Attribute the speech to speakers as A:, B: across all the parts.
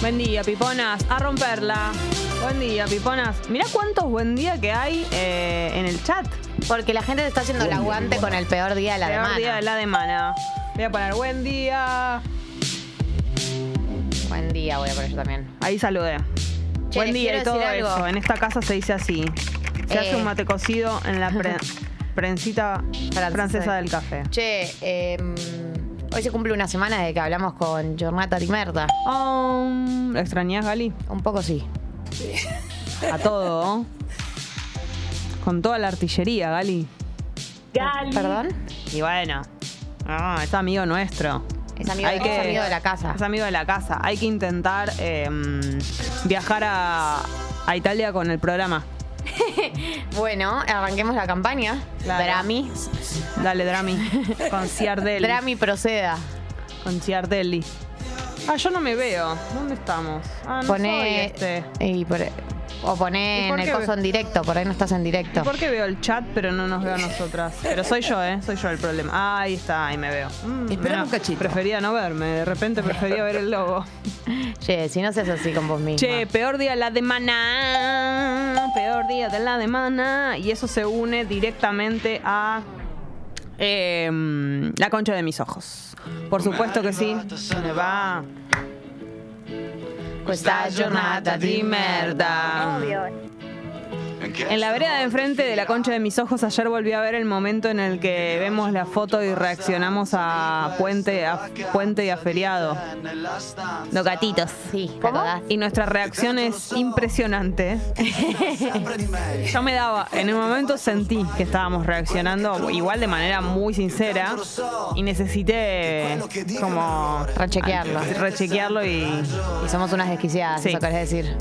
A: Buen día, piponas. A romperla. Buen día, piponas. Mirá cuántos buen día que hay eh, en el chat.
B: Porque la gente se está haciendo el
C: Buen día,
B: aguante
C: Ivana.
B: con el peor día de la
A: Peor
B: demanda.
A: día de la demana. Voy a poner buen día.
B: Buen día, voy a por yo también.
A: Ahí saludé.
B: Che,
A: buen
B: les
A: día
B: quiero
A: y todo
B: decir algo.
A: eso. ¿eh? En esta casa se dice así. Se
B: Eh.
A: hace un mate cocido en la pre- prensita
B: Francesa.
A: francesa del café.
B: Che, eh, hoy se cumple una semana de que hablamos con Jornata Timerta.
A: Um, ¿La extrañás, Gali?
B: Un poco sí.
A: A todo. Con toda la artillería, Gali.
B: ¿Perdón?
A: Y bueno. Ah, es amigo nuestro.
B: Es amigo,
A: Hay que-
B: es amigo de la casa.
A: Es amigo de la casa. Hay que intentar eh, viajar a, a Italia con el programa.
B: Bueno, arranquemos la campaña.
A: Claro.
B: Drami.
A: Dale, Drami. Con Ciardelli.
B: Drami proceda.
A: Con Ciardelli. Ah, yo no me veo. ¿Dónde estamos? Ah, no soy
B: Poné.
A: este.
B: y por- o
A: ¿Y
B: poné
A: por
B: en el
A: qué?
B: coso en directo, por ahí no estás en directo.
A: ¿Por qué veo el chat pero no nos veo a nosotras? Pero soy yo, ¿eh? Soy yo el problema. Ah, ahí está, ahí me veo. Mm,
C: Esperame
A: mirá,
C: un cachito.
A: Prefería no verme, de repente prefería ver el logo.
B: Che, si no seas así con vos misma.
A: Che, peor día de la demana. Peor día de la demana. Y eso se une directamente a em, la concha de mis ojos. Por supuesto que sí. ¿Dónde va?
B: Questa Pues giornata di merda.
A: En la vereda de enfrente de la concha de mis ojos ayer volví a ver el momento en el que vemos la foto y reaccionamos a Puente, a Puente y a Feriado. Los gatitos.
B: Sí, ¿te acordás?
A: Y nuestra reacción es impresionante. Yo me daba, en un momento sentí que estábamos reaccionando igual de manera muy sincera y necesité como
B: Rechequearlo.
A: rechequearlo y
B: Y somos unas desquiciadas,
A: Sí.
B: eso querés decir.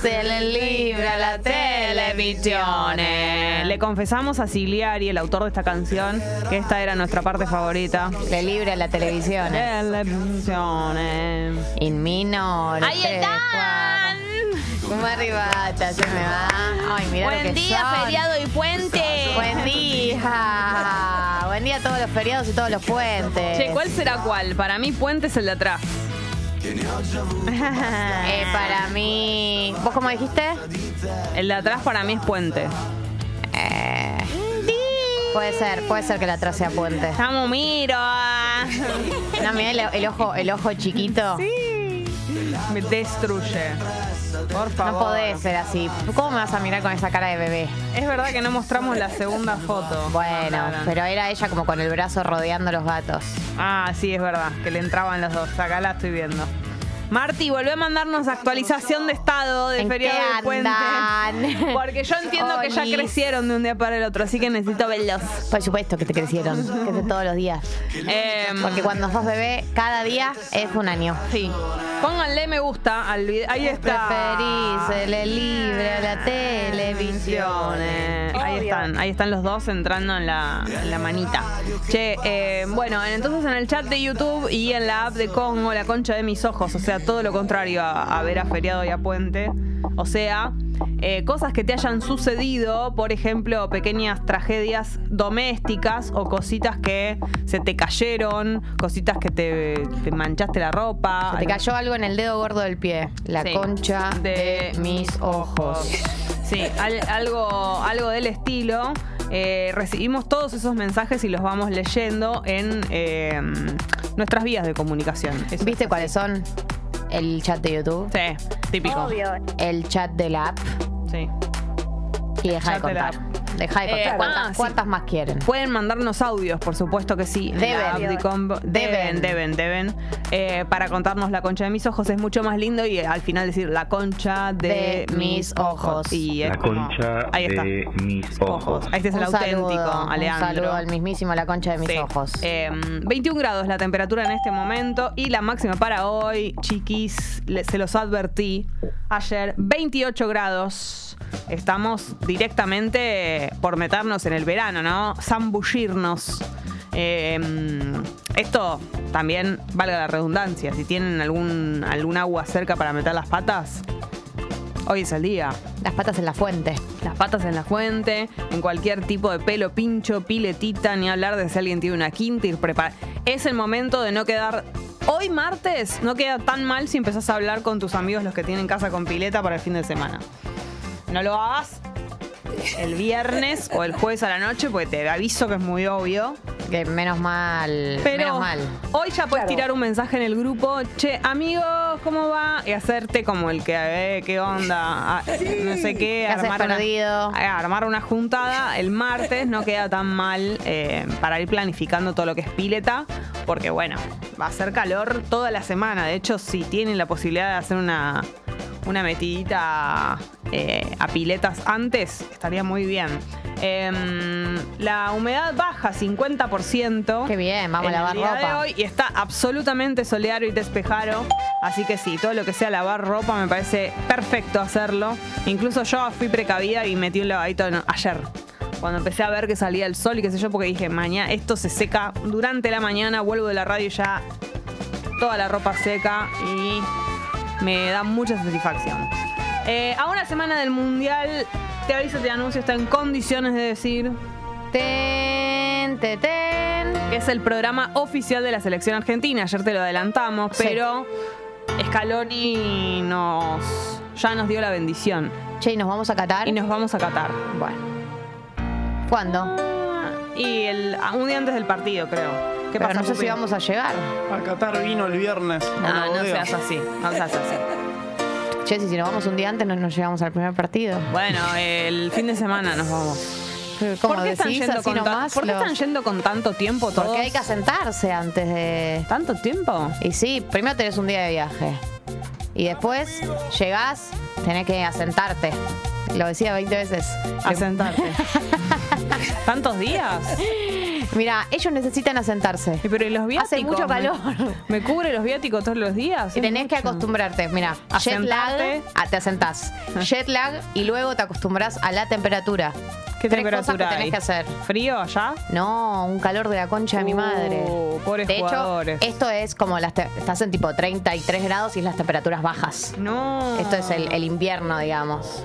A: se le libra la televisión. Le confesamos a Sigliari, el autor de esta canción, que esta era nuestra parte favorita.
B: Le libre a la televisión.
A: Televisión. Este,
B: In minor.
A: ¡Ahí están!
B: Como arribata, se me va. Ay, mira lo que son.
A: y puente.
B: Buen día. Buen día a todos los feriados y todos los puentes.
A: Che, ¿cuál será cuál? Para mí puente es el de atrás.
B: Eh, para mí. ¿Vos cómo dijiste?
A: El de atrás para mí es puente.
B: Eh, Puede ser, puede ser que la trace a puente.
A: Estamos miro.
B: No, mirá el, el ojo, el ojo chiquito.
A: Me destruye. Por favor.
B: No podés ser así. ¿Cómo me vas a mirar con esa cara de bebé?
A: Es verdad que no mostramos la segunda foto.
B: Bueno, pero era ella como con el brazo rodeando los gatos.
A: Ah, sí, es verdad, que le entraban los dos. Acá la estoy viendo. Marti, volvé a mandarnos actualización de estado de
B: ¿En
A: feriado
B: qué
A: de puente.
B: andan?
A: Porque yo entiendo que ya
B: Oli.
A: crecieron de un día para el otro, así que necesito verlos.
B: Por supuesto que te crecieron, que es de todos los días.
A: Em,
B: Porque cuando sos bebé, cada día es un año.
A: Sí. Pónganle me gusta al video. Ahí está.
B: Preferís se le libre a la televisión.
A: Eh, Ahí están, ahí están los dos entrando en la, en la manita. Che, eh, bueno, entonces en el chat de YouTube y en la app de Congo, la concha de mis ojos, o sea, todo lo contrario a, a ver a Feriado y a Puente. O sea, eh, cosas que te hayan sucedido, por ejemplo, pequeñas tragedias domésticas o cositas que se te cayeron, cositas que te, te manchaste la ropa.
B: Se te cayó algo en el dedo gordo del pie. La
A: Sí.
B: concha de,
A: De
B: mis ojos.
A: Sí, al- algo, algo del estilo. Eh, recibimos todos esos mensajes y los vamos leyendo en eh, nuestras vías de comunicación. Eso
B: ¿Viste
A: es
B: cuáles son? El chat de YouTube,
A: así. Sí, típico.
B: el chat de la app
A: Sí.
B: y deja de
A: chat de la
B: contar. Deja de
A: Eh,
B: contar.
A: ah,
B: ¿Cuántas,
A: sí.
B: cuántas más quieren?
A: Pueden mandarnos audios, por supuesto que sí. en
B: Deben.
A: la app de Combo.
B: Deben.
A: Deben, deben, deben. Eh, para contarnos la concha de mis ojos es mucho más lindo y al final decir la concha de,
B: De mis ojos.
A: Y es
D: La
A: como-
D: concha
A: ahí está.
D: de mis ojos.
A: Este es el
B: Un
A: auténtico,
B: saludo,
A: Alejandro.
B: Un saludo al mismísimo la concha de mis
A: Sí.
B: ojos.
A: Eh, 21 grados la temperatura en este momento y la máxima para hoy, chiquis, le- se los advertí ayer, 28 grados. Estamos directamente por meternos en el verano, ¿no? Zambullirnos. Eh, esto también valga la redundancia. Si tienen algún, algún agua cerca para meter las patas, hoy es el día
B: Las patas en la fuente.
A: las patas en la fuente, en cualquier tipo de pelo pincho, piletita, ni hablar de si alguien tiene una quinta, ir preparado. Es el momento de no quedar hoy martes no queda tan mal si empezás a hablar con tus amigos los que tienen casa con pileta para el fin de semana. No lo hagas el viernes o el jueves a la noche porque te aviso que es muy obvio.
B: Que menos mal.
A: Pero
B: menos mal.
A: hoy ya puedes
C: Claro.
A: tirar un mensaje en el grupo, che, amigos, ¿cómo va? Y hacerte como el que, eh, ¿qué onda? Ah, No sé qué,
B: ¿Qué haces
A: una,
B: perdido?
A: eh, armar una juntada el martes, no queda tan mal eh, para ir planificando todo lo que es pileta, porque bueno, va a ser calor toda la semana. De hecho, si tienen la posibilidad de hacer una, una metidita eh, a piletas antes, estaría muy bien. Em, la humedad baja 50%.
B: Qué bien, vamos a
A: en
B: lavar
A: el día de
B: ropa.
A: hoy y está absolutamente soleado y despejado. Así que sí, todo lo que sea lavar ropa me parece perfecto hacerlo. Incluso yo fui precavida y metí un lavadito en- ayer. Cuando empecé a ver que salía el sol y qué sé yo, porque dije, mañana esto se seca durante la mañana, vuelvo de la radio y ya toda la ropa seca y me da mucha satisfacción. Eh, a una semana del mundial, te aviso, te anuncio, está en condiciones de decir
B: Ten, te, ten.
A: que es el programa oficial de la selección argentina. Ayer te lo adelantamos,
B: Sí.
A: pero Scaloni nos ya nos dio la bendición
B: Che, ¿y nos vamos a catar?
A: y nos vamos a Qatar.
B: Bueno. ¿Cuándo?
A: Y el, ah, un día antes del partido, creo. ¿Qué
B: Pero
A: pasa?
B: no sé
A: Pupi?
B: si vamos a llegar.
D: A Qatar vino el viernes. a
A: No,
D: la
A: no
D: bodega.
A: seas así, no seas así.
B: Che, si si nos vamos un día antes, no nos llegamos al primer partido.
A: Bueno, el fin de semana nos vamos.
B: ¿Cómo
A: ¿Por qué, están
B: decís
A: yendo,
B: así
A: con tan-
B: nomás?
A: ¿por qué
B: Los-
A: están yendo con tanto tiempo todos?
B: Porque hay que sentarse antes de...
A: ¿Tanto tiempo?
B: Y sí, primero tenés un día de viaje. Y después llegás, tenés que asentarte. Lo decía 20 veces.
A: A sentarte. ¿Tantos días?
B: Mira, ellos necesitan asentarse.
A: Y Pero ¿y los viáticos?
B: Hace mucho
A: ¿Me-
B: calor.
A: ¿Me, cubre los viáticos todos los días?
B: Y tenés que acostumbrarte, mira, jet
A: Asentarte.
B: lag, ah, te asentás. Jet lag y luego te acostumbras a la temperatura.
A: ¿Qué
B: Tres
A: temperatura
B: cosas que tenés
A: hay?
B: que hacer.
A: ¿Frío allá?
B: No, un calor de la concha de mi
A: Uh,
B: madre.
A: pobres
B: de hecho,
A: jugadores.
B: esto es como las te- estás en tipo 33 grados y es las temperaturas bajas.
A: No.
B: Esto es el, el invierno, digamos.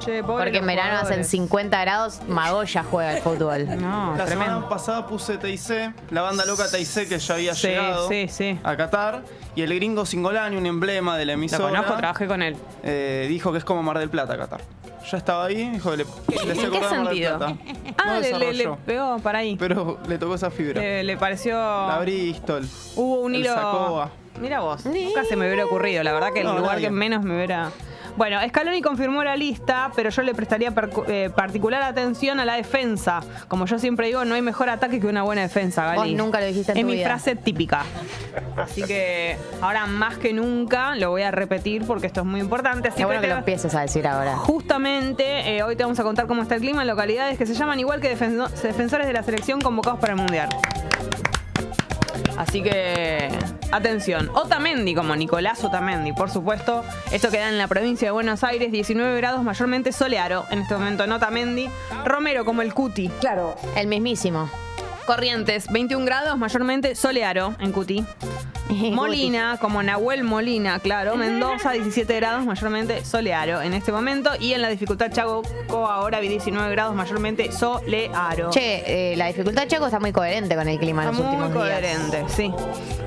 A: Che, pobre
B: Porque
A: los
B: en verano hacen
A: jugadores.
B: 50 grados, Magoya juega al fútbol.
A: No,
D: La
A: tremendo.
D: semana pasada puse TIC, la banda loca TIC que ya había
A: Sí,
D: llegado
A: sí, sí.
D: a Qatar. Y el gringo Singolani, un emblema de la
A: Lo
D: emisora,
A: conozco, trabajé con él.
D: eh, dijo que es como Mar del Plata, Qatar. Yo estaba ahí, dijo, le, le sé
A: ¿En qué
D: acordar Mar del
A: sentido?
D: Plata.
A: Ah,
D: No
A: le, le- le
D: desarrolló,
A: pegó para ahí.
D: Pero le tocó esa fibra.
A: le, le pareció.
D: la Bristol.
A: Hubo un
D: el
A: hilo.
D: Sacoa.
A: Mira vos, nunca se me hubiera ocurrido. La verdad que el
D: No,
A: lugar
D: nadie.
A: que menos me hubiera. Bueno, Scaloni confirmó la lista, pero yo le prestaría percu- eh, particular atención a la defensa. Como yo siempre digo, no hay mejor ataque que una buena defensa, Gali.
B: Vos nunca lo dijiste en
A: Es
B: tu
A: mi
B: vida.
A: frase típica. Así que ahora más que nunca lo voy a repetir porque esto es muy importante. Así
B: Qué bueno
A: que
B: que
A: te-
B: lo empieces a decir ahora.
A: Justamente eh, hoy te vamos a contar cómo está el clima en localidades que se llaman igual que defen- defensores de la selección convocados para el Mundial. Así que, atención, Otamendi como Nicolás Otamendi, por supuesto. Esto queda en la provincia de Buenos Aires, 19 grados, mayormente soleado. En este momento en Otamendi. Romero como el Cuti.
C: Claro.
B: El mismísimo.
A: Corrientes, 21 grados, mayormente soleado en Cuti. Molina, como Nahuel Molina, claro. Mendoza, 17 grados, mayormente soleado en este momento. Y en la dificultad Chaco, ahora 19 grados, mayormente soleado.
B: Che, eh, la dificultad Chaco está muy coherente con el clima en
A: Está
B: los
A: muy
B: últimos días.
A: coherente, sí.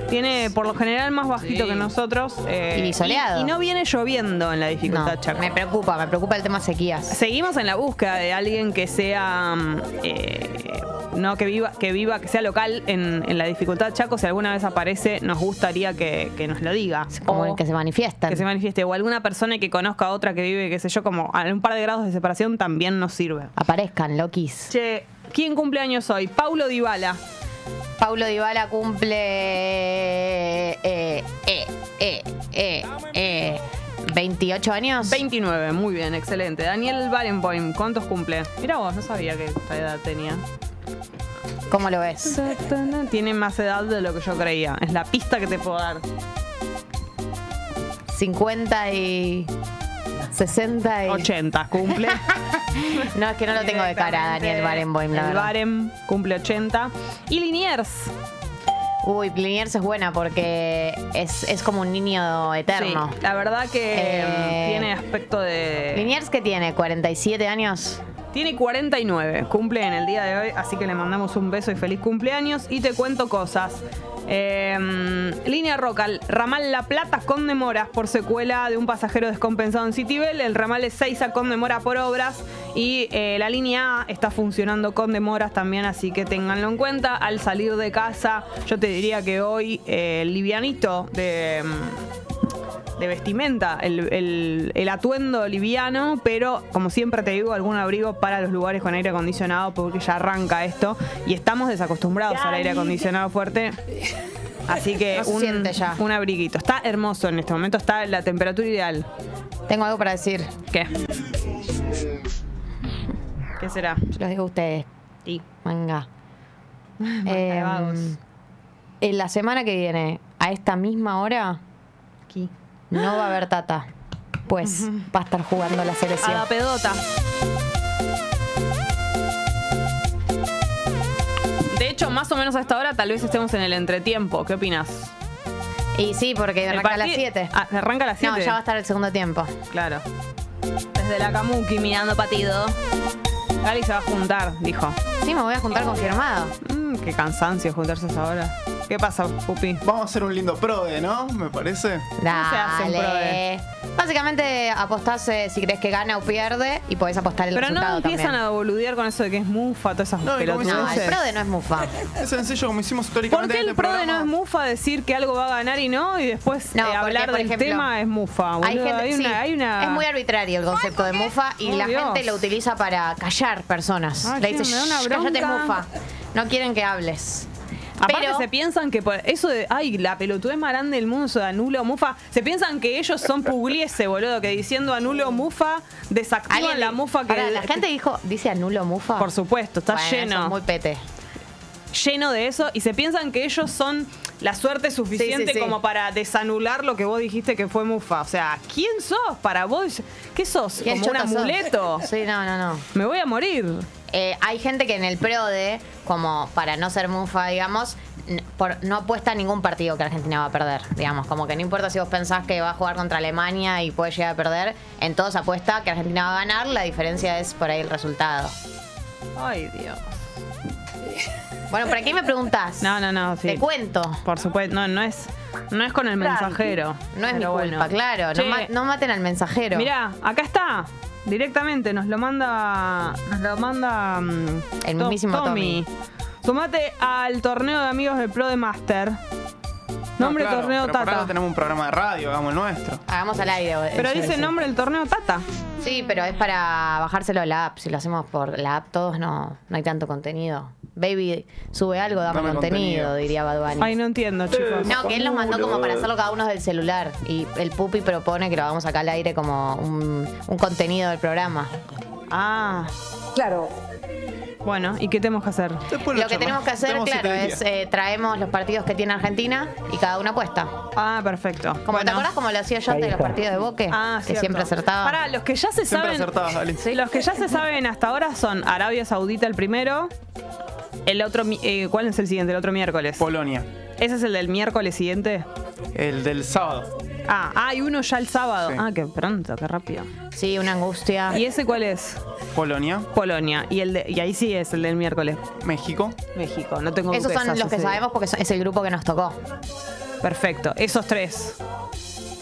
A: Tiene por lo general más bajito que nosotros. eh,
B: Y soleado.
A: Y, y no viene lloviendo en la dificultad
B: No,
A: Chaco.
B: me preocupa, me preocupa el tema sequías.
A: Seguimos en la búsqueda de alguien que sea. mm, eh, no, que viva, que viva, que sea local en, en la dificultad Chaco. Si alguna vez aparece, nos gustaría que, que nos lo diga.
B: Como
A: O-
B: el que se manifiestan.
A: que se manifieste o alguna persona que conozca a otra que vive, qué sé yo, como a un par de grados de separación también nos sirve.
B: Aparezcan, loquis.
A: Che, ¿quién cumple años hoy? Paulo Dybala.
B: Paulo Dybala cumple eh, eh, eh, eh, eh, 28 años.
A: 29, muy bien, excelente. Daniel Barenboim, ¿cuántos cumple? Mira vos, no sabía que esta edad tenía.
B: ¿Cómo lo ves?
A: Tiene más edad de lo que yo creía. Es la pista que te puedo dar.
B: 50 y 60 y
A: 80 cumple.
B: No, es que no lo tengo de cara, Daniel Barenboim, la
A: El
B: verdad.
A: Barem cumple 80. Y Liniers.
B: Uy, Liniers es buena porque es, es como un niño eterno.
A: Sí, la verdad que
B: Eh,
A: tiene aspecto de...
B: Liniers que tiene 47 años.
A: Tiene 49, cumple en el día de hoy, así que le mandamos un beso y feliz cumpleaños. Y te cuento cosas. Eh, línea Roca, el ramal La Plata con demoras por secuela de un pasajero descompensado en Citibel. El ramal Ezeiza con demora por obras. Y eh, la línea A está funcionando con demoras también, así que ténganlo en cuenta. Al salir de casa, yo te diría que hoy eh, livianito de. em, mm, de vestimenta, el, el- el atuendo liviano, pero como siempre te digo, algún abrigo para los lugares con aire acondicionado, porque ya arranca esto y estamos desacostumbrados al aire acondicionado fuerte. Así que
B: No se
A: un,
B: siente ya.
A: un abriguito. Está hermoso en este momento, está en la temperatura ideal.
B: Tengo algo para decir.
A: ¿Qué? ¿Qué será?
B: Se los digo a ustedes.
A: Y
B: Manga.
A: de
B: Em,
A: vagos.
B: en la semana que viene, a esta misma hora,
A: aquí.
B: no va a haber tata. Pues va a estar jugando la
A: A
B: selección.
A: la pedota. De hecho, más o menos a esta hora tal vez estemos en el entretiempo. ¿Qué opinas? Ah,
B: Y sí, porque arranca a las 7.
A: arranca a las 7.
B: No, ya va a estar el segundo tiempo.
A: Claro. Desde la Kamuki mirando patido. Gali se va a juntar, dijo.
B: Sí, me voy a
A: Eh,
B: juntar confirmado.
A: Mm, qué cansancio juntarse a esa hora. ¿Qué pasa, Pupi?
D: Vamos a hacer un lindo prode, ¿no? Me parece.
A: se hace un
B: Dale. Básicamente apostás eh, si crees que gana o pierde y podés apostar el
A: Pero no
B: resultado
A: empiezan
B: también.
A: a boludear con eso de que es mufa, todas esas
D: No, y como
A: pelotudeces.
D: a-
B: No, el
D: Entonces-
B: PRODE no es mufa.
D: Es sencillo como hicimos
A: ¿Por
D: históricamente
A: qué
D: en
A: el
D: este
A: prode no
D: programa.
A: es mufa decir que algo va a ganar y no? Y después
B: No,
A: eh,
B: porque,
A: hablar
B: por
A: del
B: ejemplo,
A: tema es mufa, boludo. Hay,
B: sí,
A: una, hay una-
B: Es muy arbitrario el concepto de mufa y
A: Oh,
B: la
A: Dios.
B: gente lo utiliza para callar personas.
A: Ay,
B: Le
A: sí,
B: dice,
A: me da una
B: "Shh, cállate
A: bronca".
B: mufa. No quieren que hables.
A: Aparte
B: Pero-
A: se piensan que por eso de, ay, la pelotudez más grande del mundo, eso de anulo mufa, se piensan que ellos son Pugliese, boludo, que diciendo anulo mufa desactivan
B: Alguien-
A: la mufa que
B: Pará, la gente dijo, dice anulo mufa.
A: por supuesto, está
B: Bueno, eso es
A: lleno,
B: muy pete.
A: lleno de eso y se piensan que ellos son la suerte suficiente
B: Sí, sí, sí.
A: como para desanular lo que vos dijiste que fue mufa. O sea, ¿quién sos para vos? ¿Qué sos?
B: ¿Qué
A: Como un
B: choto sos?
A: amuleto.
B: Sí, no, no, no.
A: Me voy a morir.
B: Eh, hay gente que en el PRODE, como para no ser mufa, digamos, n- por- no apuesta a ningún partido que Argentina va a perder, digamos. Como que no importa si vos pensás que va a jugar contra Alemania y puede llegar a perder, en todos apuesta que Argentina va a ganar, la diferencia es por ahí el resultado.
A: Ay, Dios.
B: Bueno, ¿por aquí me preguntás?
A: No, no, no, sí.
B: Te cuento.
A: Por supuesto, no, no es, no es con el mensajero.
B: No es mi
A: Pero
B: culpa,
A: bueno.
B: claro. No,
A: Che,
B: ma- no maten al mensajero.
A: Mirá, acá está. Directamente nos lo manda. Nos lo manda. mm,
B: El
A: To-
B: mismísimo Tommy.
A: Sumate al torneo de amigos del Pro de Master.
D: No,
A: Nombre
D: claro,
A: torneo
D: pero por
A: Tata.
D: algo tenemos un programa de radio, hagamos el nuestro.
B: Hagamos al aire. eh,
A: Pero
B: yo
A: dice
B: decía.
A: nombre del torneo Tata.
B: Sí, pero es para bajárselo a la app. Si lo hacemos por la app, todos no, no hay tanto contenido. Baby, sube algo, dame,
D: Dame
B: contenido,
D: contenido.
B: diría Bad Bunny.
A: Ay, no entiendo, chicos.
B: No, que él nos mandó como para hacerlo cada uno del celular. Y el pupi propone que lo hagamos acá al aire como un, un contenido del programa.
A: Ah,
C: Claro,
A: bueno, ¿y qué tenemos que hacer?
D: Después
B: Lo que tenemos que hacer,
D: charlamos. Tenemos
B: claro,
D: siete
B: es
D: días.
B: eh, traemos los partidos que tiene Argentina y cada uno apuesta.
A: Ah, perfecto.
B: Como te acordás como lo hacía yo antes de los partidos de Boque,
A: Ah,
B: Eh, que
A: cierto.
B: siempre acertaba.
A: Pará, los que ya se
D: Siempre
A: saben.
D: acertabas, Dali.
A: Sí, los que ya se saben hasta ahora son Arabia Saudita el primero. El otro, mi- eh, ¿cuál es el siguiente? El otro miércoles.
D: Polonia.
A: ¿Ese es el del miércoles siguiente?
D: El del sábado.
A: Ah, hay uno ya el sábado.
D: Sí.
A: Ah, qué pronto, qué rápido.
B: Sí, una angustia.
A: ¿Y ese cuál es?
D: Polonia,
A: Polonia. Y el de- y ahí sí es el del miércoles.
D: México.
A: México. No tengo
B: Esos son
A: dudas,
B: los que
A: ese día.
B: sabemos porque son- es el grupo que nos tocó.
A: Perfecto. Esos tres.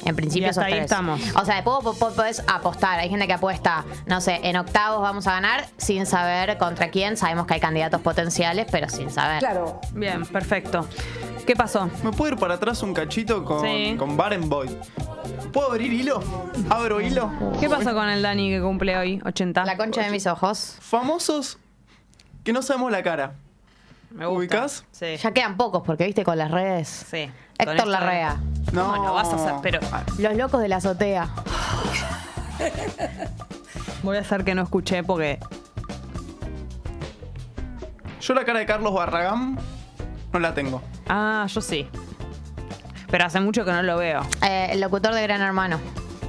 B: En
A: Y
B: principio
A: hasta
B: esos
A: ahí
B: tres.
A: estamos.
B: O sea, después vos po- podés apostar. Hay gente que apuesta, no sé, en octavos vamos a ganar sin saber contra quién. Sabemos que hay candidatos potenciales, pero sin saber.
C: claro.
A: Bien, perfecto. ¿Qué pasó?
D: ¿Me puedo ir para atrás un cachito con,
A: Sí.
D: con Barenboy? ¿Puedo abrir hilo? ¿Abro hilo?
A: ¿Qué pasó con el Dani que cumple hoy? 80.
B: La concha de mis ojos.
D: Famosos que no sabemos la cara.
A: Me gusta.
D: ¿Ubicás?
A: Sí.
B: Ya quedan pocos porque viste con las redes.
A: Sí. Con
B: Héctor
A: esto-
B: Larrea.
A: No, no vas a hacer, pero
D: Ah.
B: Los locos de la azotea.
A: voy a hacer que no escuché porque
D: Yo la cara de Carlos Barragán no la tengo.
A: ah, yo sí. Pero hace mucho que no lo veo.
B: Eh, el locutor de Gran Hermano.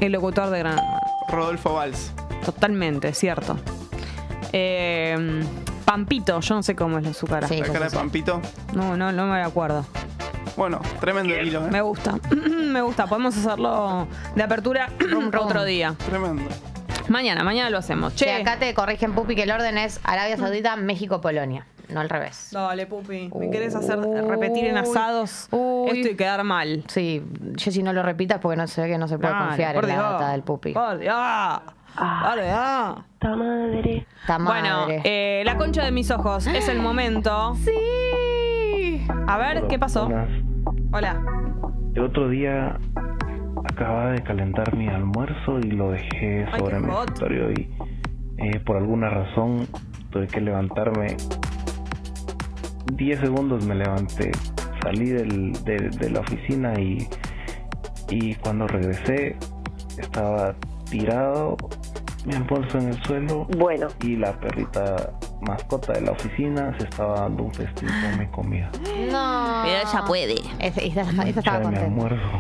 A: El locutor de Gran Hermano.
D: Rodolfo Valls.
A: Totalmente, es cierto. Eh, Pampito, yo no sé cómo es la su cara.
B: Sí.
D: La cara de Pampito.
A: No, no, no me acuerdo.
D: Bueno, tremendo hilo, ¿eh?
A: Me gusta, me gusta. Podemos hacerlo de apertura otro día.
D: Tremendo.
A: Mañana, mañana lo hacemos. Che,
B: Sí, acá te corrigen, Pupi, que el orden es Arabia Saudita, México, Polonia. Mm. No al revés.
A: Dale, Pupi. ¿Me querés hacer repetir en
B: Uy,
A: asados
B: uy.
A: esto y quedar mal?
B: Sí, Jessy, no lo repitas porque no se ve que no se puede
A: Dale,
B: confiar
A: por
B: en la
A: Dios.
B: data del Pupi.
A: Por Dios. Dale, ah.
C: Ta madre.
B: Está
A: Bueno,
B: madre.
A: eh, la concha de mis ojos es el momento.
B: Sí.
A: A ver, ¿qué pasó?
E: Buenas.
A: Hola.
E: El otro día acababa de calentar mi almuerzo y lo dejé
A: Ay,
E: sobre
A: qué
E: mi
A: hot.
E: escritorio y eh, por alguna razón tuve que levantarme. 10 segundos me levanté, salí del- de, de la oficina y, y cuando regresé estaba tirado mi almuerzo en el suelo
C: Bueno,
E: y la perrita mascota de la oficina se estaba dando un festín con mi comida.
B: No.
F: Pero ella puede.
B: Esa, esa- esa estaba
E: Ya, mi
B: contenta.
E: almuerzo.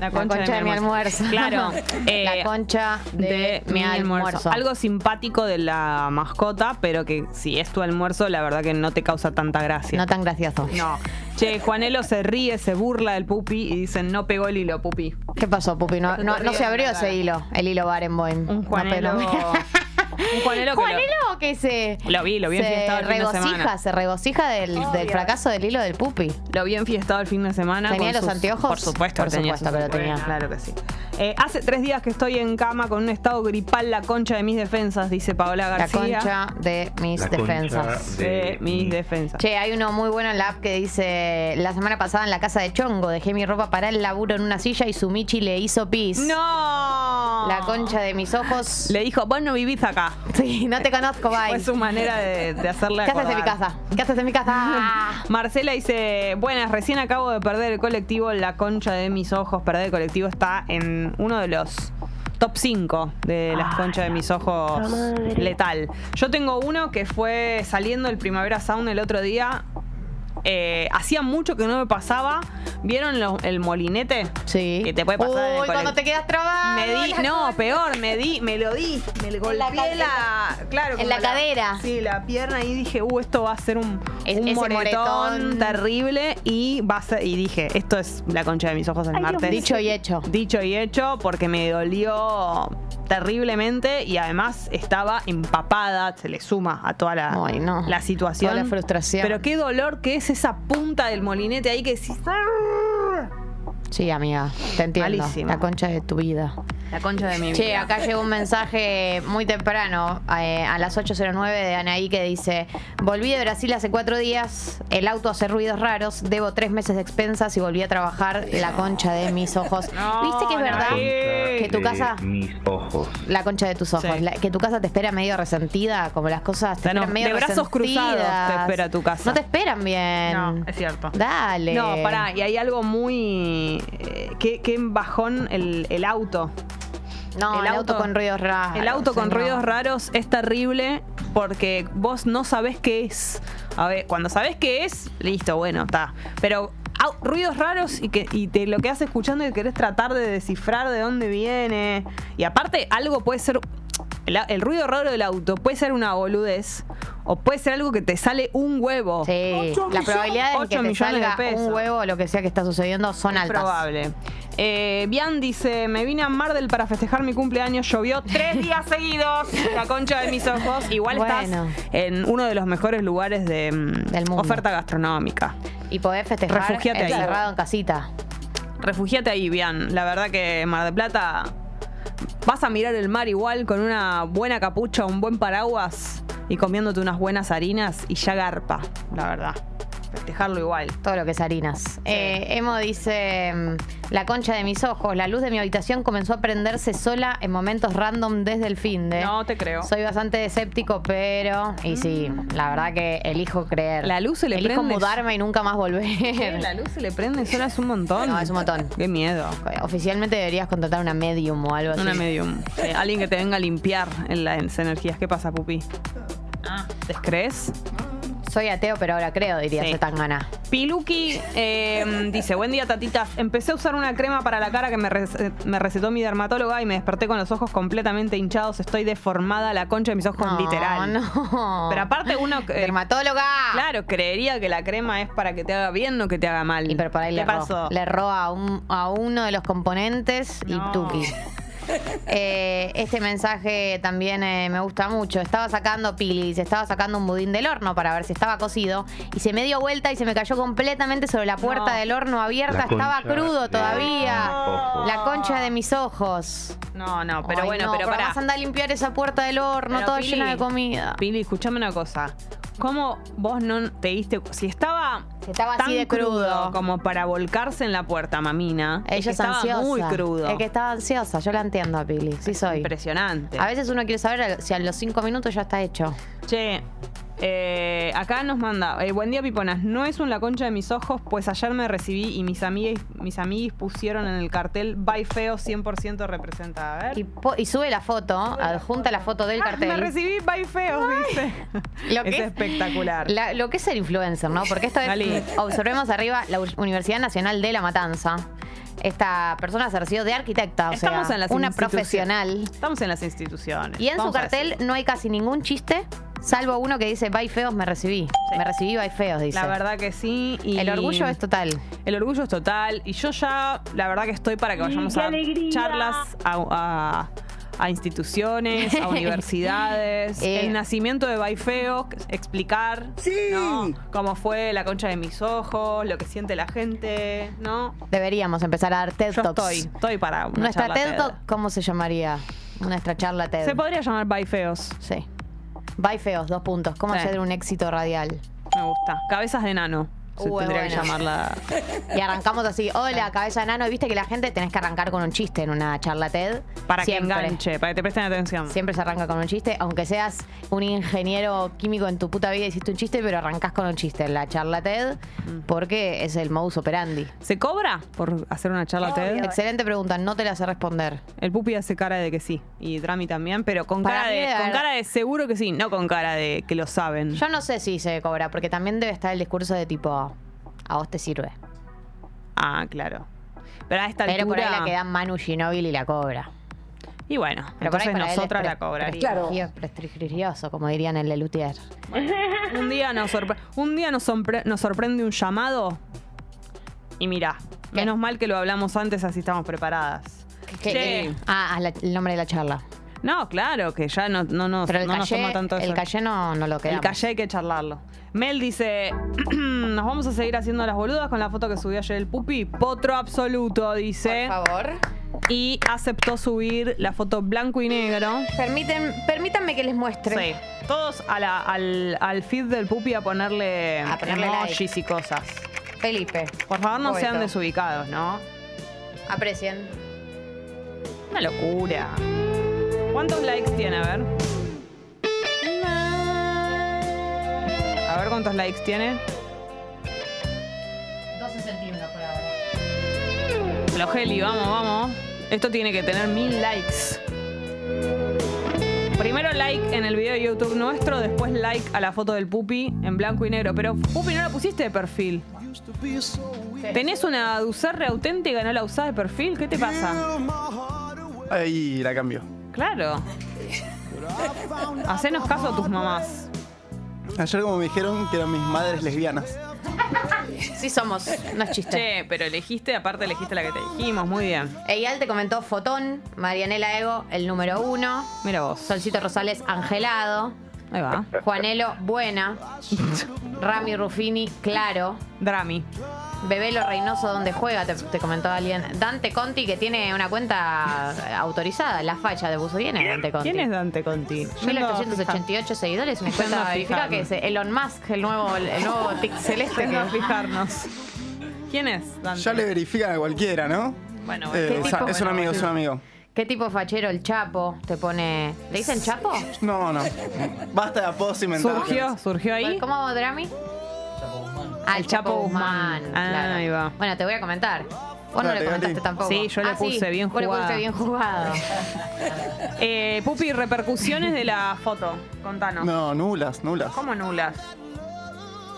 A: La
B: La concha, de, mi almuerzo.
A: Claro. eh,
B: la concha de, mi almuerzo.
A: Algo simpático de la mascota, pero que si es tu almuerzo, la verdad que no te causa tanta gracia.
B: no tan gracioso.
A: No. Che, Juanelo se ríe, se burla del pupi y dicen, no pegó el hilo, pupi.
B: ¿Qué pasó, Pupi? No,
A: Se
B: no-
A: te
B: no
A: ríe
B: se
A: en
B: abrió
A: la cara.
B: ese hilo, el hilo Barenboim.
A: Un Juanelo.
B: No, pero-
A: un Juanelo que lo-
B: Juanelo que se.
A: Lo vi, lo vi
B: se
A: enfiestado el fin de semana.
B: regocija, se regocija del, del fracaso del hilo del Pupi.
A: Lo vi enfiestado el fin de semana.
B: ¿Tenía
A: con
B: los
A: sus-
B: anteojos?
A: Por supuesto,
B: Por
A: tenía
B: supuesto
A: sus-
B: que lo tenía.
A: Claro que sí. Eh, hace tres días que estoy en cama con un estado gripal, la concha de mis defensas, dice Paola
B: La
A: García.
B: concha de mis
E: La concha
B: defensas.
A: de mis defensas.
B: Che, hay uno muy bueno en la app que dice: La semana pasada en la casa de Chongo dejé mi ropa para el laburo en una silla y su Michi le hizo pis.
A: ¡No!
B: La concha de mis ojos.
A: Le dijo, vos no vivís acá.
B: Sí, no te conozco, bye.
A: Fue su manera de, de hacerle
B: ¿Qué haces en mi
A: acordar.
B: casa? ¿Qué haces en mi casa?
A: Marcela dice, buenas, recién acabo de perder el colectivo, la concha de mis ojos, perder el colectivo está en uno de los top 5 de las conchas de mis ojos
C: madre.
A: letal. Yo tengo uno que fue saliendo el Primavera Sound el otro día. Eh, hacía mucho que no me pasaba. ¿Vieron lo- el molinete?
B: Sí.
A: Que te puede pasar en el
B: Uy, cuando
A: colectivo.
B: te quedas trabado.
A: Me di,
B: la
A: no,
B: concha.
A: peor, me di, me lo di, me lo
B: En la
A: golpeé
B: cal-
A: la, claro,
B: en
A: como
B: la cadera.
A: Sí, la pierna y dije, "Uh, esto va a ser un,
B: Es-
A: un
B: ese
A: moretón,
B: moretón.
A: terrible" y va a ser- y dije, "Esto es la concha de mis ojos el martes."
B: Dicho y hecho.
A: Dicho y hecho, porque me dolió terriblemente y además estaba empapada, se le suma a toda la,
B: Ay, no.
A: la situación.
B: Toda la frustración.
A: Pero qué dolor que es esa punta del molinete ahí que decís, "Arr".
B: Sí, amiga, te entiendo.
A: Malísimo.
B: La concha de tu vida.
A: La concha de mi vida.
B: Che, acá llegó un mensaje muy temprano, eh, a las 8.09 de Anaí, que dice: Volví de Brasil hace cuatro días, el auto hace ruidos raros, debo tres meses de expensas y volví a trabajar la concha de mis ojos.
A: No,
B: ¿Viste que es
A: no,
B: verdad?
A: sí.
B: Que tu
E: de
B: casa-
E: Mis ojos.
B: La concha de tus ojos.
A: Sí.
B: La- que tu casa te espera medio resentida, como las cosas te
A: No, no,
B: esperan medio
A: de brazos cruzados te
B: resentidas.
A: espera tu casa.
B: No te esperan bien.
A: No, es cierto.
B: Dale.
A: No, pará, y hay algo muy. eh, qué, qué bajón el, el auto.
B: No, el, auto, con ruidos raros.
A: El auto con
B: señor.
A: ruidos raros es terrible porque vos no sabés qué es. A ver, cuando sabés qué es, listo, bueno, está. Pero au- ruidos raros y que y te, lo que haces escuchando y querés tratar de descifrar de dónde viene. Y aparte, algo puede ser. El, el ruido raro del auto puede ser una boludez o puede ser algo que te sale un huevo.
B: Sí,
A: Ocho
B: la
A: millones-
B: probabilidad de que
A: ocho
B: te
A: millones de
B: salga
A: pesos.
B: un huevo o lo que sea que está sucediendo son altas.
A: Probable. Eh, Bian dice, me vine a Mar del para festejar mi cumpleaños, llovió tres días seguidos, la concha de mis ojos. Igual
B: Bueno.
A: estás en uno de los mejores lugares de mm,
B: Del mundo.
A: oferta gastronómica.
B: Y podés festejar eh,
A: Refugiate ahí.
B: encerrado en casita.
A: Refugiate ahí, Bian. La verdad que Mar del Plata vas a mirar el mar igual con una buena capucha, un buen paraguas y comiéndote unas buenas harinas y ya garpa, la verdad. Festejarlo igual.
B: Todo lo que es harinas. Eh, Emo dice, mm, la concha de mis ojos, la luz de mi habitación comenzó a prenderse sola en momentos random desde el fin de...
A: No te creo.
B: Eh,
A: Mm.
B: Soy bastante escéptico, pero... Y sí, la verdad que elijo creer.
A: La luz se le
B: Elijo
A: prende-
B: mudarme y nunca más volver.
A: La luz se le prende, sola es un montón.
B: No, es un montón.
A: Qué miedo.
B: Oficialmente deberías contratar una medium o algo así.
A: Una medium. Sí, alguien que te venga a limpiar en las energías. ¿Qué pasa, Pupi?
B: Ah.
A: ¿Descrees?
B: Soy ateo, pero ahora creo, diría
A: Sí.
B: Zetangana.
A: Piluki eh, dice, buen día tatitas, empecé a usar una crema para la cara que me, rece- me recetó mi dermatóloga y me desperté con los ojos completamente hinchados, estoy deformada, la concha de mis ojos
B: No,
A: literal.
B: no.
A: Pero aparte uno... eh,
B: Dermatóloga.
A: Claro, creería que la crema es para que te haga bien, no que te haga mal.
B: Y pero por ahí
A: ¿Qué
B: le erró.
A: pasó?
B: Le erró a, un- a uno de los componentes
A: No.
B: y Tuki. Eh, este mensaje también eh, me gusta mucho. Estaba sacando pilis, estaba sacando un budín del horno para ver si estaba cocido y se me dio vuelta y se me cayó completamente sobre la puerta
A: No.
B: del horno abierta.
E: La
B: Estaba
E: concha
B: crudo
E: de-
B: todavía.
E: Ojo.
B: La concha de mis ojos.
A: No, no, pero
B: Ay,
A: bueno,
B: no,
A: pero para.
B: Vas a andar a limpiar esa puerta del horno,
A: Pero,
B: toda
A: Pili,
B: llena de comida.
A: Pili, escuchame una cosa. ¿Cómo vos no te diste cu- si estaba
B: Si estaba
A: tan
B: así de crudo.
A: como para volcarse en la puerta, mamina? es que
B: Ella es
A: estaba
B: ansiosa.
A: muy crudo.
B: Es que estaba ansiosa, yo la entiendo a Pili. Sí soy.
A: Impresionante.
B: A veces uno quiere saber si a los cinco minutos ya está hecho.
A: Che, eh, acá nos manda, eh, buen día Piponas, no es un la concha de mis ojos, pues ayer me recibí y mis amigas mis amiguis pusieron en el cartel Bye Feo 100% representada. A ver.
B: Y, po- y sube la foto, adjunta la foto del
A: Ah, Me
B: cartel.
A: recibí Bye Feo, dice.
B: Lo que
A: es,
B: es-
A: espectacular.
B: La- lo que es ser influencer, ¿no? Porque esto es,
A: Dale.
B: observemos arriba, la U- Universidad Nacional de La Matanza. Esta persona se recibió de arquitecta, o
A: Estamos
B: sea,
A: en las
B: una
A: instituciones.
B: profesional.
A: Estamos en las instituciones.
B: Y en su
A: Vamos a
B: cartel
A: decir.
B: no hay casi ningún chiste, salvo uno que dice, bye feos, me recibí.
A: Sí.
B: Me recibí, bye feos, dice.
A: La verdad que sí. y-
B: El orgullo es total.
A: El orgullo es total. Y yo ya, la verdad que estoy para que vayamos a charlas, a, a- a instituciones, a universidades.
B: Eh.
A: El nacimiento de Baifeo, explicar ¿no? cómo fue la concha de mis ojos, lo que siente la gente, ¿no?
B: Deberíamos empezar a dar TED
A: Yo
B: Talks.
A: estoy, estoy para una
B: Nuestra
A: charla
B: TED,
A: TED.
B: Talk, ¿cómo se llamaría? Nuestra charla TED.
A: Se podría llamar Baifeos.
B: Sí. Bye feos, dos puntos. ¿Cómo
A: Sí.
B: hacer un éxito radial?
A: Me gusta. Cabezas de nano. Se
B: Uh, es
A: tendría que
B: buena.
A: llamarla.
B: Y arrancamos así, hola, cabeza de nano. Y viste que la gente tenés que arrancar con un chiste en una charla TED.
A: Para
B: Siempre.
A: que enganche, para que te presten atención.
B: Siempre se arranca con un chiste, aunque seas un ingeniero químico en tu puta vida hiciste un chiste, pero arrancás con un chiste en la charla TED
A: Mm.
B: porque es el modus operandi.
A: ¿Se cobra por hacer una charla TED?
B: Excelente pregunta, no te la sé responder.
A: El Pupi hace cara de que sí. Y Drami también, pero con
B: Para
A: cara
B: mí
A: de,
B: debe
A: con
B: haber-
A: cara de seguro que sí, no con cara de que lo saben.
B: Yo no sé si se cobra, porque también debe estar el discurso de tipo, a vos te sirve.
A: Ah, claro. Pero a esta
B: Pero por
A: altura.
B: ahí la queda Manu Ginóbili y la cobra.
A: Y bueno,
B: Pero por ahí
A: entonces
B: para él es
A: nosotras
B: pre-
A: la cobraríamos.
B: prestigio- Prestigioso, como dirían el Lelutier.
A: Un día nos, sorpre- un día nos, sorpre- nos sorprende un llamado. Y mirá,
B: ¿Qué?
A: menos mal que lo hablamos antes, así estamos preparadas. Che,
B: Ah, ah, la- el nombre de la charla.
A: No, claro, que ya no, no, nos,
B: Pero el
A: no nos
B: calle,
A: toma tanto
B: el
A: eso.
B: calle no, no lo
A: El
B: quedamos.
A: calle hay que charlarlo. Mel dice, nos vamos a seguir haciendo las boludas con la foto que subió ayer el pupi. Potro absoluto, dice.
B: favor.
A: Y aceptó subir la foto blanco y negro.
B: Permiten, permítanme que les muestre.
A: Sí. Todos a la- al, al feed del pupi a ponerle,
B: A ponerle
A: emojis y cosas.
B: Felipe.
A: Por favor, no sean
B: Poeta.
A: desubicados, ¿no?
B: Aprecien.
A: Una locura. ¿Cuántos likes tiene? A ver. A ver cuántos likes tiene.
B: 12 centímetros por ahora.
A: Flogeli, vamos, vamos. Esto tiene que tener mil likes. Primero like en el video de YouTube nuestro, después like a la foto del Pupi en blanco y negro. Pero Pupi no la pusiste de perfil. ¿Tenés una Ducerre auténtica y no la usás de perfil? ¿Qué te pasa?
D: Ahí la cambio.
A: Claro. Hacenos caso a tus mamás.
D: Ayer como me dijeron que eran mis madres lesbianas.
B: Sí somos, no es chiste.
A: Che, pero elegiste, aparte elegiste la que te dijimos, muy bien.
B: Eyal te comentó Fotón, Marianela Ego, el número uno,
A: Mira vos.
B: Solcito Rosales, Angelado,
A: Ahí va.
B: Juanelo, Buena, Rami Ruffini, Claro,
A: Drami.
B: Bebelo Reynoso, donde juega? Te, te comentó alguien. Dante Conti, que tiene una cuenta autorizada, La Falla de Buzo viene Dante Conti.
A: ¿Quién es Dante Conti?
B: 1888 seguidores, una
A: Yendo a
B: cuenta verificada que es
A: fijarme.
B: Elon Musk, el nuevo, el nuevo tic celeste.
A: Tengo que
B: que-
A: fijarnos. ¿Quién es Dante?
D: Ya le verifican a cualquiera, ¿no?
A: Bueno,
D: Eh,
A: ¿qué
D: es,
A: tipo?
D: es un
A: Bueno,
D: amigo, es un amigo.
B: ¿Qué tipo fachero el Chapo? Te pone. ¿Le dicen Chapo?
D: No, no. Basta de apodos inventados.
A: Surgió, surgió ahí.
B: ¿Cómo Drami? Ah, el Chapo Guzmán.
A: Ah,
B: claro.
A: ahí va.
B: Bueno, te voy a comentar. Vos no
D: Dale,
B: le comentaste
D: dale.
B: tampoco. Ah,
A: Sí, yo le puse bien
B: Vos le
A: jugada.
B: pusiste bien jugado.
A: Eh, Pupi, repercusiones de la foto. Contanos.
D: No, nulas, nulas.
A: ¿Cómo nulas?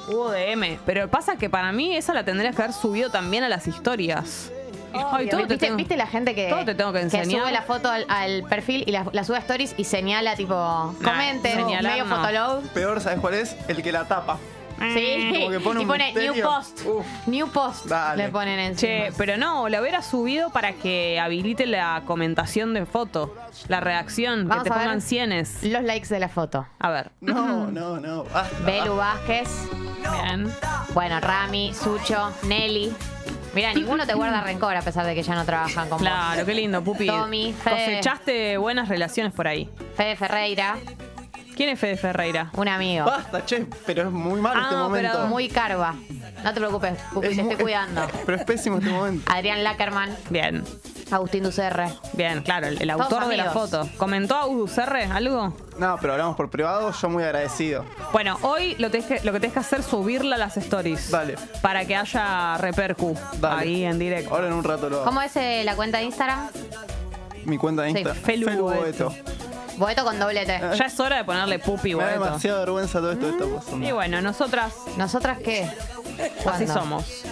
A: Hubo DM. Pero pasa que para mí esa la tendrías que haber subido también a las historias. Ay, todo te
B: ¿Viste,
A: tengo-
B: viste la gente que,
A: todo te tengo que enseñar.
B: sube la foto al, al perfil y la, la sube a stories y señala tipo, comenten,
A: señalar
B: medio
A: no. Eh.
B: fotolog.
D: Peor, ¿sabes cuál es? El que la tapa.
B: Sí,
D: Como que pone
B: y
D: un
B: pone new
D: misterio.
B: post.
D: Uf.
B: New post
D: Dale.
B: le ponen en
A: Che, pero no, lo hubiera subido para que habilite la comentación de foto, la reacción,
B: Vamos
A: que te
B: a ver.
A: pongan cienes.
B: Los likes de la foto.
A: A ver.
D: No, no, no. basta,
B: Belu
D: basta.
B: Vázquez,
A: Bien.
B: bueno, Rami, Sucho, Nelly. Mira, ninguno te guarda rencor a pesar de que ya no trabajan con vos.
A: Claro, qué lindo, Pupi.
B: Tommy, Fede.
A: Cosechaste buenas relaciones por ahí.
B: Fede Ferreira,
A: ¿Quién es Fede Ferreira?
B: un amigo.
D: Basta, che, pero es muy malo
A: Ah,
D: este momento.
A: pero
B: Muy carva. No te preocupes, Pupi,
D: Es
B: te
D: muy-
B: estoy cuidando.
D: Pero es pésimo este momento.
B: Adrián Lackerman,
A: Bien,
B: Agustín Ducerre.
A: bien, claro, el, el
B: Todos
A: autor de la
B: amigos.
A: foto. ¿Comentó a Userre algo?
D: No, pero hablamos por privado, yo muy agradecido.
A: Bueno, hoy lo, tenés que, lo que tenés que hacer es subirla a las stories.
D: Dale.
A: Para que haya repercu
D: Dale.
A: ahí en directo.
D: Ahora en un rato lo hago.
B: ¿Cómo es eh, la cuenta de Instagram?
D: Mi cuenta de
B: Sí,
D: Insta.
A: Felu Boeto.
D: Boeto.
B: Boeto con doble T.
A: Ya es hora de ponerle pupi,
D: Me da
A: boleto.
D: demasiada vergüenza todo esto que está pasando.
A: Y bueno, nosotras
B: ¿Nosotras qué?
A: así
B: ¿Cuándo?
A: somos.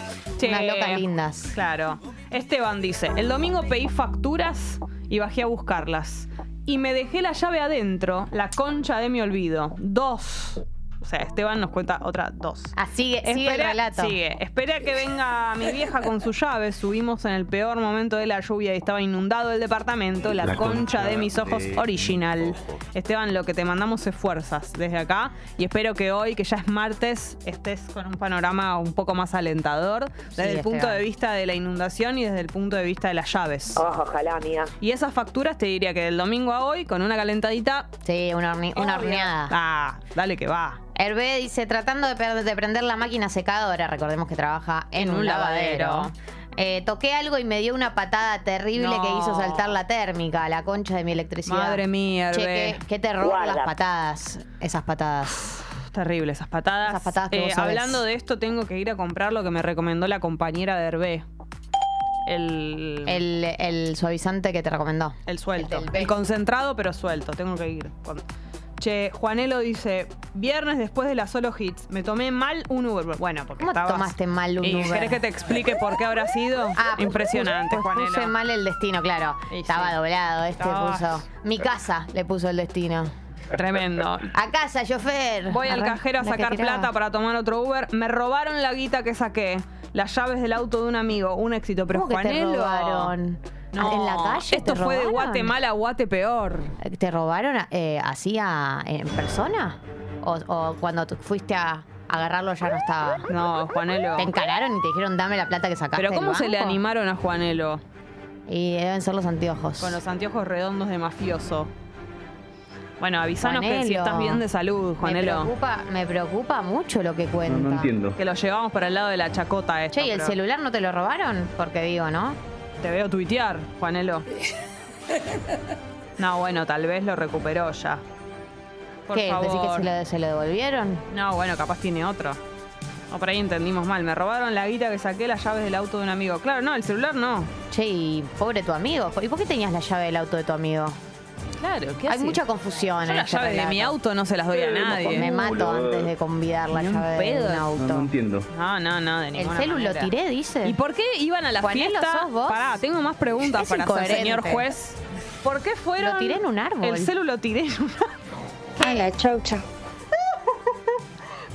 B: Unas locas lindas.
A: Claro. Esteban dice, el domingo pedí facturas y bajé a buscarlas. Y me dejé la llave adentro, la concha de mi olvido. Dos. O sea, Esteban nos cuenta otra dos.
B: Ah, sigue, sigue el
A: Espera-
B: relato.
A: sigue. Espera que venga mi vieja con su llave. Subimos en el peor momento de la lluvia y estaba inundado el departamento. La,
E: La
A: concha,
E: concha
A: de mis ojos
E: de
A: original.
E: mis ojos.
A: Esteban, lo que te mandamos es fuerzas desde acá. Y espero que hoy, que ya es martes, estés con un panorama un poco más alentador. Desde el
B: Esteban. Ah.
A: punto de vista de la inundación y desde el punto de vista de las llaves.
C: Oh, ojalá, amiga.
A: Y esas facturas te diría que del domingo a hoy, con una calentadita.
B: Sí, una, horni- una horneada.
A: Ah, dale que va.
B: Hervé dice, tratando de, per- de prender la máquina secadora, recordemos que trabaja en,
A: En
B: un,
A: un
B: lavadero.
A: lavadero.
B: Eh, toqué algo y me dio una patada terrible
A: No.
B: que hizo saltar la térmica, la concha de mi electricidad.
A: Madre mía,
B: Che,
A: Hervé.
B: qué, qué terror
C: Guarda.
B: las patadas, esas patadas.
A: Terrible esas patadas. Eh,
B: Esas patadas que vos sabés.
A: hablando de esto, tengo que ir a comprar lo que me recomendó la compañera de Hervé. El, el,
B: El, el suavizante que te recomendó.
A: suelto.
B: el
A: El,
B: del B.
A: concentrado, pero suelto. Tengo que ir. Cuando- Che, Juanelo dice, viernes después de la solo hits, me tomé mal un Uber. Bueno, porque
B: ¿Cómo
A: estabas-
B: tomaste mal un
A: ¿Y
B: Uber?
A: ¿Querés que te explique por qué habrá sido?
B: Ah, pues,
A: Impresionante,
B: puse- pues,
A: Juanelo.
B: Puse mal el destino, claro.
A: Y sí.
B: Estaba doblado, este
A: Ah.
B: puso. Mi casa le puso el destino.
A: Tremendo.
B: A casa, chofer.
A: Voy al
B: Arran-
A: cajero a
B: la que
A: sacar
B: tiraba.
A: plata para tomar otro Uber. Me robaron la guita que saqué. Las llaves del auto de un amigo. Un éxito. Pero
B: ¿Cómo que te
A: Juanelo.
B: robaron?
A: No,
B: ¿En la calle?
A: Esto
B: te
A: fue de
B: robaron?
A: Guatemala a Guatepeor.
B: ¿Te robaron eh, así a- en persona? ¿O, o cuando tú fuiste a agarrarlo ya no estaba?
A: No, Juanelo.
B: ¿Te encararon y te dijeron dame la plata que sacaste?
A: Pero
B: del
A: ¿cómo se le
B: banco"?
A: animaron a Juanelo?
B: Y deben ser los anteojos.
A: Con los anteojos redondos de mafioso. Bueno, avisanos que si
B: Juanelo.
A: estás bien de salud,
B: Me
A: Juanelo.
B: preocupa, me preocupa mucho lo que
E: No,
B: cuenta.
E: no entiendo.
A: Que lo llevamos para el lado de la chacota esto.
B: Che, ¿y el
A: pero
B: celular no te lo robaron? Porque digo, ¿no?
A: Te veo tuitear, Juanelo. No, bueno, tal vez lo recuperó ya. Por
B: ¿Qué?
A: favor.
B: ¿Decís que se lo, se lo devolvieron?
A: No, bueno, capaz tiene otro. O por ahí entendimos mal. Me robaron la guita que saqué, las llaves del auto de un amigo. Claro, no, el celular no.
B: Che, y pobre tu amigo. ¿Y por qué tenías la llave del auto de tu amigo?
A: Claro, ¿qué
B: Hay mucha confusión
A: Yo
B: en
A: las
B: este
A: llaves de
B: relato.
A: mi auto no se las doy a
B: Me
A: nadie.
B: mato
E: boludo.
B: antes de convidar la
A: Ni un
B: llave
A: pedo.
B: de un
E: No, no
B: auto.
E: entiendo.
A: No, no, no, de
B: El
A: ninguna
B: celu lo
A: manera.
B: tiré, dice.
A: ¿Y por qué iban a la
B: Juanelo,
A: fiesta?
B: ¿sos vos?
A: Pará, tengo más preguntas
B: Es
A: para hacer,
B: incoherente.
A: señor juez. ¿Por qué fueron...?
B: Lo tiré en un árbol.
A: El celu lo tiré en un árbol.
F: A la chaucha.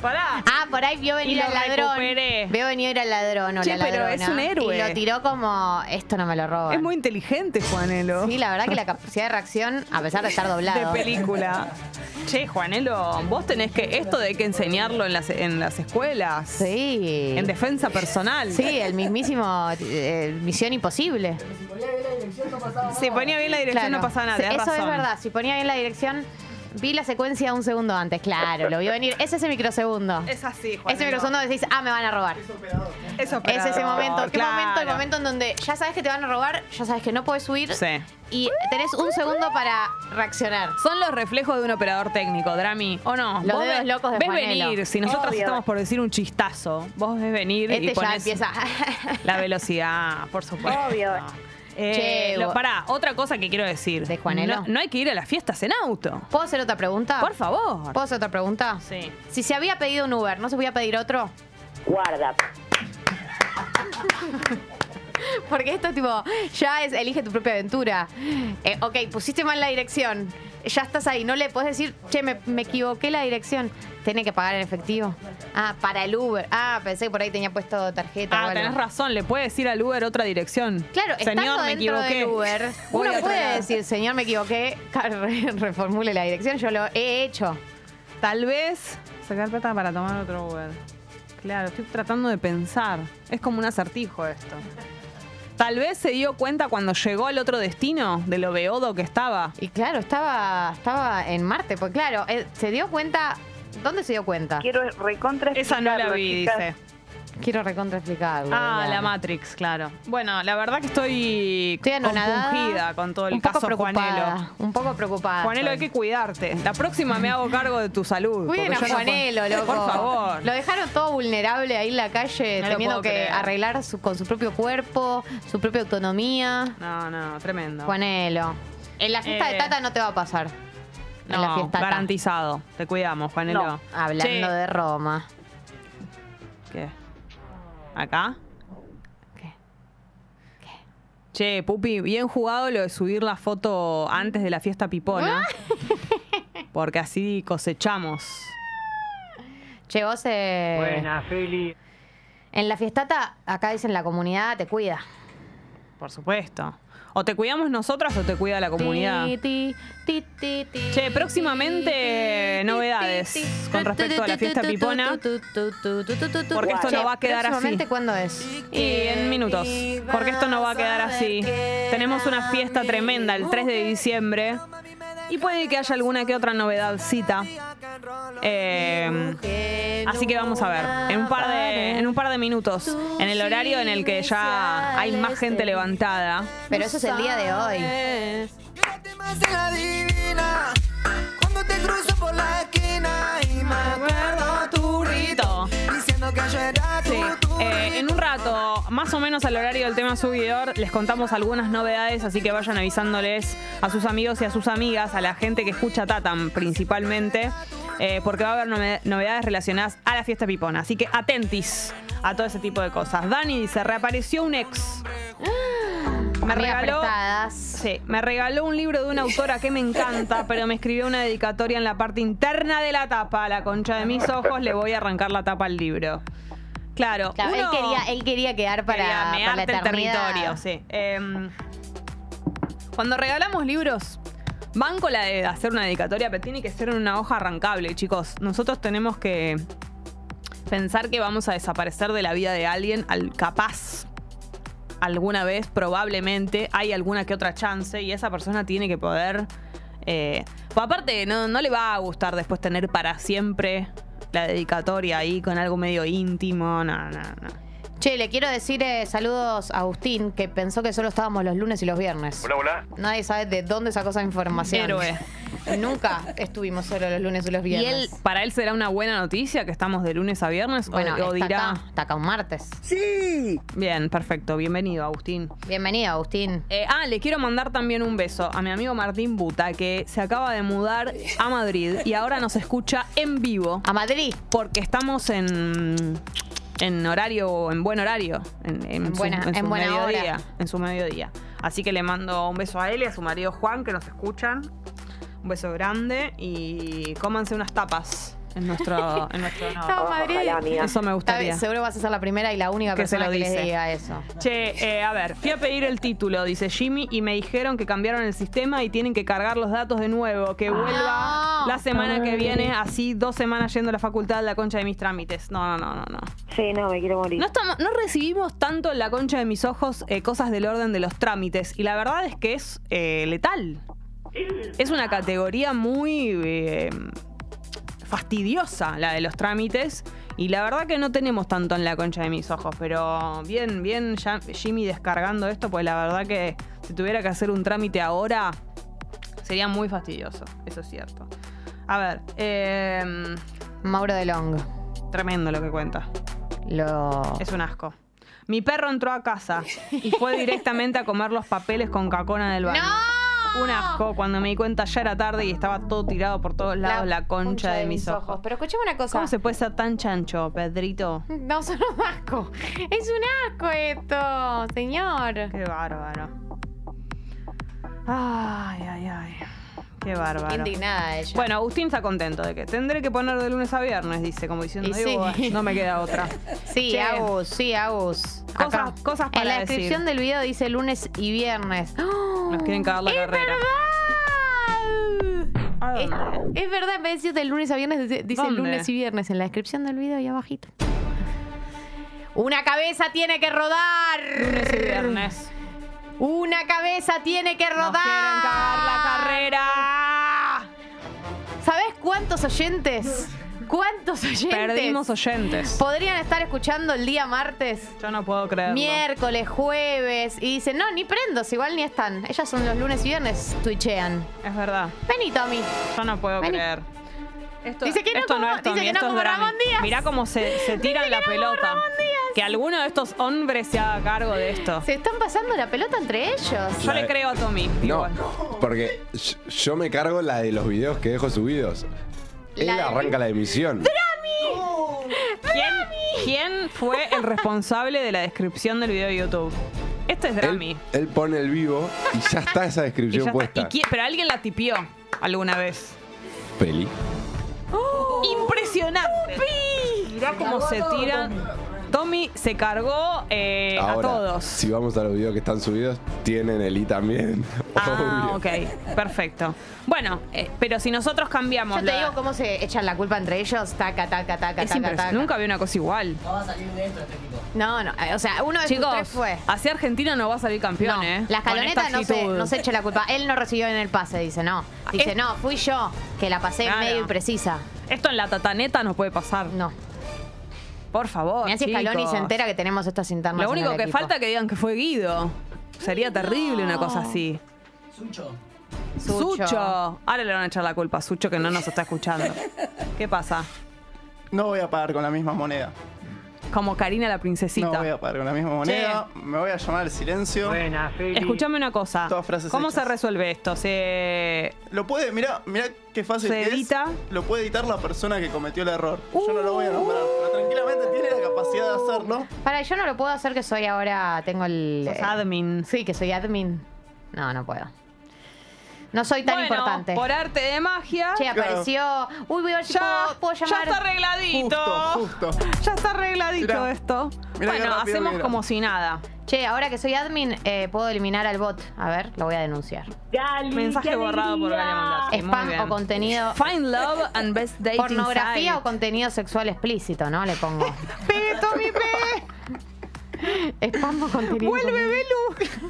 A: Pará.
B: Ah, por ahí vio venir
A: Y lo
B: al ladrón.
A: recuperé.
B: Veo venir al ladrón o
A: Che,
B: la
A: pero
B: ladrona.
A: es un héroe.
B: Y lo tiró como, esto no me lo roban.
A: Es muy inteligente, Juanelo.
B: Sí, la verdad que la capacidad de reacción, a pesar de estar
A: de
B: doblado.
A: película. Che, Juanelo, vos tenés que... Esto de que enseñarlo en las, en las escuelas.
B: Sí.
A: En defensa personal.
B: Sí, el mismísimo eh, Misión Imposible.
A: Si ponía bien la dirección no
B: Claro.
A: pasaba nada.
B: Sí,
A: tenés
B: Eso es
A: razón.
B: verdad. Si ponía bien la dirección, vi la secuencia un segundo antes. Claro, lo vio venir. Es ese microsegundo.
A: Es así, Juanelo.
B: Ese microsegundo decís, ah, me van a robar.
A: Es
B: Es
A: operador,
B: ese momento. ¿Qué
A: claro.
B: momento? El momento en donde ya sabes que te van a robar, ya sabes que no puedes huir.
A: Sí.
B: Y tenés un segundo para reaccionar.
A: Son los reflejos de un operador técnico, Drami. ¿O no?
B: Los
A: Vos
B: dedos
A: ve-
B: locos de
A: Ves
B: Juanelo.
A: venir, si nosotros
C: Obvio.
A: estamos por decir un chistazo, vos ves venir y
B: Este ya
A: ponés
B: empieza.
A: la velocidad, por supuesto.
C: Obvio.
A: Eh,
B: Che,
A: lo-
B: vos-
A: pará, otra cosa que quiero decir.
B: ¿De Juanelo? Ah.
A: No, no hay que ir a las fiestas en auto.
B: ¿Puedo hacer otra pregunta?
A: Por favor.
B: ¿Puedo hacer otra pregunta?
A: Sí.
B: Si se había pedido un Uber, ¿no se podía pedir otro?
C: Guarda.
B: Porque esto, tipo, ya es elige tu propia aventura. Eh, ok, pusiste mal la dirección. ya estás ahí. No le puedes decir, che, me, me equivoqué la dirección. Tiene que pagar en efectivo. Ah, para el Uber. Ah, pensé que por ahí tenía puesto tarjeta. o
A: Ah,
B: algo.
A: tenés razón, le puede decir al Uber otra dirección.
B: Claro,
A: Señor,
B: estando
A: me
B: dentro
A: equivoqué.
B: del Uber,
A: Voy
B: uno
A: a otro
B: puede
A: lado.
B: decir, señor, me equivoqué, re- reformule la dirección, yo lo he hecho.
A: Tal vez sacar plata para tomar otro Uber. Claro, estoy tratando de pensar. Es como un acertijo esto. Tal vez se dio cuenta cuando llegó al otro destino de lo beodo que estaba.
B: Y claro, estaba, estaba en Marte, pues claro, eh, se dio cuenta, ¿dónde se dio cuenta?
C: Quiero recontra
A: Esa no la
C: explicarlo,
A: vi,
C: chicas.
A: dice.
B: Quiero recontra explicarlo.
A: Ah,
B: Diana.
A: la Matrix, claro. Bueno, la verdad que estoy,
B: Estoy anonadada.
A: confundida con todo el
B: un
A: caso
B: poco preocupada,
A: Juanelo.
B: Un poco preocupada.
A: Juanelo, hay
B: estoy.
A: que cuidarte. La próxima me hago cargo de tu salud.
B: Cuiden
A: porque
B: a
A: yo no puedo-
B: Juanelo, loco.
A: Por favor.
B: Lo dejaron todo vulnerable ahí en la calle,
A: No lo
B: teniendo
A: puedo
B: que
A: creer.
B: arreglar su- con su propio cuerpo, su propia autonomía.
A: No, no, tremendo.
B: Juanelo. En la fiesta
A: Eh,
B: de Tata no te va a pasar. en la
A: no,
B: fiesta Tata.
A: garantizado. Te cuidamos, Juanelo.
C: No,
B: Hablando
A: Che,
B: de Roma.
A: ¿Qué? ¿Acá?
B: ¿Qué?
A: Che, Pupi, bien jugado lo de subir la foto antes de la fiesta pipona. porque así cosechamos.
B: Che, vos, eh,
F: Buena, Feli.
B: En la fiestata, acá dicen la comunidad te cuida.
A: Por supuesto. O te cuidamos nosotras o te cuida la comunidad.
B: Ti, ti, ti, ti, ti,
A: Che, próximamente,
B: ti, ti,
A: novedades
B: ti, ti.
A: con respecto a la fiesta pipona. Porque esto no va a quedar así.
B: ¿Próximamente cuándo es?
A: Y en minutos, porque esto no va a quedar así. Tenemos una fiesta tremenda el 3 de diciembre y puede que haya alguna que otra novedadcita. Eh, así que vamos a ver, en un, par de, en un par de minutos, en el horario en el que ya hay más gente levantada.
B: Pero eso es el día de hoy.
G: Quédate más en la divina. Cuando te cruzo por la esquina y me acuerdo tu rito. Diciendo que yo era tu,
A: Sí.
G: tu
A: Eh, en un rato, más o menos al horario del tema subidor, les contamos algunas novedades, así que vayan avisándoles a sus amigos y a sus amigas, a la gente que escucha Tatam principalmente, eh, porque va a haber nove- novedades relacionadas a la fiesta pipona. Así que atentis a todo ese tipo de cosas. Dani dice, reapareció un ex. Me
B: Amigas
A: regaló,
B: prestadas.
A: sí, me regaló un libro de una autora que me encanta, pero me escribió una dedicatoria en la parte interna de la tapa. A la concha de mis ojos le voy a arrancar la tapa al libro. Claro,
B: Claro, él,
A: uno
B: quería, él quería quedar para,
A: quería
B: para la
A: mearte el
B: eternidad.
A: territorio, sí. Em, cuando regalamos libros, banco la de hacer una dedicatoria, pero tiene que ser en una hoja arrancable, chicos. Nosotros tenemos que pensar que vamos a desaparecer de la vida de alguien al capaz alguna vez, probablemente, hay alguna que otra chance y esa persona tiene que poder... eh, pues aparte, no, no le va a gustar después tener para siempre la dedicatoria ahí con algo medio íntimo, no, no, no.
B: Che, le quiero decir eh, saludos a Agustín, que pensó que solo estábamos los lunes y los viernes.
E: Hola, hola.
B: Nadie sabe de dónde sacó esa información.
A: Héroe.
B: Nunca estuvimos solo los lunes y los
A: Y
B: viernes.
A: él, para él será una buena noticia que estamos de lunes a viernes o-
B: bueno,
A: o,
B: está,
A: dirá.
B: acá, está acá un martes.
A: Bien, perfecto, bienvenido Agustín.
B: Bienvenido, Agustín.
A: Eh, ah, le quiero mandar también un beso a mi amigo Martín Buta, que se acaba de mudar a Madrid y ahora nos escucha en vivo
B: A Madrid.
A: porque estamos en, en horario, en buen horario, en, en
B: En
A: su,
B: buena-
A: en su
B: en buena
A: mediodía,
B: hora.
A: en su mediodía. Así que le mando un beso a él y a su marido Juan, que nos escuchan. Un beso grande y cómanse unas tapas en nuestro, en nuestro honor.
C: Ojalá,
A: Eso me
C: amiga.
B: Está bien,
A: gustaría.
B: seguro vas a ser la primera y la única
A: Que se
B: persona
A: lo
B: que
A: dice.
B: les diga eso.
A: Che, eh, a ver, fui a pedir el título, dice Jimmy, y me dijeron que cambiaron el sistema y tienen que cargar los datos de nuevo, que vuelva
B: Ah, No.
A: la semana que viene, así dos semanas yendo a la facultad la concha de mis trámites. No, no, no, no, no.
C: Sí, no, me quiero morir.
A: No, estamos, no recibimos tanto en la concha de mis ojos eh, cosas del orden de los trámites, y la verdad es que es eh, letal. Es una categoría muy eh, fastidiosa la de los trámites. Y la verdad que no tenemos tanto en la concha de mis ojos, pero bien, bien ya- Jimmy descargando esto, pues la verdad que si tuviera que hacer un trámite ahora sería muy fastidioso, eso es cierto. A ver, eh,
B: Mauro de Long.
A: tremendo lo que cuenta.
B: Lo. Este
A: Es un asco. Mi perro entró a casa y fue directamente a comer los papeles con cacona del baño.
B: ¡No!
A: Un asco. Cuando me di cuenta ya era tarde y estaba todo tirado por todos lados la, concha, de, mis ojos.
B: Pero escuchame una cosa.
A: ¿Cómo se puede ser tan chancho, Pedrito?
B: No, son un asco. Es un asco esto, señor.
A: Qué bárbaro. Ay, ay, ay. Qué Qué bárbaro.
B: Indignada ella.
A: Bueno, Agustín está contento de que tendré que poner de lunes a viernes, dice, como diciendo,
B: Y
A: "Ay,
B: sí.
A: bueno, no me queda otra.
B: Sí,
A: Che.
B: Agus, sí, Agus.
A: Cosas-
B: Acá.
A: cosas para
B: En la
A: decir.
B: descripción del video dice lunes y viernes. ¡Oh!
A: Nos quieren cagar la
B: ¡Es
A: carrera.
B: verdad!
A: ¿A
B: Es,
A: dónde?
B: es verdad, en vez de decir de lunes a viernes, dice- dice
A: ¿Dónde?
B: lunes y viernes en la descripción del video y abajito. Una cabeza tiene que rodar.
A: Lunes y viernes.
B: Una cabeza tiene que rodar.
A: Nos quieren cagar la carrera.
B: ¿Sabes cuántos oyentes? ¿Cuántos oyentes?
A: Perdimos oyentes.
B: Podrían estar escuchando el día martes.
A: Yo no puedo creerlo.
B: Miércoles, jueves. Y dicen, no, ni prendos, igual ni están. Ellas son los lunes y viernes, twitchean.
A: Es verdad.
B: Vení, Tommy.
A: Yo no puedo
B: Vení.
A: creer. Esto,
B: Dice que no
A: esto
B: como-
A: no es Tommy,
B: dice que no
A: esto es
B: como
A: Drami.
B: Ramón Díaz.
A: Mirá cómo se, se tiran
B: que
A: la
B: no como
A: pelota.
B: Ramón Díaz.
A: Que alguno de estos hombres se haga cargo de esto.
B: Se están pasando la pelota entre ellos.
A: Yo le creo a Tommy.
F: Eh, No,
A: igual.
F: porque yo- yo me cargo la de los videos que dejo subidos. Él
B: La de-
F: arranca la emisión.
A: ¿Quién, quién fue el responsable de la descripción del video de YouTube? Este es Drami.
F: Él, él pone el vivo y ya está esa
A: Y ya
F: descripción
A: está.
F: puesta.
A: ¿Y quién- pero alguien la tipió alguna vez.
F: Peli.
A: Impresionante. Mirá cómo se tiran. Tommy se cargó eh,
F: Ahora,
A: a todos.
F: si vamos a los videos que están subidos, tienen el i también.
A: Ah,
F: obvio.
A: ok, perfecto. Bueno, eh, pero si nosotros cambiamos.
B: Yo te
A: la-
B: digo cómo se echan la culpa entre ellos. Taca, taca, taca,
A: es
B: taca, taca.
A: impresionante. Nunca vi una cosa igual.
B: No, no. eh, O sea, uno de sus
A: Chicos,
B: tres fue.
A: así Argentina no va a salir campeón,
B: No,
A: ¿eh?
B: la
A: Con esta
B: escaloneta no se,
A: actitud. Ah,
B: no se eche la culpa. Él no recibió en el pase, dice, no. Dice,
A: es-
B: no, fui yo que la pasé
A: Claro.
B: medio imprecisa.
A: Esto en la tataneta no puede pasar.
B: No.
A: Por favor.
B: Mirá si Scaloni
A: chicos.
B: se entera que tenemos estas internas.
A: Lo
B: en
A: único
B: el
A: que
B: equipo.
A: falta que digan que fue Guido. Sería terrible una cosa así.
B: Sucho.
A: Sucho. Ahora le van a echar la culpa a Sucho que no nos está escuchando. ¿Qué pasa?
D: No voy a pagar con la misma moneda.
A: Como Karina la
D: No voy
A: princesita.
D: a pagar con la misma moneda. Me voy a llamar al silencio.
A: Escuchame una cosa.
D: Todas frases
A: ¿Cómo
D: hechas.
A: se resuelve esto? Se
D: Lo puede, mirá, mirá qué fácil
A: Se
D: que es.
A: edita. Uh.
D: Lo puede editar la persona que cometió el error. Yo no lo voy a nombrar, pero tranquilamente tiene la capacidad de hacerlo.
B: Para, yo no lo puedo hacer que soy ahora, tengo el...
A: Sos
B: eh,
A: admin.
B: Sí, que soy admin. No, no puedo. No soy tan
A: Bueno,
B: importante.
A: Por arte de magia.
B: Che,
D: Claro.
B: apareció... Uy, voy a ver si
A: ya,
B: puedo, puedo
A: ya
B: llamar...
A: está arregladito.
D: Justo, justo.
A: Ya está arregladito
D: Mirá,
A: esto.
D: mirá qué
A: bueno,
D: rápido
A: hacemos
D: que era.
A: como si nada.
B: Che, ahora que soy admin, eh, puedo eliminar al bot. A ver, lo voy a denunciar.
C: Gali,
A: Mensaje
C: qué
A: borrado por
C: alegría.
A: Galia Mondazzi. Muy
B: Spam
A: bien.
B: o contenido...
A: Find love and best dating
B: Pornografía o
A: contenido.
B: contenido sexual explícito, ¿no? Le pongo.
A: Pegue, Tommy, pegue.
B: Spam o contenido...
A: Vuelve, Belu.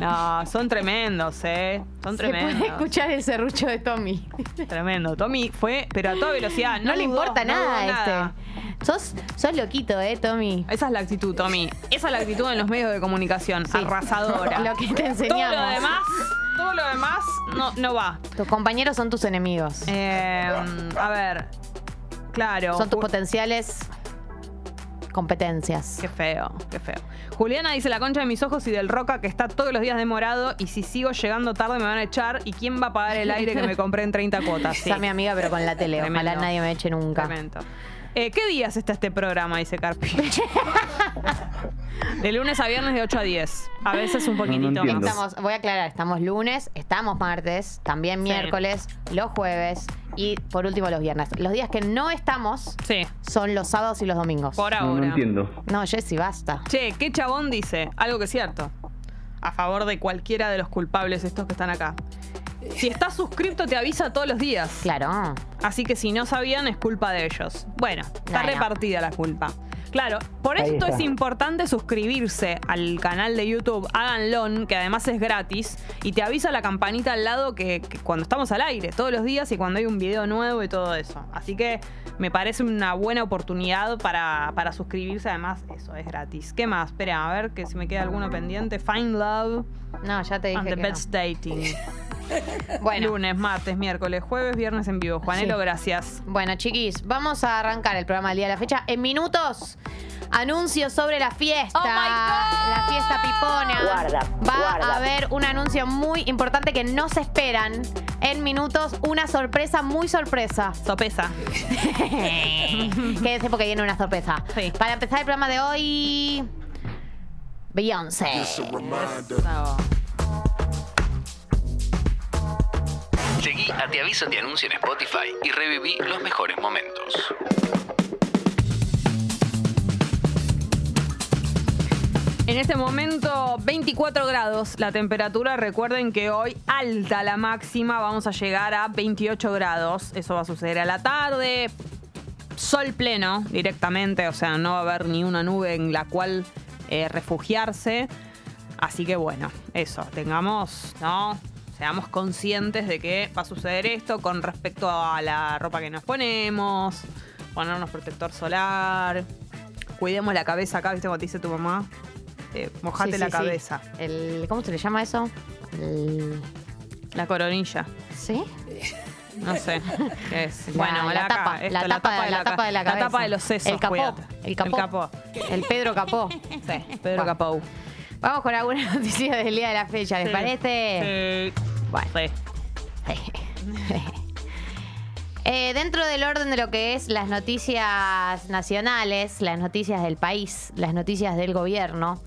A: No, son tremendos, eh. Son
B: Se puede
A: tremendos.
B: escuchar el serrucho de Tommy.
A: Tremendo. Tommy fue, pero a toda velocidad. Ah, No,
B: No, le
A: dudó,
B: importa
A: no
B: nada
A: dudó
B: a este. Sos, sos loquito, ¿eh, Tommy?
A: Esa es la actitud, Tommy. Esa es la actitud en los medios de comunicación.
B: Sí.
A: Arrasadora.
B: Lo que te
A: todo
B: enseñamos.
A: lo demás, todo lo demás no, no va.
B: Tus compañeros son tus enemigos.
A: Eh, a ver. Claro.
B: son tus
A: Ju-
B: potenciales competencias.
A: Qué feo, qué feo. Juliana dice la concha de mis ojos y del roca que está todos los días de morado y si sigo llegando tarde me van a echar y quién va a pagar el aire que me compré en 30 cuotas. Sí.
B: Esa es mi amiga, pero con la tele. Ojalá
A: Tremendo.
B: nadie me eche nunca.
A: Tremendo. Eh, ¿Qué días está este programa? Dice Carpi. de lunes a viernes de 8 a 10. A veces un poquitito
E: entiendo.
A: más.
B: Estamos, voy a aclarar, estamos lunes, estamos martes, también miércoles, los jueves y por último los viernes. Los días que no estamos
A: Sí,
B: son los sábados y los domingos.
A: por
E: No,
A: ahora.
E: no entiendo.
B: No, Jessy, basta.
A: Che, ¿qué chabón dice? Algo que es cierto. A favor de cualquiera de los culpables estos que están acá. Si estás suscripto te avisa todos los días.
B: Claro.
A: Así que si no sabían es culpa de ellos. Bueno, está
B: Bueno.
A: repartida la culpa. Claro, por
E: Ahí
A: esto
E: está.
A: es importante suscribirse al canal de YouTube Háganlo, que además es gratis, y te avisa la campanita al lado que, que cuando estamos al aire, todos los días y cuando hay un video nuevo y todo eso. Así que me parece una buena oportunidad para, para suscribirse, además eso es gratis. ¿Qué más? Espera, a ver que si me queda alguno pendiente. Find Love
B: No, ya te dije
A: and the
B: que no.
A: Best Dating.
B: Bueno,
A: Lunes, martes, miércoles, jueves, viernes en vivo. Juanelo,
B: Sí.
A: gracias.
B: bueno, chiquis, vamos a arrancar el programa del día de la fecha. En minutos, anuncios sobre la fiesta.
A: Oh my God.
B: La fiesta pipona.
C: Guarda,
B: Va
C: guarda.
B: a haber un anuncio muy importante que no se esperan. En minutos, una sorpresa muy sorpresa.
A: Sopesa.
B: Quédense porque viene una sorpresa.
A: Sí.
B: Para empezar el programa de hoy. Beyoncé.
A: Eso.
H: Seguí a Te Aviso Te Anuncio en Spotify y reviví los mejores momentos.
A: En este momento 24 grados la temperatura, recuerden que hoy alta la máxima, vamos a llegar a 28 grados, eso va a suceder a la tarde, sol pleno directamente, o sea, no va a haber ni una nube en la cual eh, refugiarse, así que bueno, eso, tengamos, ¿no? Seamos conscientes de que va a suceder esto con respecto a la ropa que nos ponemos, ponernos protector solar, cuidemos la cabeza acá, ¿viste como te dice tu mamá? Eh, mojate
B: Sí,
A: la
B: sí, sí.
A: cabeza.
B: El, ¿Cómo se le llama eso? El-
A: La coronilla.
B: ¿Sí?
A: No sé. ¿Qué es?
B: La-
A: bueno,
B: la, tapa,
A: ca- esto,
B: la, tapa, de la,
A: ca-
B: tapa de la cabeza.
A: La tapa de los sesos.
B: El capó.
A: cuídate.
B: El capó.
A: El capó.
B: El Pedro Capó.
A: Sí, Pedro
B: Va.
A: Capó.
B: Vamos con algunas noticias del día de la fecha, ¿les
A: Sí.
B: parece?
A: Sí.
B: Bueno.
A: Sí.
B: Eh, dentro del orden de lo que es las noticias nacionales, las noticias del país, las noticias del gobierno,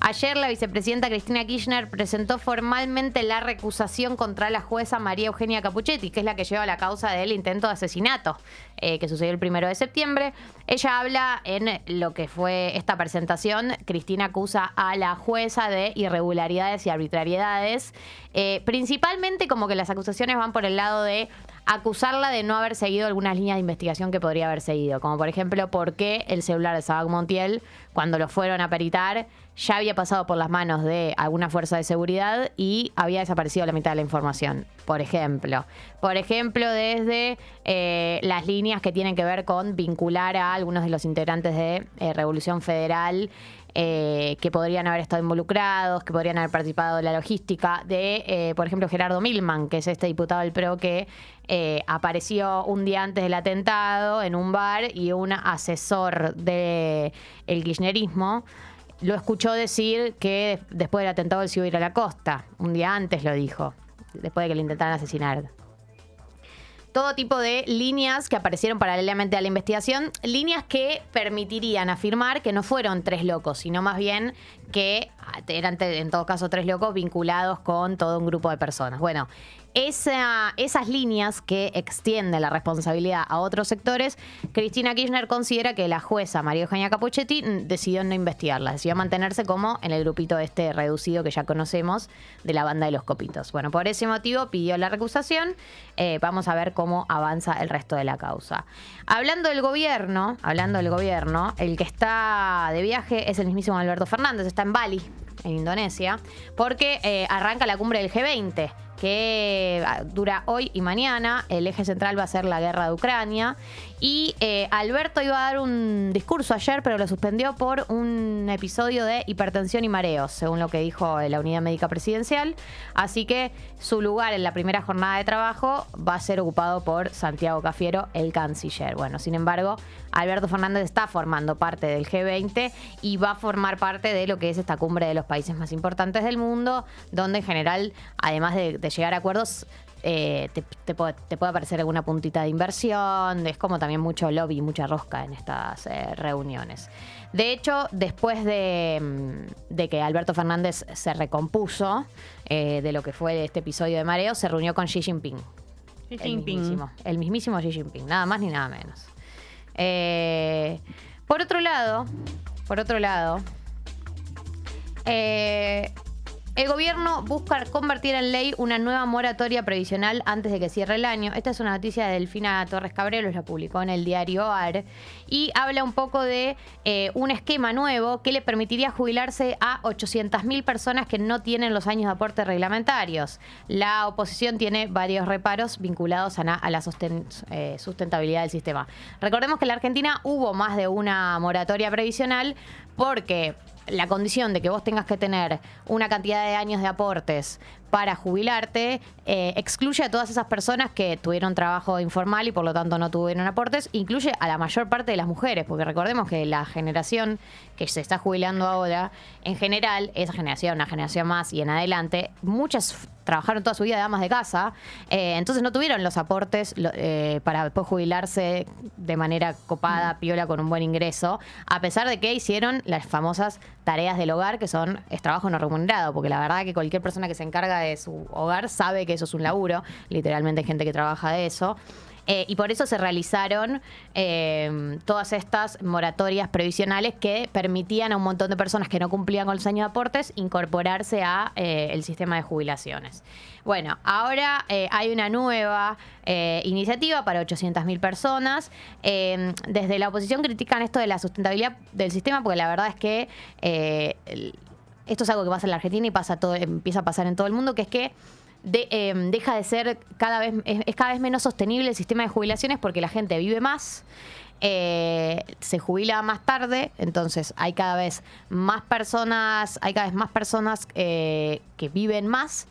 B: ayer la vicepresidenta Cristina Kirchner presentó formalmente la recusación contra la jueza María Eugenia Capuchetti, que es la que lleva la causa del intento de asesinato eh, que sucedió el primero de septiembre. Ella habla en lo que fue esta presentación. Cristina acusa a la jueza de irregularidades y arbitrariedades, eh, principalmente como que las acusaciones van por el lado de acusarla de no haber seguido algunas líneas de investigación que podría haber seguido, como por ejemplo por qué el celular de Sabac Montiel, cuando lo fueron a peritar, ya había pasado por las manos de alguna fuerza de seguridad y había desaparecido la mitad de la información, por ejemplo. Por ejemplo, desde eh, las líneas que tienen que ver con vincular a algunos de los integrantes de eh, Revolución Federal eh, que podrían haber estado involucrados, que podrían haber participado de la logística, de, eh, por ejemplo, Gerardo Milman, que es este diputado del PRO que eh, apareció un día antes del atentado en un bar y un asesor del el kirchnerismo lo escuchó decir que des- después del atentado él se iba a ir a la costa. Un día antes lo dijo, después de que le intentaran asesinar todo tipo de líneas que aparecieron paralelamente a la investigación, líneas que permitirían afirmar que no fueron tres locos, sino más bien que eran te- en todo caso tres locos vinculados con todo un grupo de personas. Bueno, esa- esas líneas que extienden la responsabilidad a otros sectores, Cristina Kirchner considera que la jueza María Eugenia Capuchetti mm, decidió no investigarlas, decidió mantenerse como en el grupito este reducido que ya conocemos de la banda de los copitos. Bueno, por ese motivo pidió la recusación. Eh, vamos a ver cómo avanza el resto de la causa. Hablando del gobierno, hablando del gobierno, el que está de viaje es el mismísimo Alberto Fernández, está en Bali, en Indonesia, porque eh, arranca la cumbre del G20 que ah, dura hoy y mañana, el eje central va a ser la guerra de Ucrania, y eh, Alberto iba a dar un discurso ayer, pero lo suspendió por un episodio de hipertensión y mareos, según lo que dijo eh, la Unidad Médica Presidencial. Así que su lugar en la primera jornada de trabajo va a ser ocupado por Santiago Cafiero, el canciller. Bueno, sin embargo, Alberto Fernández está formando parte del G20 y va a formar parte de lo que es esta cumbre de los países más importantes del mundo, donde en general, además de- de llegar a acuerdos, eh, te, te puede, te puede aparecer alguna puntita de inversión, es como también mucho lobby, mucha rosca en estas eh, reuniones. De hecho, después de, mm, de que Alberto Fernández se recompuso eh, de lo que fue este episodio de mareo, se reunió con Xi Jinping.
A: Xi
B: El
A: Jinping.
B: mismísimo, el mismísimo Xi Jinping, nada más ni nada menos. Eh, por otro lado, por otro lado, eh, el gobierno busca convertir en ley una nueva moratoria previsional antes de que cierre el año. Esta es una noticia de Delfina Torres Cabrelos, la publicó en el diario AR, y habla un poco de eh, un esquema nuevo que le permitiría jubilarse a 800.000 personas que no tienen los años de aporte reglamentarios. La oposición tiene varios reparos vinculados a, na- a la sosten- eh, sustentabilidad del sistema. Recordemos que en la Argentina hubo más de una moratoria previsional porque la condición de que vos tengas que tener una cantidad de años de aportes para jubilarte eh, excluye a todas esas personas que tuvieron trabajo informal y por lo tanto no tuvieron aportes, incluye a la mayor parte de las mujeres, porque recordemos que la generación que se está jubilando ahora, en general, esa generación, una generación más y en adelante, muchas f- trabajaron toda su vida de amas de casa, eh, entonces no tuvieron los aportes lo- eh, para después jubilarse de manera copada, piola, con un buen ingreso, a pesar de que hicieron las famosas tareas del hogar, que son es trabajo no remunerado, porque la verdad que cualquier persona que se encarga de de su hogar sabe que eso es un laburo. Literalmente hay gente que trabaja de eso. Eh, y por eso se realizaron eh, todas estas moratorias previsionales que permitían a un montón de personas que no cumplían con los años de aportes incorporarse a eh, el sistema de jubilaciones. Bueno, ahora eh, hay una nueva eh, iniciativa para 800.000 personas. Eh, desde la oposición critican esto de la sustentabilidad del sistema porque la verdad es que eh, el- esto es algo que pasa en la Argentina y pasa todo, empieza a pasar en todo el mundo, que es que de- eh, deja de ser cada vez, es, es cada vez menos sostenible el sistema de jubilaciones porque la gente vive más. eh, se jubila más tarde, entonces hay cada vez más personas, hay cada vez más personas eh, que viven más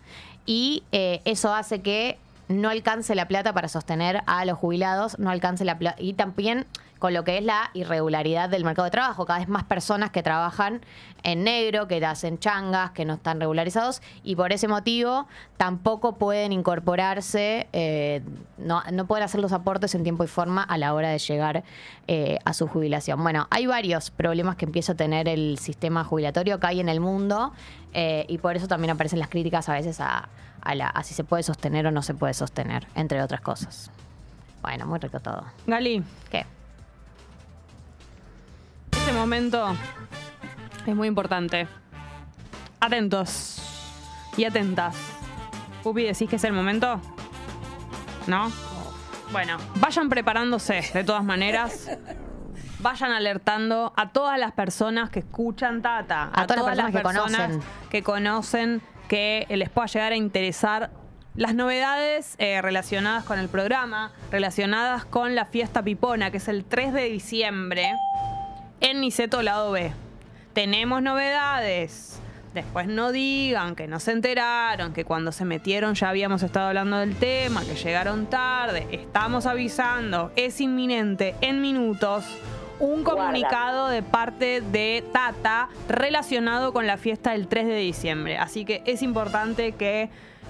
B: y eh, eso hace que no alcance la plata para sostener a los jubilados, no alcance la plata. Y también con lo que es la irregularidad del mercado de trabajo. Cada vez más personas que trabajan en negro, que hacen changas, que no están regularizados y por ese motivo tampoco pueden incorporarse, eh, no, no pueden hacer los aportes en tiempo y forma a la hora de llegar eh, a su jubilación. Bueno, hay varios problemas que empieza a tener el sistema jubilatorio que hay en el mundo eh, y por eso también aparecen las críticas a veces a, a la, a si se puede sostener o no se puede sostener, entre otras cosas. Bueno, muy rico todo.
A: Gali,
B: ¿Qué?
A: este momento es muy importante. Atentos y atentas. Pupi, ¿decís que es el momento? ¿No? Bueno, vayan preparándose de todas maneras. Vayan alertando a todas las personas que escuchan Tata,
B: A todas las personas que conocen.
A: que conocen, que les pueda llegar a interesar las novedades eh, relacionadas con el programa, relacionadas con la fiesta pipona, que es el 3 de diciembre en Niceto Lado B. Tenemos novedades. Después no digan que no se enteraron, que cuando se metieron ya habíamos estado hablando del tema, que llegaron tarde. Estamos avisando, es inminente, en minutos, un
C: Guarda.
A: comunicado de parte de Tata relacionado con la fiesta del 3 de diciembre. Así que es importante que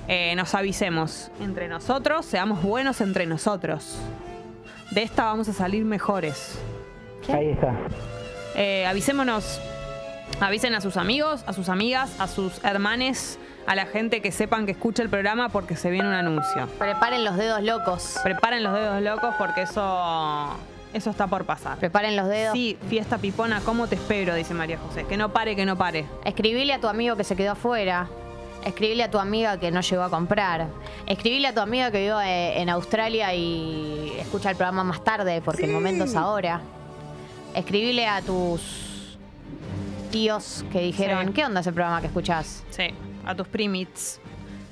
A: eh, nos avisemos entre nosotros, seamos buenos entre nosotros. De esta vamos a salir mejores.
I: Ahí está.
A: Eh, avisémonos. Avisen a sus amigos, a sus amigas, a sus hermanes, a la gente que sepan que escucha el programa porque se viene un anuncio.
B: Preparen los dedos locos.
A: Preparen los dedos locos porque eso, eso está por pasar.
B: Preparen los dedos.
A: Sí, fiesta pipona, ¿cómo te espero? Dice María José. Que no pare, que no pare.
B: Escribile a tu amigo que se quedó afuera. Escribile a tu amiga que no llegó a comprar. Escribile a tu amiga que vive eh, en Australia y escucha el programa más tarde, porque el momento es ahora. Escribile a tus tíos que dijeron,
A: Sí.
B: ¿qué onda ese programa que escuchás?
A: Sí, a tus primits.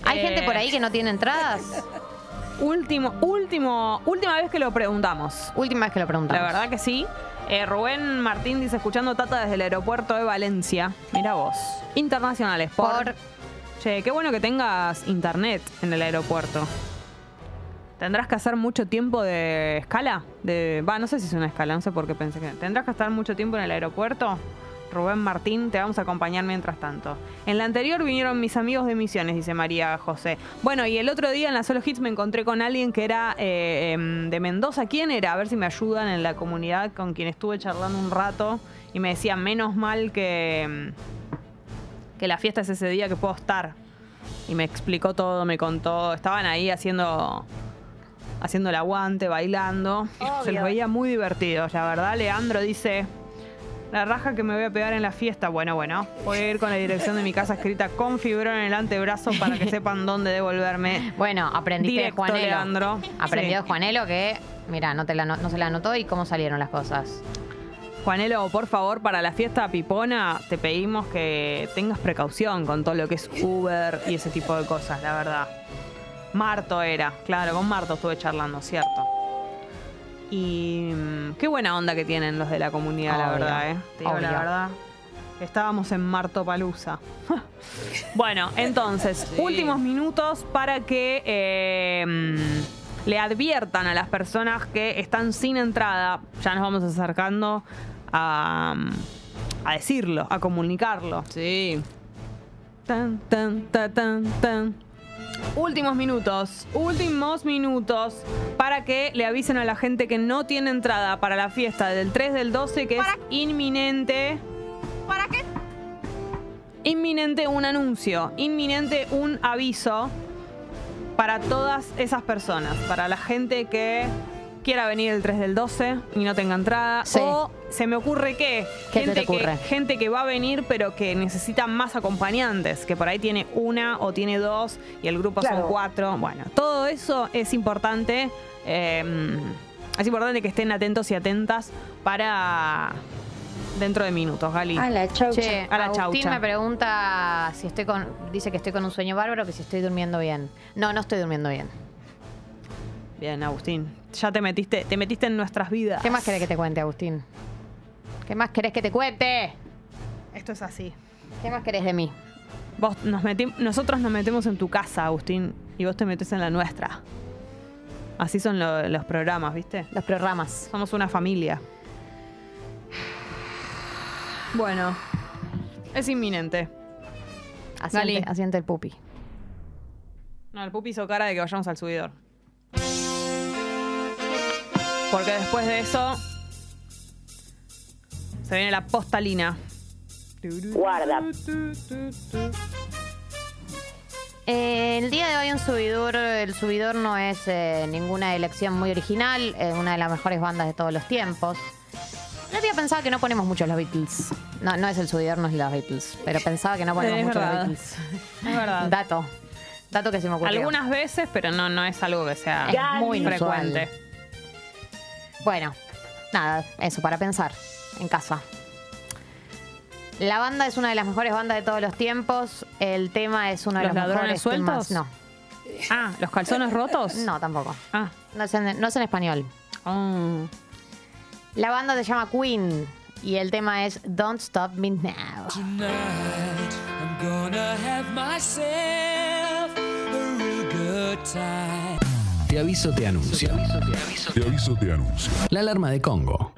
B: ¿Hay
A: Eh,
B: gente por ahí que no tiene entradas?
A: Último, último, última vez que lo preguntamos.
B: Última vez que lo preguntamos.
A: La verdad que sí. Eh, Rubén Martín dice, escuchando Tata desde el aeropuerto de Valencia. Mira vos. Internacionales, por...
B: Por-
A: Che, qué bueno que tengas internet en el aeropuerto. ¿Tendrás que hacer mucho tiempo de escala? De... Va, no sé si es una escala, no sé por qué pensé que... ¿Tendrás que estar mucho tiempo en el aeropuerto? Rubén Martín, te vamos a acompañar mientras tanto. En la anterior vinieron mis amigos de Misiones, dice María José. Bueno, y el otro día en la Solo Hits me encontré con alguien que era eh, em, de Mendoza. ¿Quién era? A ver si me ayudan en la comunidad con quien estuve charlando un rato. Y me decía, menos mal que... em, que la fiesta es ese día que puedo estar. Y me explicó todo, me contó. Estaban ahí haciendo haciendo el aguante, bailando. Se los veía muy divertidos, la verdad. Leandro dice, la raja que me voy a pegar en la fiesta. Bueno, bueno, voy a ir con la dirección de mi casa escrita con fibrón en el antebrazo para que sepan dónde devolverme.
B: Bueno, aprendiste
A: Directo,
B: de Juanelo.
A: Leandro.
B: Aprendió
A: Sí.
B: de Juanelo que, mira, no, te la no- no se la anotó y cómo salieron las cosas.
A: Juanelo, por favor, para la fiesta pipona te pedimos que tengas precaución con todo lo que es Uber y ese tipo de cosas, la verdad. Marto era, claro, con Marto estuve charlando, cierto. Y mm, qué buena onda que tienen los de la comunidad, la
B: Obvio,
A: verdad, ¿eh? Te digo la
B: obvio.
A: verdad. Estábamos en Marto Palusa. bueno, entonces, últimos minutos para que eh, mm, le adviertan a las personas que están sin entrada. Ya nos vamos acercando a, mm, a decirlo, a comunicarlo.
J: Sí.
A: Tan, tan, ta, tan, tan. Últimos minutos, últimos minutos para que le avisen a la gente que no tiene entrada para la fiesta del 3 del 12 que es inminente. ¿Para qué? inminente un anuncio, inminente un aviso para todas esas personas, para la gente que quiera venir el 3 del 12 y no tenga entrada.
B: Sí.
A: O se me ocurre que
B: ¿Qué te ocurre?
A: que gente que va a venir pero que necesita más acompañantes, que por ahí tiene una o tiene dos y el grupo son
C: Claro.
A: cuatro. Bueno, todo eso es importante. eh, es importante que estén atentos y atentas para dentro de minutos, Gali.
B: Ah,
I: A la chaucha.
B: Che,
A: A la
B: Agustín
A: chaucha.
B: me pregunta si estoy con. Dice que estoy con un sueño bárbaro, que si estoy durmiendo bien. No, no estoy durmiendo bien.
A: Bien, Agustín. Ya te metiste, te metiste en nuestras vidas.
B: ¿Qué más querés que te cuente, Agustín? ¿Qué más querés que te cuente?
A: Esto es así.
B: ¿Qué más querés de mí?
A: Vos nos meti- nosotros nos metemos en tu casa, Agustín, y vos te metes en la nuestra. Así son lo- los programas, ¿viste?
B: Los programas.
A: Somos una familia. Bueno, es inminente. Gali.
B: Asiente, asiente el pupi.
A: No, el pupi hizo cara de que vayamos al subidor. Porque después de eso se viene la postalina.
C: Guarda.
B: Eh, el día de hoy un subidor, el subidor no es eh, ninguna elección muy original, eh, una de las mejores bandas de todos los tiempos. No había pensado que no ponemos muchos los Beatles. No, no es el subidor, no es los Beatles, pero pensaba que no ponemos
A: Es
B: muchos los
A: verdad. Ah.
B: Beatles.
A: Es verdad.
B: Dato, dato que se me ocurrió.
A: Algunas veces, pero no, no es algo que sea
B: Es
A: muy
B: muy
A: frecuente.
B: Bueno, nada, eso para pensar en casa. La banda es una de las mejores bandas de todos los tiempos. El tema es uno de
A: ¿Los
B: los, mejores
A: ladrones sueltos?
B: temas.
A: Ah, ¿los calzones rotos?
B: No, no tampoco.
A: Ah.
B: No es en- no es en español.
A: Oh.
B: La banda se llama Queen y el tema es Don't Stop Me Now.
G: Tonight, I'm gonna have myself a real good time.
J: Te aviso, te anuncio. Te aviso, te anuncio. La alarma de Congo.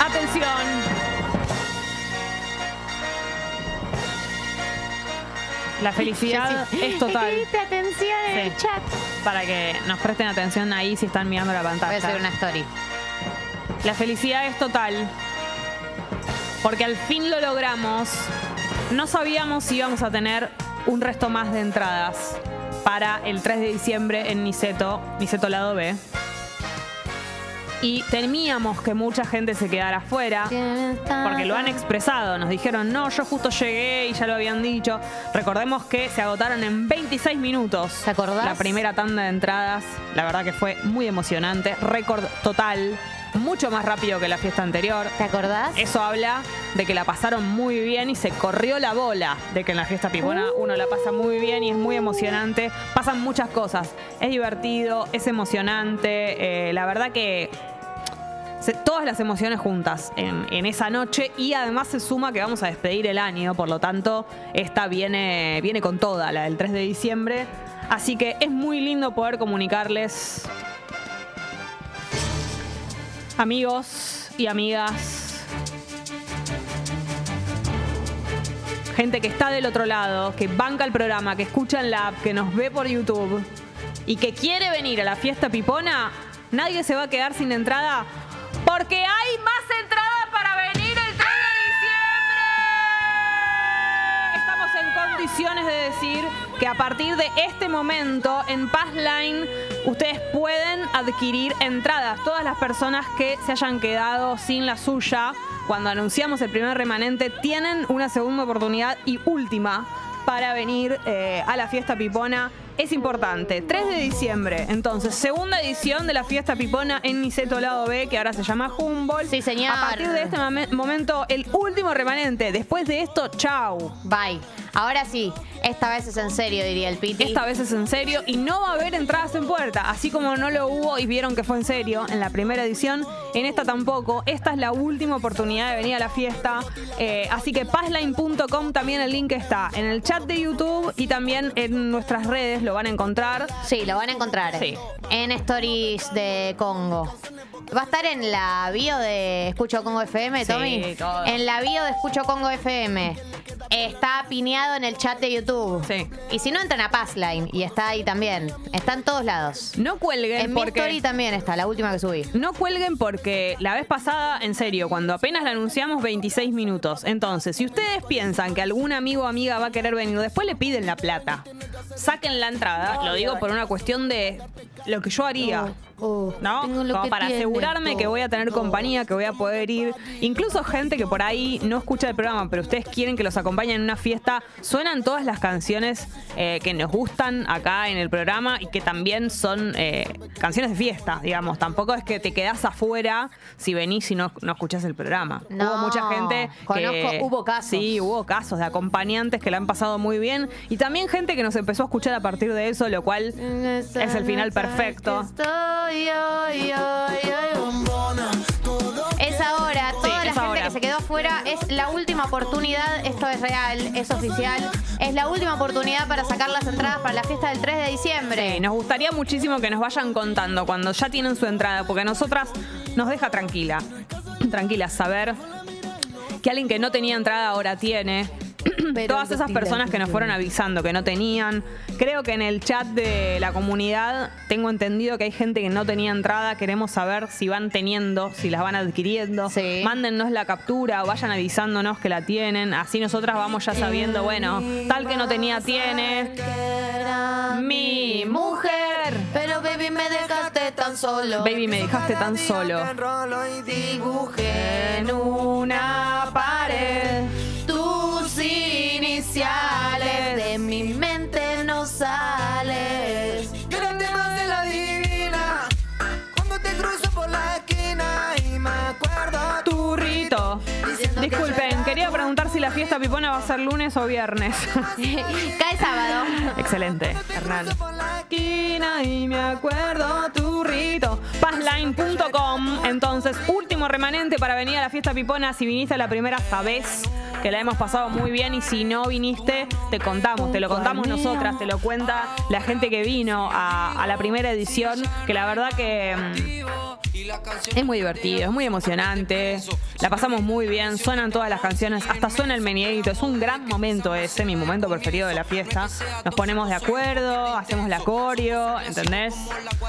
A: Atención. La felicidad es total.
B: Escribiste atención en el
A: Sí.
B: chat.
A: Para que nos presten atención ahí si están mirando la
B: Voy a
A: pantalla.
B: hacer una story.
A: La felicidad es total. Porque al fin lo logramos. No sabíamos si íbamos a tener un resto más de entradas para el 3 de diciembre en Niceto, Niceto Lado B. Y temíamos que mucha gente se quedara afuera. Porque lo han expresado, nos dijeron, no, yo justo llegué y ya lo habían dicho. Recordemos que se agotaron en 26 minutos.
B: ¿Te acordás?
A: La primera tanda de entradas, la verdad que fue muy emocionante, récord total, mucho más rápido que la fiesta anterior.
B: ¿Te acordás?
A: Eso habla de que la pasaron muy bien y se corrió la bola de que en la fiesta pipona uno la pasa muy bien y es muy emocionante. Pasan muchas cosas. Es divertido, es emocionante. eh, la verdad que se- todas las emociones juntas en, en esa noche y además se suma que vamos a despedir el año, por lo tanto, esta viene, viene con toda, la del 3 de diciembre. Así que es muy lindo poder comunicarles, amigos y amigas, gente que está del otro lado, que banca el programa, que escucha en la app, que nos ve por YouTube y que quiere venir a la fiesta pipona, nadie se va a quedar sin entrada porque hay más entradas para venir el 3 de diciembre. Estamos en condiciones de decir que a partir de este momento en Passline ustedes pueden adquirir entradas. Todas las personas que se hayan quedado sin la suya cuando anunciamos el primer remanente tienen una segunda oportunidad y última para venir eh, a la fiesta pipona. Es importante, 3 de diciembre, entonces, segunda edición de la fiesta pipona en Niceto Lado B, que ahora se llama Humboldt.
B: Sí, señor.
A: A partir de este mame- momento, el último remanente. Después de esto, chau.
B: Bye. Ahora sí, esta vez es en serio, diría el Piti.
A: Esta vez es en serio y no va a haber entradas en puerta, así como no lo hubo y vieron que fue en serio en la primera edición, en esta tampoco. Esta es la última oportunidad de venir a la fiesta, eh, así que passline.com también el link está en el chat de YouTube y también en nuestras redes lo van a encontrar.
B: Sí, lo van a encontrar.
A: Sí.
B: En stories de Congo. Va a estar en la bio de Escucho Congo FM,
A: Sí,
B: Tommy.
A: todo.
B: En la bio de Escucho Congo FM. está pineado en el chat de YouTube.
A: Sí.
B: Y si no, entran a Passline y está ahí también. Está en todos lados.
A: No cuelguen
B: En mi
A: porque...
B: story también está, la última que subí.
A: No cuelguen porque la vez pasada, en serio, cuando apenas la anunciamos, 26 minutos. Entonces, si ustedes piensan que algún amigo o amiga va a querer venir, después le piden la plata. Saquen la entrada, lo digo por una cuestión de lo que yo haría. ¿No? Como para asegurarme que voy a tener compañía, que voy a poder ir. Incluso gente que por ahí no escucha el programa, pero ustedes quieren que los acompañen en una fiesta, suenan todas las canciones eh, que nos gustan acá en el programa y que también son eh, canciones de fiesta, digamos. Tampoco es que te quedás afuera si venís y no, no escuchás el programa.
B: No,
A: hubo mucha gente. que,
B: conozco- hubo casos.
A: Sí, hubo casos de acompañantes que la han pasado muy bien y también gente que nos empezó a escuchar a partir de eso, lo cual
B: Mm. Es
A: el final perfecto.
B: Es ahora,
A: es
B: toda la gente
A: ahora.
B: que se quedó afuera es la última oportunidad, esto es real, es oficial, es la última oportunidad para sacar las entradas para la fiesta del 3 de diciembre.
A: Sí, nos gustaría muchísimo que nos vayan contando cuando ya tienen su entrada, porque a nosotras nos deja tranquila, tranquila saber que alguien que no tenía entrada ahora tiene. Todas esas personas que nos fueron avisando que no tenían. Creo que en el chat de la comunidad tengo entendido que hay gente que no tenía entrada. Queremos saber si van teniendo, si las van adquiriendo.
B: Sí.
A: Mándennos la captura o vayan avisándonos que la tienen. Así nosotras vamos ya sabiendo, bueno, tal que no tenía tiene. Mi mujer.
B: Pero baby me dejaste tan solo.
A: Baby, me dejaste tan solo.
G: Enrolo y dibujé
A: En una pared.
B: Tus iniciales de mi mente no sales.
G: Grande más de la divina. Cuando te cruzo por la esquina y me acuerdo tú.
A: Turrito. Disculpen, quería preguntar si la fiesta pipona va a ser lunes o viernes.
B: Cae sábado.
A: Excelente, Hernán. Esquina y me acuerdo turrito. Passline.com. Entonces, último remanente para venir a la fiesta pipona. Si viniste a la primera, sabés que la hemos pasado muy bien. Y si no viniste, te contamos, te lo contamos nosotras, te lo cuenta la gente que vino a, a la primera edición. Que la verdad que. mm, Es muy divertido, es muy emocionante. La pasamos muy bien, suenan todas las canciones, hasta suena el meneíto. Es un gran momento ese, mi momento preferido de la fiesta. Nos ponemos de acuerdo, hacemos la coreo, ¿entendés?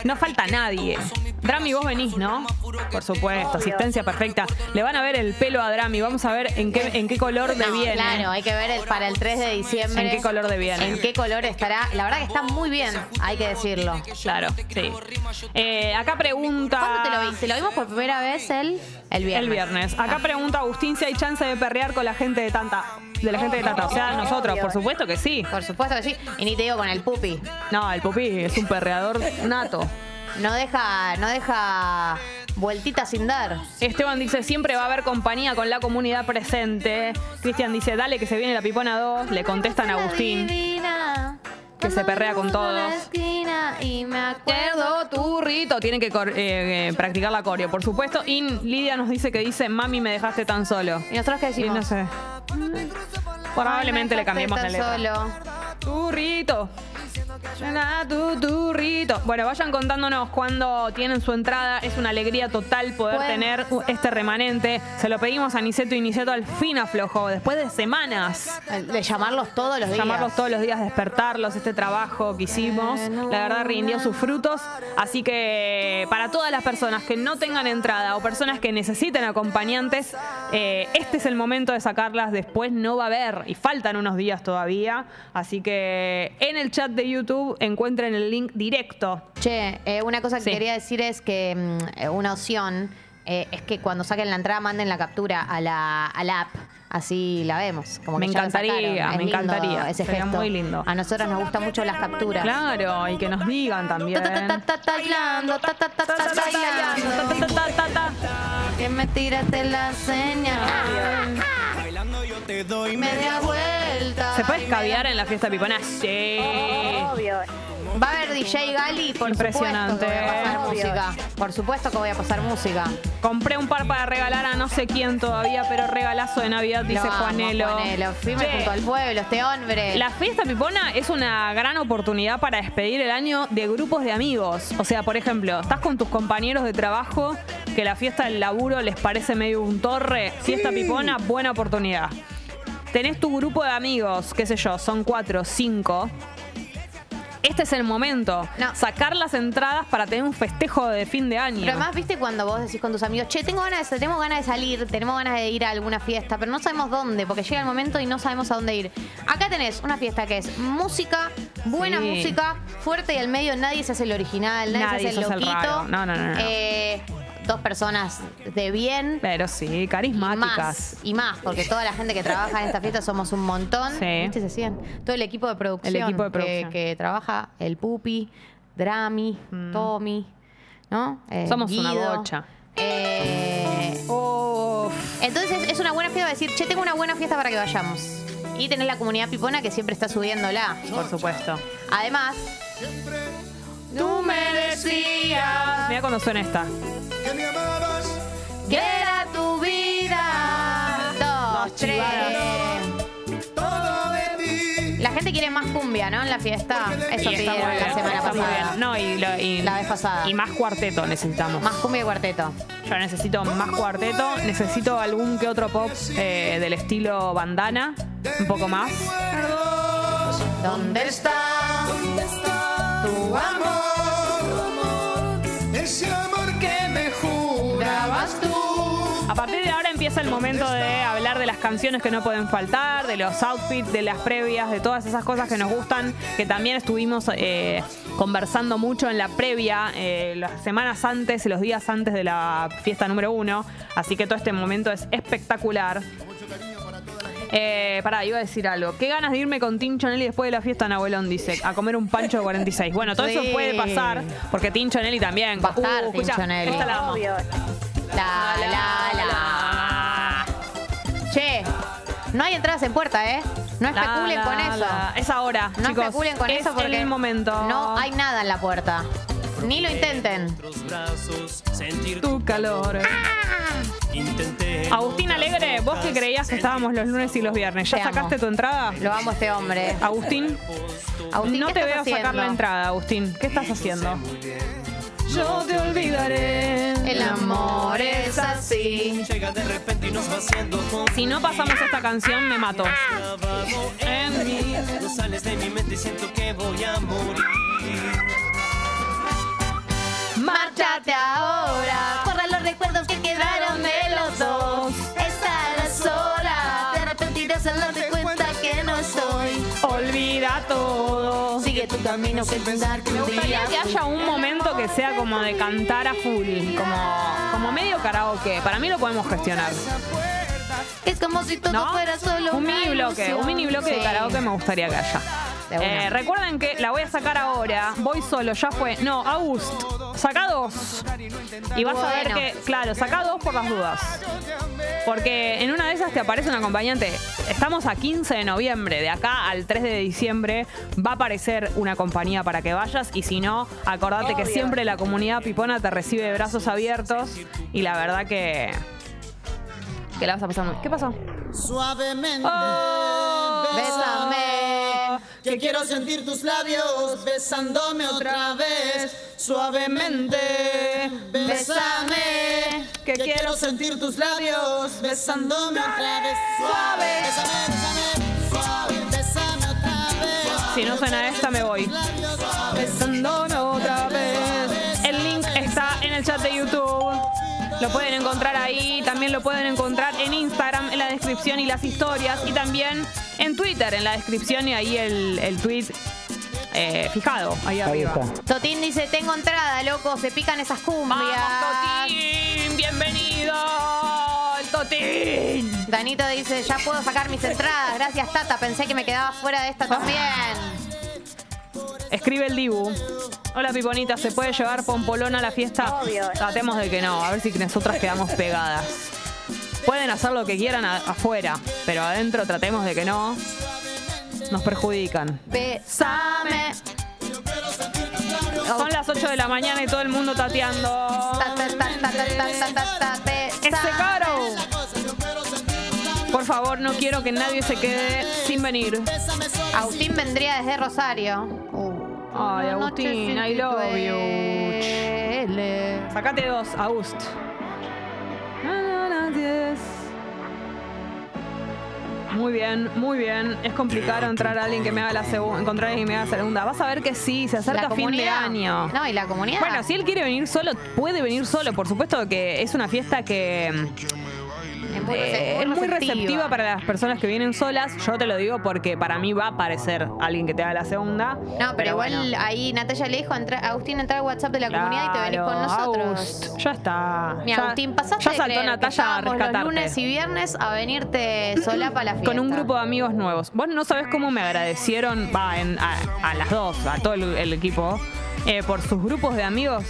A: No falta nadie. Drami, vos venís, ¿no? Por supuesto, asistencia perfecta. Le van a ver el pelo a Drami, vamos a ver en qué, en qué color de
B: No,
A: viene.
B: Claro, hay que ver el- para el 3 de diciembre.
A: ¿En qué color de viene?
B: ¿En qué color estará? La verdad que está muy bien, hay que decirlo.
A: Claro, sí. Eh, acá pregunta.
B: ¿Cuándo te lo viste? ¿Lo vimos por primera vez el, el viernes? Ah.
A: El viernes. Acá pregunta Agustín si hay chance de perrear con la gente de Tanta. De la gente de Tanta. O sea, nosotros, por supuesto que sí.
B: Por supuesto que sí. Y ni te digo con el pupi.
A: No, el Pupi es un perreador nato.
B: No deja, no deja vueltitas sin dar.
A: Esteban dice, siempre va a haber compañía con la comunidad presente. Cristian dice, dale que se viene la pipona 2. Le contestan a Agustín. que se perrea con todos.
B: Y me acuerdo.
A: Acuerdo, tu rito. Tienen que cor- eh, eh, practicar la coreo, por supuesto. Y Lidia nos dice que dice, mami, me dejaste tan solo.
B: ¿Y nosotros qué
A: Y
B: decimos?
A: no sé. Probablemente le cambiemos la
B: Tan
A: letra.
B: Solo.
A: Turrito. Suena tu turrito. Bueno, vayan contándonos cuando tienen su entrada. Es una alegría total poder
B: Pueden-
A: tener este remanente. Se lo pedimos a Niceto y Niceto al fin aflojó. Después de semanas,
B: De llamarlos todos los días.
A: llamarlos todos los días, despertarlos, este trabajo que hicimos, la verdad rindió sus frutos. Así que para todas las personas que no tengan entrada o personas que necesiten acompañantes, eh, este es el momento de sacarlas. Después no va a haber y faltan unos días todavía. Así que en el chat de YouTube encuentren el link directo.
B: Che, eh, una cosa que
A: Sí.
B: quería decir es que mm, eh, una opción eh, es que cuando saquen la entrada manden la captura a la, a la app. Así la vemos. Como que
A: Me
B: ya la sacaron.
A: encantaría,
B: Es
A: me
B: lindo
A: encantaría.
B: Ese
A: Sería
B: gesto.
A: muy lindo.
B: A nosotros nos gustan mucho las capturas.
A: Claro, y que nos digan también.
B: Ta, ta, ta, ta, ta, bailando, ta, ta, ta, ta, ta, bailando.
A: Ta, ta, ta, ta, ta.
B: Que me tiraste la señal.
G: Bailando yo te doy
B: Media vuelta.
A: ¿Se puede escabiar en la fiesta pipona?
B: Oh,
A: Sí.
B: Va a haber DJ Gali, por
A: Impresionante.
B: supuesto. que voy a pasar
A: Obvio.
B: música. Por supuesto que voy a pasar música.
A: Compré un par para regalar a no sé quién todavía, pero regalazo de Navidad,
B: Lo
A: dice
B: amo,
A: Juanelo.
B: Juanelo. Firme
A: Che,
B: junto al pueblo, este hombre.
A: La fiesta pipona es una gran oportunidad para despedir el año de grupos de amigos. O sea, por ejemplo, estás con tus compañeros de trabajo que la fiesta del laburo les parece medio un torre. Fiesta pipona, buena oportunidad. tenés tu grupo de amigos, qué sé yo, son cuatro, cinco. Este es el momento.
B: No.
A: Sacar las entradas para tener un festejo de fin de año.
B: Pero además, viste cuando vos decís con tus amigos, che, tengo ganas de, tenemos ganas de salir, tenemos ganas de ir a alguna fiesta, pero no sabemos dónde, porque llega el momento y no sabemos a dónde ir. Acá tenés una fiesta que es música, buena
A: Sí.
B: música, fuerte y al medio nadie se hace el original, nadie,
A: Nadie
B: se
A: se
B: hace
A: hace
B: el
A: el
B: loquito.
A: raro. No, no, no, no.
B: Eh, dos personas de bien.
A: Pero sí,
B: Más
A: carismáticas.
B: y más, porque toda la gente que trabaja en esta fiesta somos un montón.
A: Sí.
B: ¿Viste? Se hacían todo el equipo de producción,
A: El equipo de
B: que-
A: producción. Mm.
B: Que, trabaja, el Pupi, Drami, Tommy, ¿no? Eh,
A: Somos una
B: Guido.
A: bocha.
B: Eh, entonces es una buena fiesta para decir, che, tengo una buena fiesta para que vayamos. Y tenés la comunidad pipona que siempre está subiéndola.
A: Por supuesto.
B: Además, tú me decías
A: Mira cuando suena esta.
B: que era tu vida. Dos,
A: Dos
B: tres.
A: chivadas.
G: Todo de ti.
B: La gente quiere más cumbia, ¿no? En la fiesta. Eso
A: Y está
B: pidieron
A: muy
B: la
A: bien,
B: semana
A: está muy
B: pasada.
A: bien. No, y, lo- y-
B: La vez pasada.
A: Y más cuarteto necesitamos.
B: Más cumbia y cuarteto.
A: Yo necesito más cuarteto, necesito algún que otro pop eh, del estilo bandana, un poco más.
B: ¿Dónde
G: está? ¿Dónde está tu amor? Ese amor que me jurabas tú.
A: A partir de ahora empieza el momento de hablar de las canciones que no pueden faltar, de los outfits, de las previas, de todas esas cosas que nos gustan, que también estuvimos eh, conversando mucho en la previa, eh, las semanas antes y los días antes de la fiesta número uno. Así que todo este momento es espectacular. Eh, pará, iba a decir algo. Qué ganas de irme con Tim Chonelli después de la fiesta en Abuelón, dice, a comer un pancho de 46. Bueno, todo
B: Sí.
A: eso puede pasar, porque Tim Chonelli también. Uh,
B: Va a estar Tim
A: escuchá,
B: Chonelli.
A: esta la amo.
B: La, la, la. Che, no hay entradas en puerta, ¿eh? No
A: La,
B: especulen
A: la,
B: con eso.
A: la. Es ahora.
B: No
A: chicos.
B: especulen con
A: Es
B: eso porque
A: el momento.
B: no hay nada en la puerta. Ni lo intenten.
A: tu calor. Agustín Alegre, vos que creías que estábamos los lunes y los viernes, ¿ya
B: Te amo.
A: sacaste tu entrada?
B: Lo amo a este hombre.
A: Agustín,
B: Agustín,
A: no
B: ¿qué
A: te
B: estás
A: veo sacar
B: haciendo?
A: la entrada, Agustín. ¿Qué estás haciendo? Yo te olvidaré.
B: El amor es así.
A: Si no pasamos esta canción, me mato. En mí.
B: Márchate ahora. Corra los recuerdos que quedaron de los dos. Estarás sola. De repente irás a darte cuenta que no soy.
A: Olvida todo.
B: Sigue tu camino sin pensar que
A: Me
B: un día.
A: gustaría que haya un momento que sea como de cantar a full, como, como medio karaoke. Para mí lo podemos gestionar.
B: Es como si todo
A: ¿No?
B: fuera solo
A: un mini bloque, un mini bloque de karaoke me gustaría que haya.
B: De una.
A: Eh, recuerden que la voy a sacar ahora. Voy solo, ya fue. No, August, saca dos. Y vas a ver
B: Bueno.
A: que, claro, saca dos por las dudas. Porque en una de esas te aparece un acompañante. Estamos a 15 de noviembre, de acá al 3 de diciembre va a aparecer una compañía para que vayas y si no, acordate que siempre la comunidad pipona te recibe de brazos abiertos y la verdad que... Que la vas a pasar muy... ¿Qué pasó?
G: Suavemente.
A: Oh.
B: Bésame.
G: Que quiero sentir tus labios besándome otra vez. Suavemente. Bésame.
A: Que quiero
G: sentir tus labios besándome otra vez. Suave. Bésame, bésame. Suave. Bésame otra vez.
A: Si no suena esta, me voy. otra vez. El link está en el chat de YouTube. Lo pueden encontrar ahí. También lo pueden encontrar en Instagram, en la descripción y las historias. Y también en Twitter, en la descripción y ahí el, el tweet eh, fijado, ahí arriba.
B: Totín dice, tengo entrada, loco, se pican esas cumbias.
A: ¡Vamos, Totín! ¡Bienvenido! ¡El Totín!
B: Danito dice, ya puedo sacar mis entradas. Gracias, Tata. Pensé que me quedaba fuera de
A: Ah.
B: esta también.
A: Escribe el Dibu. Hola Piponita, ¿se puede llevar Pompolón a la fiesta? Tratemos de que no, a ver si nosotras quedamos pegadas. Pueden hacer lo que quieran a- afuera, pero adentro tratemos de que no. Nos perjudican.
B: Besame.
A: Son las 8 de la mañana y todo el mundo tateando.
B: Ta, ta, ta, ta, ta, ta, ta, ta,
A: ¡Ese
B: besame.
A: caro! Por favor, no quiero que nadie se quede sin venir.
B: Agustín vendría desde Rosario. Uh.
A: Ay,
B: Una noche
A: Agustín,
B: sin
A: I love you.
B: duele.
A: Sacate dos, Agust. Muy bien, muy bien. Es complicado entrar a alguien que me haga la segunda, encontrar a alguien que me haga la segunda. Vas a ver que sí, se acerca
B: La
A: fin de
B: comunidad.
A: año.
B: No, y la comunidad.
A: Bueno, si él quiere venir solo, puede venir solo. Por supuesto que es una fiesta que
B: es muy,
A: eh,
B: rece-
A: es muy receptiva para las personas que vienen solas. Yo te lo digo porque para mí va a aparecer alguien que te haga la segunda.
B: No, pero, igual
A: bueno.
B: ahí Natalia le dijo, entra, Agustín, entra al WhatsApp de la comunidad y te venís con
A: Claro,
B: nosotros.
A: August, ya está.
B: Mi
A: Ya-
B: Agustín, pasaste
A: Ya
B: de
A: saltó
B: creer que
A: Natalia a
B: estábamos
A: rescatarte.
B: los lunes y viernes a venirte sola para la fiesta.
A: con un grupo de amigos nuevos. Vos no sabés cómo me agradecieron va, en- a, a las dos, a todo el, el equipo, eh, por sus grupos de amigos.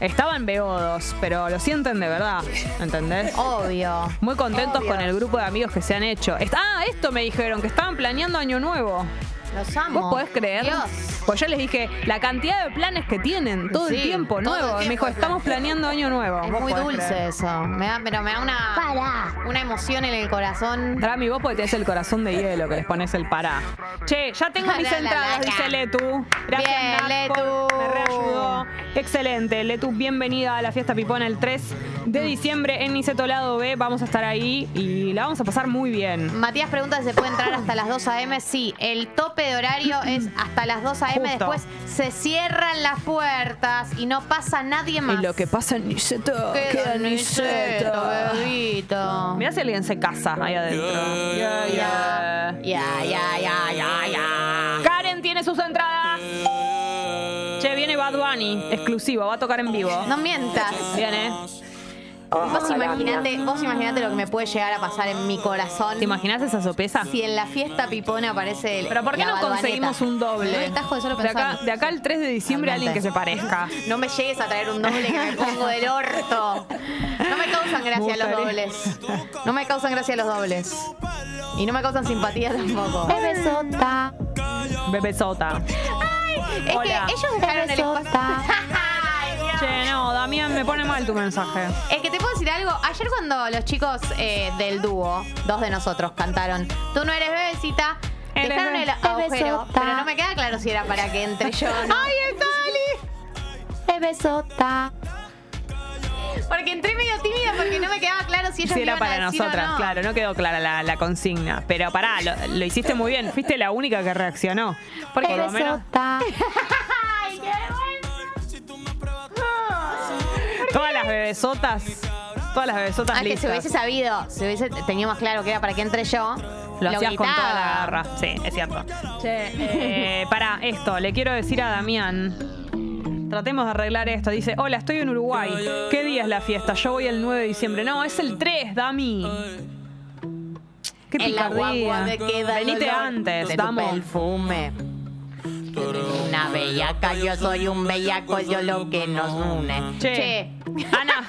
A: Estaban beodos, pero lo sienten de verdad, ¿entendés?
B: Obvio.
A: Muy contentos con el grupo de amigos que se han hecho. Est- ah, esto me dijeron, que estaban planeando Año Nuevo.
B: Los amo.
A: ¿Vos podés creer?
B: Dios.
A: Pues yo les dije, la cantidad de planes que tienen, todo el
B: Sí,
A: tiempo
B: todo el
A: nuevo. Y me dijo, estamos planeando Año Nuevo.
B: Es
A: Vos
B: muy
A: podés
B: dulce
A: creer.
B: eso. Me da, pero me da una, una emoción en el corazón.
A: Drami, vos porque tenés el corazón de hielo, que les pones el pará. Che, ya tengo mis
B: La, la, la,
A: entradas,
B: la.
A: dice Letu. Gracias,
B: Bien,
A: Nat, por-
B: Letu.
A: Me reayudó. Excelente, Letu, bienvenida a la fiesta Pipona el 3 de
B: Mm.
A: diciembre en Niceto Lado B. Vamos a estar ahí y la vamos a pasar muy bien.
B: Matías pregunta si se puede entrar hasta las 2 a.m. Sí, el tope de horario es hasta las 2 a.m.
A: Justo.
B: Después se cierran las puertas y no pasa nadie más.
A: Y lo que pasa en Niceto
B: queda, en mi seto, bebito.
A: Mirá si alguien se casa ahí adentro. Ya, ya.
B: Ya, ya, ya, ya, ya.
A: Karen tiene sus entradas. Che, viene Bad Bunny, exclusivo, va a tocar en vivo.
B: No mientas.
A: Viene.
B: Vos imaginate, vos imaginate lo que me puede llegar a pasar en mi corazón.
A: ¿Te imaginas esa sopesa?
B: Si en la fiesta pipona aparece el.
A: Pero ¿por qué
B: la
A: no
B: balvaneta?
A: conseguimos un
B: Me
A: doble?
B: doy tajo de solo
A: de, acá,
B: pensarlo.
A: de acá al 3 de diciembre alguien que se parezca.
B: No me llegues a traer un doble que me pongo del orto. No me causan gracia los
A: Gustaría.
B: dobles. No me causan gracia los dobles. Y no me causan simpatía tampoco. Bebesota.
A: Bebé Sota.
B: Es
A: Hola.
B: que ellos dejaron el espacio. Ay, Dios.
A: Che, no, Damián, me pone mal tu mensaje.
B: Es que te puedo decir algo. Ayer cuando los chicos eh, del dúo, dos de nosotros, cantaron Tú no eres bebecita,
A: Eres
B: dejaron el
A: be-
B: agujero.
I: bebesota.
B: Pero no me queda claro si era para que entre yo. o no.
A: ¡Ay, está Ali!
I: Bebesota.
B: Porque entré medio tímida porque no me quedaba claro si ellos
A: Si
B: me
A: era
B: iban a
A: para
B: decir o
A: nosotras,
B: no.
A: claro, no quedó clara la, la consigna. Pero pará, lo, lo hiciste muy bien. Fuiste la única que reaccionó. Porque por lo menos.
I: Bebesota.
B: Ay, qué bueno.
A: Todas las bebesotas. Todas las bebesotas
B: Ah, que si
A: listas.
B: hubiese sabido, si hubiese tenido más claro que era para que entre yo,
A: Lo hacías con toda la
B: gritaba.
A: garra. Sí, es cierto. Che, eh, pará, esto, le quiero decir a Damián. Tratemos de arreglar esto. Dice, hola, estoy en Uruguay. ¿Qué día es la fiesta? Yo voy el 9 de diciembre. No, es el 3, Dami. Qué
B: En la guagua me
A: picardía.
B: queda el
A: Venite
B: olor
A: antes,
B: de tu
A: damos.
B: perfume. Una bellaca, yo soy un bellaco, yo lo que nos une.
A: Che. Ana,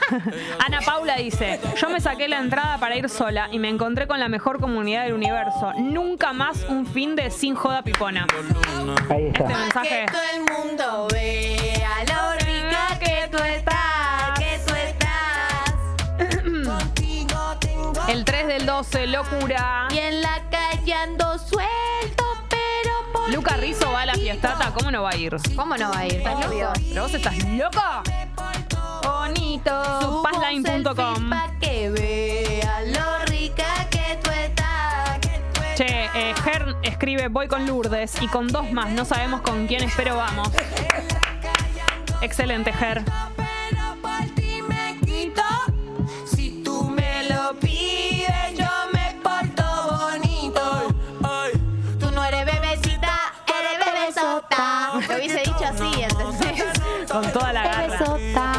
A: Ana Paula dice, yo me saqué la entrada para ir sola y me encontré con la mejor comunidad del universo. Nunca más un fin de sin joda pipona.
E: Ahí está.
A: Este mensaje.
B: Que todo el mundo vea lo rica que tú estás, que tú estás.
A: El 3 del 12, locura.
B: Y en la calle ando suelto, pero por
A: Luca
B: ti
A: Rizzo va a la
B: bendito.
A: fiestata, ¿cómo no va a ir?
B: ¿Cómo no va a ir? ¿Estás loco?
A: ¿Pero vos estás loca?
B: Bonito.
A: Supasline.com.
B: Pa' que vea lo rica que tú estás. que tú estás.
A: Che, eh, Ger escribe, voy con Lourdes y con dos más, no sabemos con quiénes, pero vamos. Excelente, Ger.
G: Pero por ti me quito. Si tú me lo pides, yo me porto bonito.
B: Tú no eres bebecita, eres bebesota. Lo hubiese dicho así, entonces.
A: Con toda la garra.
I: Bebesota.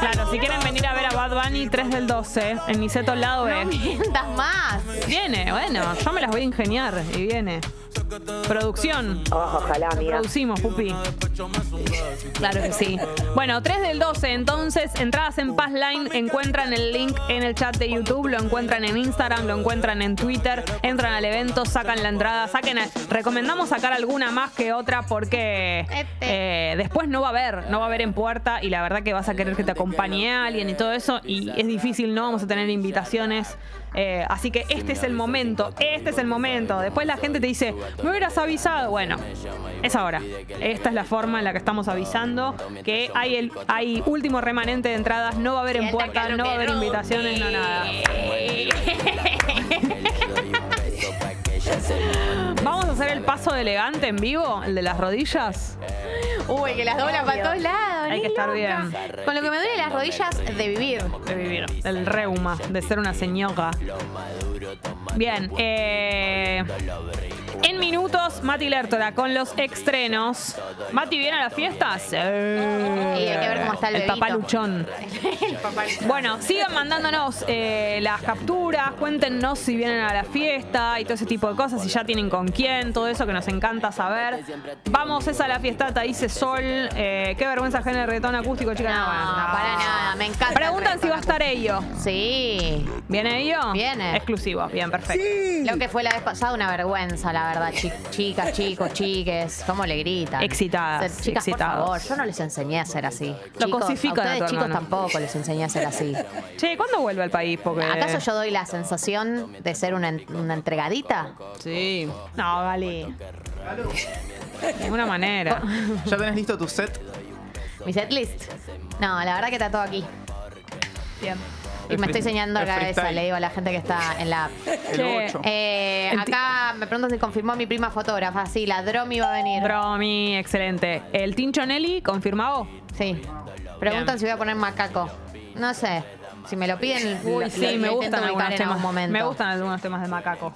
A: Claro, si quieren venir a ver a Bad Bunny 3 del 12, en Niceto Lado
B: No
A: B.
B: mientas más.
A: Viene, bueno, yo me las voy a ingeniar y viene. Producción.
K: Ojalá, amiga.
A: Producimos, pupi. Claro que sí. Bueno, 3 del 12, entonces, entradas en Passline, encuentran el link en el chat de YouTube, lo encuentran en Instagram, lo encuentran en Twitter, entran al evento, sacan la entrada, saquen, recomendamos sacar alguna más que otra porque
B: Este.
A: eh, después no va a haber, no va a haber en puerta y la verdad que vas a querer que te acompañe alguien y todo eso y es difícil, no vamos a tener invitaciones. Eh, así que este es el momento, este es el momento. Después la gente te dice, me hubieras avisado. Bueno, es ahora. Esta es la forma en la que estamos avisando que hay el hay último remanente de entradas, no va a haber en puerta, no va a haber invitaciones, no nada. brazo de elegante en vivo, el de las rodillas.
B: Uy, que las dobla para todos lados.
A: Hay
B: ni
A: que estar
B: loca.
A: bien.
B: Con lo que me duele las rodillas de vivir.
A: De vivir. El reuma, de ser una señora. Bien, eh, en minutos, Mati Lertora con los estrenos. ¿Mati viene a la fiesta? Sí.
B: Y hay que ver cómo está el bebito.
A: papaluchón.
B: El papá-
A: Bueno, sigan mandándonos eh, las capturas, cuéntenos si vienen a la fiesta y todo ese tipo de cosas, si ya tienen con quién, todo eso que nos encanta saber. Vamos, es a la fiestata, dice Sol. Eh, qué vergüenza ajena el reggaetón acústico, chicas.
B: No, para nada, me encanta.
A: Preguntan si va a estar ello.
B: Sí.
A: ¿Viene ello?
B: Viene.
A: Exclusivo, bien, perfecto.
B: Lo que fue la vez pasada, una vergüenza, la verdad. Chi- Chicas, chicos, chiques, cómo le gritan.
A: Excitadas,
B: O sea, Chicas,
A: excitados.
B: por favor, yo no les enseñé a ser así.
A: Lo
B: Chicos,
A: cosifican a
B: a
A: tu
B: ustedes, chicos,
A: hermano.
B: tampoco les enseñé a ser así.
A: Che, ¿cuándo vuelve al país? Porque...
B: ¿Acaso yo doy la sensación de ser una, en- una entregadita?
A: Sí. No, vale. De ninguna manera.
D: ¿Ya tenés listo tu set?
B: Mi setlist. No, la verdad que está todo aquí.
A: Bien.
B: Y
D: El
B: me estoy
D: free-
B: señando la
D: el
B: cabeza,
D: freestyle.
B: le digo a la gente que está en la app.
D: El
A: Che,
D: 8.
B: Eh, acá me pregunto si confirmó mi prima fotógrafa. Sí, la Dromi va a venir.
A: Bromi, excelente. ¿El Tincho Nelly confirmado?
B: Sí. Preguntan si voy a poner macaco. No sé. Si me lo piden,
A: Uy,
B: lo- lo
A: sí, me gustan
B: intento ubicar
A: algunos
B: en algún
A: temas.
B: momento.
A: Me gustan algunos temas de Macaco.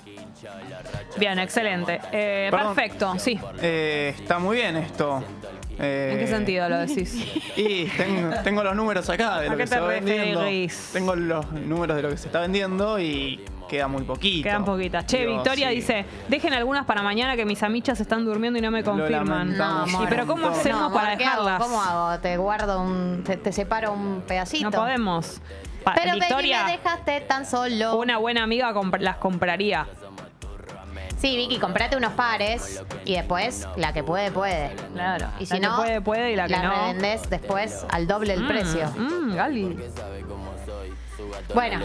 A: Bien, excelente. Eh,
D: Perdón.
A: perfecto, sí.
D: Eh, está muy bien esto. Eh,
A: ¿En qué sentido lo decís?
D: Y tengo, tengo los números acá de
A: ¿A
D: lo
A: qué
D: que
A: te
D: se va vendiendo.
A: referís?
D: Tengo los números de lo que se está vendiendo y queda muy poquito.
A: Quedan poquitas. Che,
D: Digo,
A: Victoria
D: sí.
A: dice, dejen algunas para mañana que mis amichas están durmiendo y no me
D: Lo
A: confirman.
D: lamentamos
B: No, amor.
A: ¿Y pero cómo
D: un montón.
A: hacemos
B: No, amor,
A: para
B: ¿qué hago?
A: dejarlas?
B: ¿Cómo hago? Te guardo un. Te, te separo un pedacito.
A: No podemos. Pa-
B: Pero baby,
A: Victoria,
B: me dejaste tan solo.
A: una buena amiga comp- las compraría.
B: Sí, Vicky, comprate unos pares y después la que puede, puede.
A: Claro.
B: Y
A: La
B: si
A: que
B: no,
A: puede, puede y la que no.
B: revendés después al doble el
A: Mm,
B: precio.
A: mm, Gali.
B: Bueno,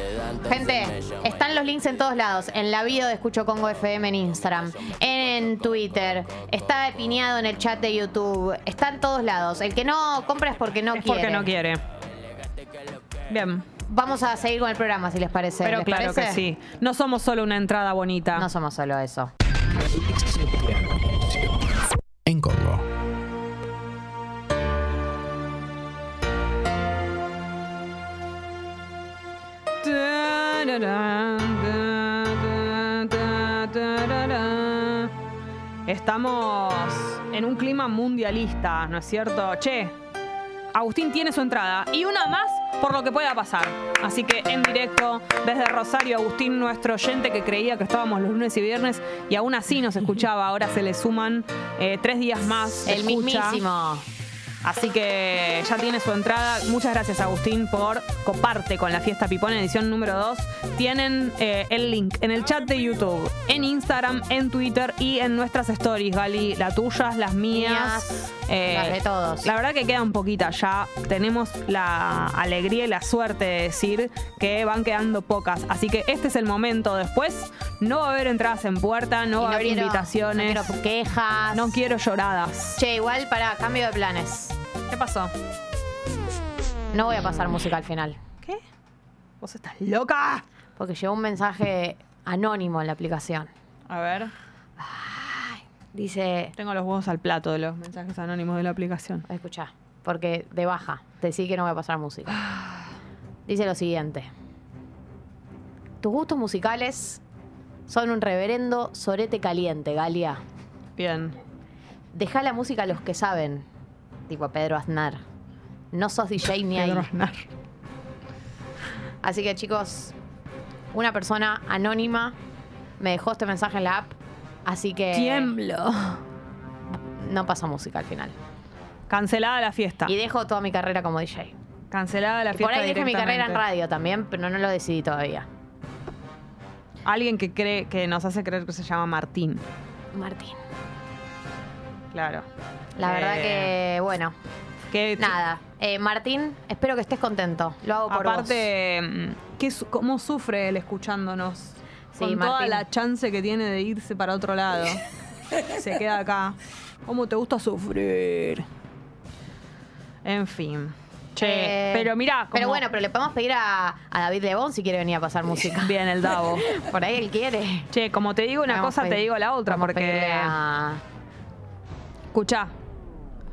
B: gente, están los links en todos lados. En la bio de Escucho Congo FM en Instagram, en Twitter, está piñado en el chat de YouTube, está en todos lados. El que no compra es porque no
A: es
B: quiere.
A: porque no quiere. Bien.
B: Vamos a seguir con el programa si les parece.
A: Pero
B: ¿Les
A: claro
B: parece?
A: que sí. No somos solo una entrada bonita.
B: No somos solo eso.
J: En Congo.
A: Estamos en un clima mundialista, ¿no es cierto? Che, Agustín tiene su entrada y una más por lo que pueda pasar. Así que en directo desde Rosario, Agustín, nuestro oyente que creía que estábamos los lunes y viernes y aún así nos escuchaba, ahora se le suman eh, tres días más. de
B: El
A: escucha.
B: mismísimo.
A: Así que ya tiene su entrada. Muchas gracias, Agustín, por coparte con la fiesta Pipón, edición número 2. Tienen eh, el link en el chat de YouTube, en Instagram, en Twitter y en nuestras stories, Gali. Las tuyas, las mías. Eh,
B: Mías, las de todos.
A: La verdad que quedan poquitas ya. Tenemos la alegría y la suerte de decir que van quedando pocas. Así que este es el momento. Después no va a haber entradas en puerta, no
B: Y
A: va a haber
B: quiero-
A: invitaciones.
B: No quiero quejas.
A: no quiero lloradas.
B: Che, igual para cambio de planes.
A: ¿Qué pasó?
B: No voy a pasar música al final.
A: ¿Qué? ¿Vos estás loca?
B: Porque llegó un mensaje anónimo en la aplicación.
A: A ver,
B: Dice,
A: tengo los huevos al plato de los mensajes anónimos de la aplicación.
B: escucha, porque de baja, decí que no voy a pasar música. Dice lo siguiente. Tus gustos musicales son un reverendo sorete caliente, Galia.
A: Bien.
B: Deja la música a los que saben, tipo a Pedro Aznar. No sos DJ ni ahí.
A: Pedro Aznar.
B: Así que chicos, una persona anónima me dejó este mensaje en la app, así que
A: Tiemblo.
B: no pasa música al final.
A: Cancelada la fiesta.
B: Y dejo toda mi carrera como DJ.
A: Cancelada la
B: Y
A: fiesta.
B: por ahí dejé mi carrera en
A: directamente.
B: radio también, pero no lo decidí todavía.
A: Alguien que cree que nos hace creer que se llama Martín.
B: Martín.
A: Claro.
B: La verdad
A: Eh,
B: que, bueno,
A: Que
B: nada. Eh, Martín, espero que estés contento. Lo hago por
A: Aparte, mm, ¿qué su- ¿cómo sufre él escuchándonos?
B: Sí,
A: Con toda
B: Martín.
A: la chance que tiene de irse para otro lado. Se queda acá. ¿Cómo te gusta sufrir? En fin.
B: vos.
A: Che,
B: Eh,
A: pero mirá,
B: Pero
A: como-
B: bueno, pero le podemos pedir a, a David Lebón si quiere venir a pasar música.
A: Bien, el Davo.
B: Por ahí él quiere.
A: Che, como te digo una
B: Vamos
A: cosa,
B: a
A: te
B: pedir-
A: digo la otra,
B: vamos a
A: porque.
B: pedirle a-
A: Escuchá.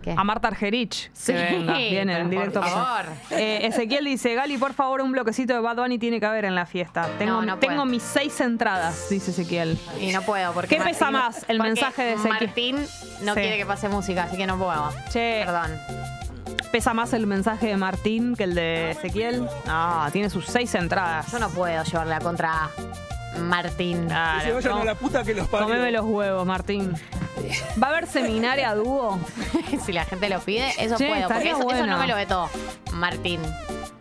B: ¿Qué?
A: A Marta Argerich.
B: Sí,
A: que venga, viene en
B: por
A: directo.
B: favor.
A: Eh, Ezequiel dice, Gali, por favor, un bloquecito de Bad Bunny tiene que haber en la fiesta. Tengo,
B: No, no
A: tengo
B: puedo.
A: mis seis entradas, dice Ezequiel.
B: Y no puedo, porque.
A: ¿Qué pesa más, el
B: porque
A: mensaje de Ezequiel?
B: Martín no
A: Sí.
B: quiere que pase música, así que no puedo.
A: Che,
B: Perdón.
A: ¿pesa más el mensaje de Martín que el de Ezequiel? Ah, tiene sus seis entradas.
B: Yo no puedo llevarla contra Martín.
A: Claro,
K: Se vayan
A: no.
K: a la puta que los parió.
A: Comeme los huevos, Martín. ¿Va a haber seminario a dúo?
B: si la gente lo pide, eso
A: Che,
B: puedo. Porque
A: estaría
B: eso, eso
A: bueno.
B: no me lo ve todo. Martín.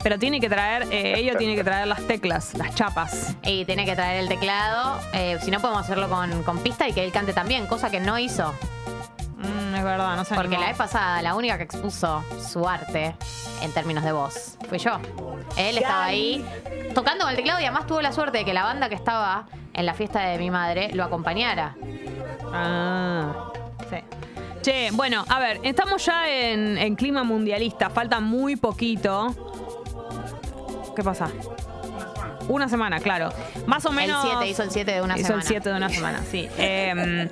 A: Pero tiene que traer, eh, ello tiene que traer las teclas, las chapas.
B: Y tiene que traer el teclado. eh, si no, podemos hacerlo con, con pista y que él cante también, cosa que no hizo.
A: Mm, es verdad, no sé.
B: Porque la vez pasada, la única que expuso su arte en términos de voz fui yo. Él estaba ahí tocando con el teclado y además tuvo la suerte de que la banda que estaba en la fiesta de mi madre lo acompañara.
A: Ah, sí. Che, bueno, a ver, estamos ya en, en clima mundialista, falta muy poquito. ¿Qué pasa? Una semana, claro. Más o menos.
B: el 7 hizo el 7 de una
A: hizo
B: semana.
A: el 7 de una semana, sí. Em,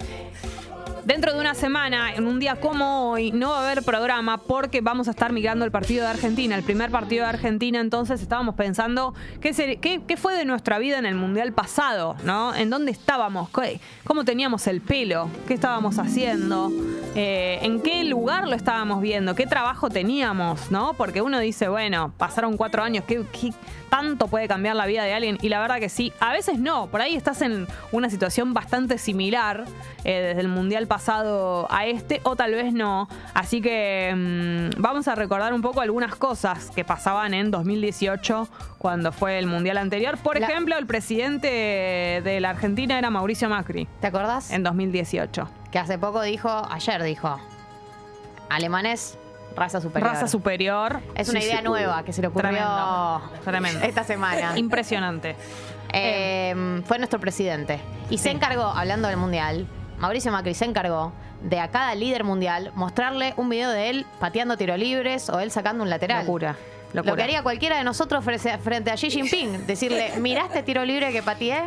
A: dentro de una semana, en un día como hoy, no va a haber programa porque vamos a estar migrando el partido de Argentina, el primer partido de Argentina. Entonces estábamos pensando qué, se- qué- qué fue de nuestra vida en el mundial pasado, ¿no? ¿En dónde estábamos? ¿Qué- ¿Cómo teníamos el pelo? ¿Qué estábamos haciendo? Eh, ¿En qué lugar lo estábamos viendo? ¿Qué trabajo teníamos? ¿No? Porque uno dice, bueno, pasaron cuatro años, ¿qué, qué tanto puede cambiar la vida de alguien? Y la verdad que sí, a veces no. Por ahí estás en una situación bastante similar eh, desde el mundial pasado a este, o tal vez no. Así que mm, vamos a recordar un poco algunas cosas que pasaban en 2018 cuando fue el mundial anterior. Por
B: La-
A: ejemplo, el presidente de la Argentina era Mauricio Macri
B: ¿Te acordás?
A: en 2018.
B: Que hace poco dijo, ayer dijo, alemanes, raza superior.
A: Raza superior.
B: Es una
A: Sí,
B: idea
A: sí.
B: nueva que se le ocurrió
A: Tremendo. Tremendo.
B: esta semana.
A: Impresionante.
B: Eh, fue nuestro presidente. Y se encargó, hablando del mundial, Mauricio Macri se encargó de a cada líder mundial mostrarle un video de él pateando tiro libres o él sacando un lateral.
A: Locura. Locura.
B: Lo que haría cualquiera de nosotros frese- frente a Xi Jinping. Decirle, mirá este tiro libre que pateé,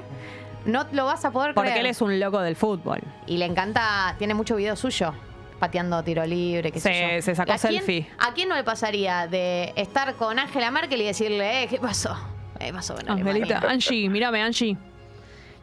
B: no lo vas a poder
A: Porque
B: creer.
A: él es un loco del fútbol.
B: Y le encanta, tiene mucho video suyo, pateando tiro libre, qué sé
A: Se-
B: yo.
A: se sacó
B: ¿A quién-
A: selfie.
B: ¿A quién no le pasaría de estar con Angela Merkel y decirle, eh, ¿qué pasó? Eh, pasó con Alemania"?
A: Angelita, Angie, mírame, Angie.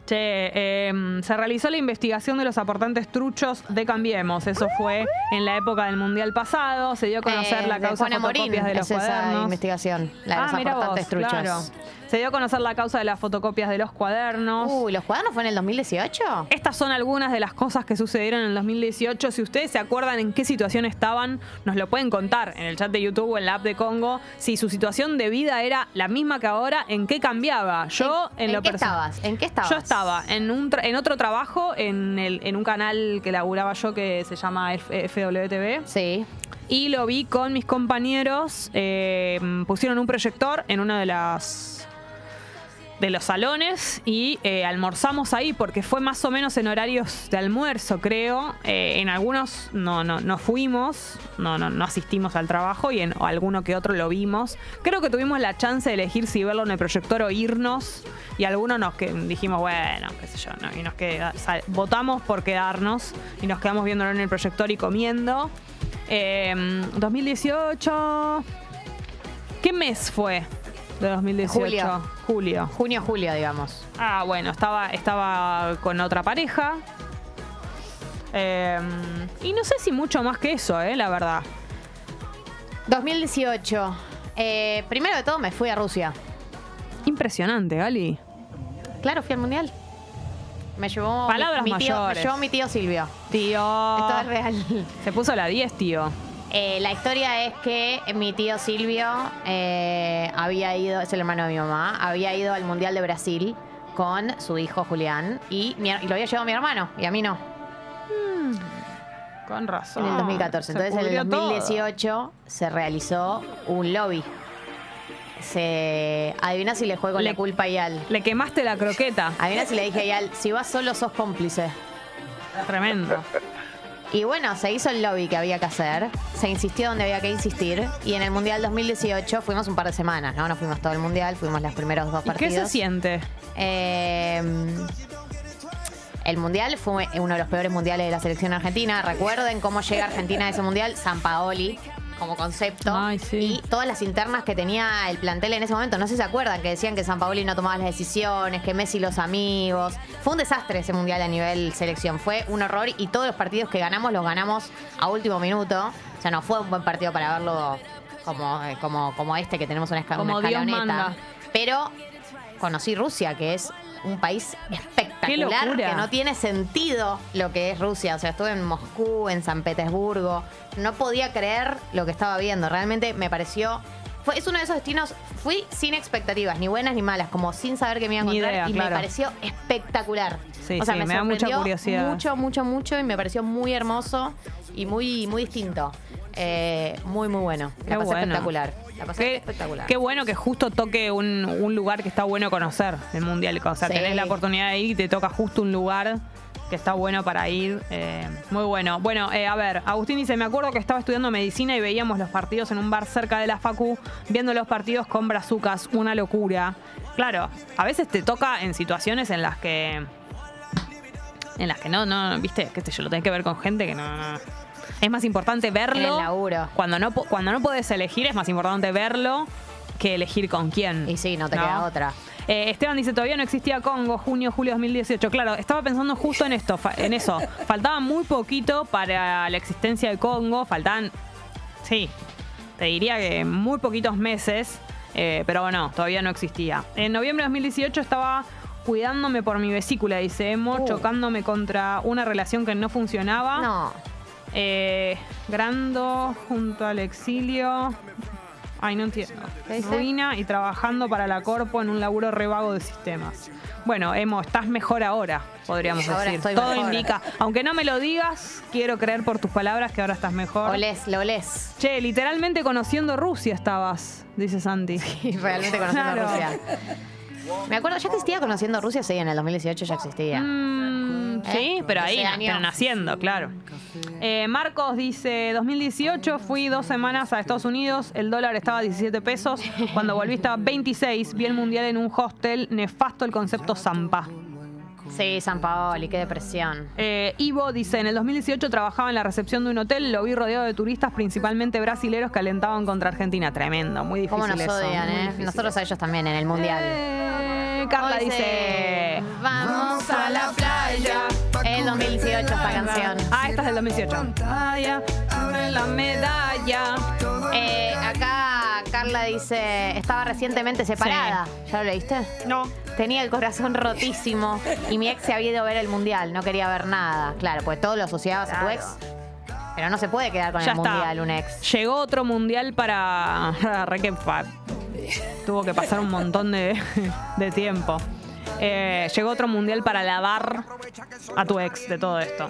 A: Che, eh, se realizó la investigación de los aportantes truchos de Cambiemos. Eso fue en la época del Mundial pasado. Se dio a conocer
B: Eh,
A: la
B: de
A: causa
B: Juana Morín
A: fotocopias de los
B: es esa
A: cuadernos.
B: investigación, la de
A: Ah,
B: los
A: mirá vos,
B: aportantes truchos.
A: claro. Se dio a conocer la causa de las fotocopias de los cuadernos.
B: Uy, ¿los cuadernos fue en el 2018?
A: Estas son algunas de las cosas que sucedieron en el 2018. Si ustedes se acuerdan en qué situación estaban, nos lo pueden contar en el chat de YouTube o en la app de Congo. Si su situación de vida era la misma que ahora, ¿en qué cambiaba? Yo, en,
B: ¿En
A: lo
B: qué
A: personal.
B: estabas? ¿En qué estabas?
A: Yo estaba en, un tra- en otro trabajo, en, el, en un canal que laburaba yo que se llama F- FWTV.
B: Sí.
A: Y lo vi con mis compañeros. eh, pusieron un proyector en una de las de los salones y eh, almorzamos ahí porque fue más o menos en horarios de almuerzo, creo. Eh, en algunos no, no, no fuimos, no, no, no asistimos al trabajo y en alguno que otro lo vimos. Creo que tuvimos la chance de elegir si verlo en el proyector o irnos y algunos nos que, dijimos, bueno, qué sé yo, no, y nos queda- sal- votamos por quedarnos y nos quedamos viéndolo en el proyector y comiendo. Eh, 2018... ¿Qué mes fue de 2018?
B: Julio.
A: Julio.
B: Junio, julio, digamos.
A: Ah, bueno, estaba, estaba con otra pareja. Eh, y no sé si mucho más que eso, eh, la verdad.
B: 2018. Eh, primero de todo me fui a Rusia.
A: Impresionante, Gali.
B: Claro, fui al mundial. Me llevó mi-
A: Palabras
B: mi, tío,
A: mayores. Ah.
B: me llevó mi tío Silvio.
A: Tío.
B: Esto es real.
A: Se puso la 10, tío.
B: Eh, la historia es que mi tío Silvio eh, había ido, es el hermano de mi mamá, había ido al Mundial de Brasil con su hijo Julián y, mi- y lo había llevado mi hermano y a mí no,
A: Con razón.
B: en el 2014.
A: Ah, Se
B: Entonces en
A: pudrió
B: el
A: todo.
B: 2018 se realizó un lobby. Se adivina si le juego con
A: Le-
B: la culpa a Yal.
A: Le quemaste la croqueta.
B: Adivina si le dije a Yal, si vas solo sos cómplice.
A: Tremendo.
B: Y bueno, se hizo el lobby que había que hacer, se insistió donde había que insistir, y en el Mundial 2018 fuimos un par de semanas, ¿no? Nos fuimos todo el Mundial, fuimos los primeros dos
A: ¿Y qué
B: partidos.
A: se siente?
B: Eh, el mundial fue uno de los peores mundiales de la selección argentina. Recuerden cómo llega Argentina a ese mundial, San Paoli como concepto y todas las internas que tenía el plantel en ese momento, no sé si se acuerdan, que decían que San Paoli no tomaba las decisiones, que Messi los amigos, fue un desastre ese mundial a nivel selección, fue un horror y todos los partidos que ganamos los ganamos a último minuto, o sea, no fue un buen partido para verlo como, eh, como, como este que tenemos una, esca- una
A: Como Dios
B: escaloneta.
A: manda.
B: Pero conocí Rusia, que es un país
A: ¡Qué
B: espectacular,
A: locura!
B: que no tiene sentido lo que es Rusia. O sea, estuve en Moscú, en San Petersburgo, no podía creer lo que estaba viendo. Realmente me pareció... Fue, es uno de esos destinos, fui sin expectativas, ni buenas ni malas, como sin saber que me iba a
A: Ni
B: encontrar
A: idea,
B: y
A: claro.
B: me pareció espectacular.
A: Sí,
B: o sea,
A: sí,
B: me,
A: me da mucha
B: sorprendió
A: curiosidad.
B: Mucho, mucho, mucho y me pareció muy hermoso y muy, muy distinto. Eh, muy, muy bueno.
A: Qué
B: La pasé
A: bueno.
B: espectacular. La pasé
A: Qué-
B: espectacular.
A: Qué bueno que justo toque un, un lugar que está bueno conocer el mundial. O sea,
B: Sí.
A: tenés la oportunidad de ir y te toca justo un lugar que está bueno para ir. eh, muy bueno. Bueno, eh, a ver, Agustín dice, me acuerdo que estaba estudiando medicina y veíamos los partidos en un bar cerca de la Facu, viendo los partidos con brazucas, una locura. Claro, a veces te toca en situaciones en las que... En las que no, no, viste, qué sé yo, lo tenés que ver con gente que no- no es más importante verlo.
B: En el laburo.
A: Cuando no, po- cuando no puedes elegir, es más importante verlo que elegir con quién.
B: Y sí, no te queda otra.
A: Eh, Esteban dice, todavía no existía Congo, junio, julio 2018. Claro, estaba pensando justo en esto, fa- en eso. Faltaba muy poquito para la existencia de Congo, faltaban, sí, te diría que muy poquitos meses, eh, pero bueno, todavía no existía. En noviembre de 2018 estaba cuidándome por mi vesícula, dice Emo,
B: Uh.
A: chocándome contra una relación que no funcionaba.
B: No.
A: Eh, Grando junto al exilio. Ay, no entiendo.
B: ¿Qué dice?
A: Ruina y trabajando para la Corpo en un laburo revago de sistemas. Bueno, Emo, estás mejor ahora, podríamos
B: Ahora
A: decir.
B: estoy
A: Todo
B: mejor.
A: indica. Aunque no me lo digas, quiero creer por tus palabras que ahora estás mejor.
B: Olés, lo olés.
A: Che, literalmente conociendo Rusia estabas, dice Santi.
B: Y realmente conociendo
A: Claro.
B: a Rusia. Me acuerdo, ya existía conociendo a Rusia, sí, en el 2018 ya existía.
A: Mm, sí,
B: ¿Eh?
A: pero ahí
B: Ese
A: na-
B: año.
A: pero naciendo, claro. Eh, Marcos dice, 2018 fui dos semanas a Estados Unidos, el dólar estaba a 17 pesos, cuando volví estaba 26, vi el mundial en un hostel, nefasto el concepto Zampa.
B: Sí, San Paoli, qué depresión.
A: Eh, Ivo dice, en el 2018 trabajaba en la recepción de un hotel, lo vi rodeado de turistas, principalmente brasileros que alentaban contra Argentina. Tremendo, muy difícil
B: Cómo nos
A: eso,
B: odian,
A: muy
B: ¿eh?
A: difícil.
B: Nosotros a ellos también en el Mundial.
A: Eh, Carla
B: Hoy
A: dice...
B: se- Vamos a la playa. El 2018 esta canción.
A: Ah, esta es del 2018. abre la medalla.
B: Eh, acá Carla dice, estaba recientemente separada. ¿Ya lo leíste?
A: No.
B: Tenía el corazón rotísimo y mi ex se había ido a ver el mundial, no quería ver nada. Claro, pues todo lo asociabas a tu ex. Pero no se puede quedar con
A: ya
B: el
A: está.
B: mundial un ex.
A: Llegó otro mundial para re que fa- Tuvo que pasar un montón de, de tiempo. Eh, llegó otro mundial para lavar a tu ex de todo esto.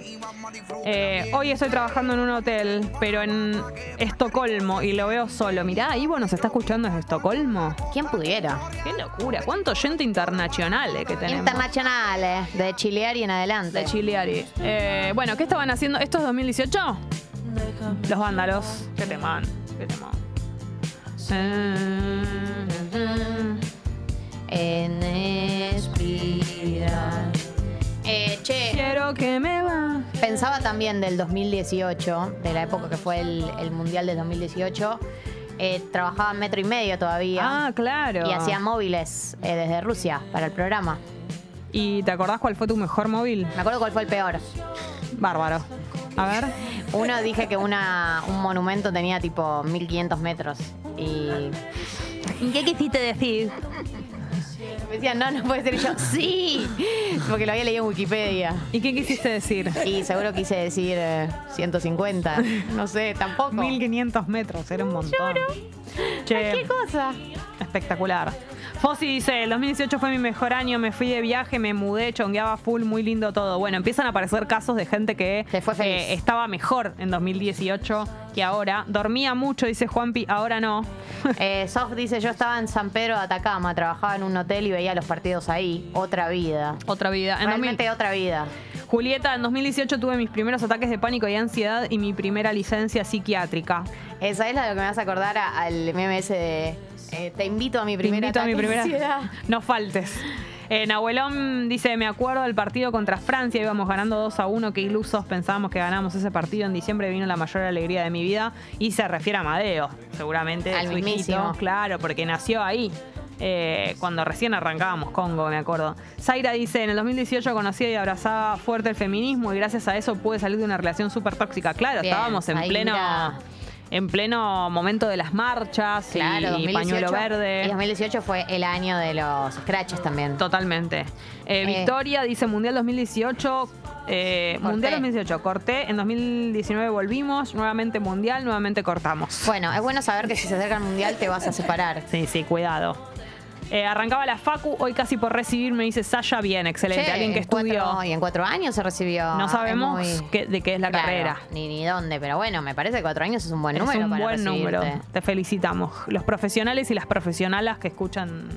A: Eh, hoy estoy trabajando en un hotel, pero en Estocolmo y lo veo solo. Mirá, Ivo nos está escuchando desde Estocolmo.
B: ¿Quién pudiera?
A: Qué locura, cuánto gente internacional eh, que tenemos.
B: Internacionales, de chilear y en adelante.
A: de Chiliari. Eh, bueno, ¿qué estaban haciendo? ¿Esto es 2018? Los vándalos. Qué temán, qué temán. Eh,
B: En espiral. Eh, che,
A: quiero que me va.
B: pensaba también del 2018, de la época que fue el, el mundial del 2018. Eh, trabajaba en metro y medio todavía.
A: Ah, claro.
B: Y hacía móviles eh, desde Rusia para el programa.
A: ¿Y te acordás cuál fue tu mejor móvil?
B: Me acuerdo cuál fue el peor.
A: Bárbaro. A ver.
B: Uno dije que una, un monumento tenía tipo 1500 metros. Y
A: ¿Qué quisiste decir?
B: me decían, no, no puede ser. Y yo, sí, porque lo había leído en Wikipedia.
A: ¿Y qué quisiste decir?
B: Y seguro quise decir eh, 150. No sé, tampoco.
A: 1500 metros, era un montón. Che.
B: Cualquier cosa.
A: Espectacular. Fossi dice, el 2018 fue mi mejor año, me fui de viaje, me mudé, chongueaba full, muy lindo todo. Bueno, empiezan a aparecer casos de gente que eh,
B: Se fue feliz.
A: estaba mejor en 2018 que ahora. Dormía mucho, dice Juanpi, ahora no.
B: Eh, Sof dice, yo estaba en San Pedro de Atacama, trabajaba en un hotel y veía los partidos ahí. Otra vida.
A: Otra vida. En 2000
B: Realmente otra vida.
A: Julieta, en 2018 tuve mis primeros ataques de pánico y ansiedad y mi primera licencia psiquiátrica.
B: Esa es la de lo que me vas a acordar a- al meme ese de eh, te invito a mi
A: Te
B: primera
A: invito a mi
B: ataque de
A: primera.
B: ansiedad.
A: No faltes. Eh, Nahuelón dice, me acuerdo del partido contra Francia, íbamos ganando 2 a 1, qué ilusos pensábamos que ganábamos ese partido, en diciembre vino la mayor alegría de mi vida y se refiere a Madeo, seguramente.
B: Al
A: su hijito,
B: mismísimo.
A: claro, porque nació ahí. eh, cuando recién arrancábamos Congo, me acuerdo. Zaira dice, en el 2018 conocí y abrazaba fuerte el feminismo y gracias a eso pude salir de una relación súper tóxica. Claro,
B: Bien,
A: estábamos en
B: Zaira.
A: pleno... En pleno momento de las marchas
B: Claro,
A: y
B: 2018.
A: pañuelo verde.
B: Y 2018 fue el año de los scratches también.
A: Totalmente. Eh,
B: Eh.
A: Victoria dice Mundial 2018. eh,
B: Corté.
A: mundial 2018, corté. En 2019 volvimos. Nuevamente Mundial, nuevamente cortamos.
B: Bueno, es bueno saber que si se acerca el mundial te vas a separar.
A: Sí, sí, cuidado. Eh, arrancaba la Facu, hoy casi por recibir me dice Sasha, bien, excelente.
B: Che,
A: Alguien que
B: en cuatro-
A: estudió.
B: y en cuatro años se recibió.
A: No
B: Es
A: sabemos
B: muy-
A: qué- de qué es la
B: Claro,
A: carrera.
B: Ni, ni dónde, pero bueno, me parece que cuatro años es un buen
A: Es
B: número.
A: un
B: para
A: buen
B: recibirte.
A: número. Te felicitamos. Los profesionales y las profesionalas que escuchan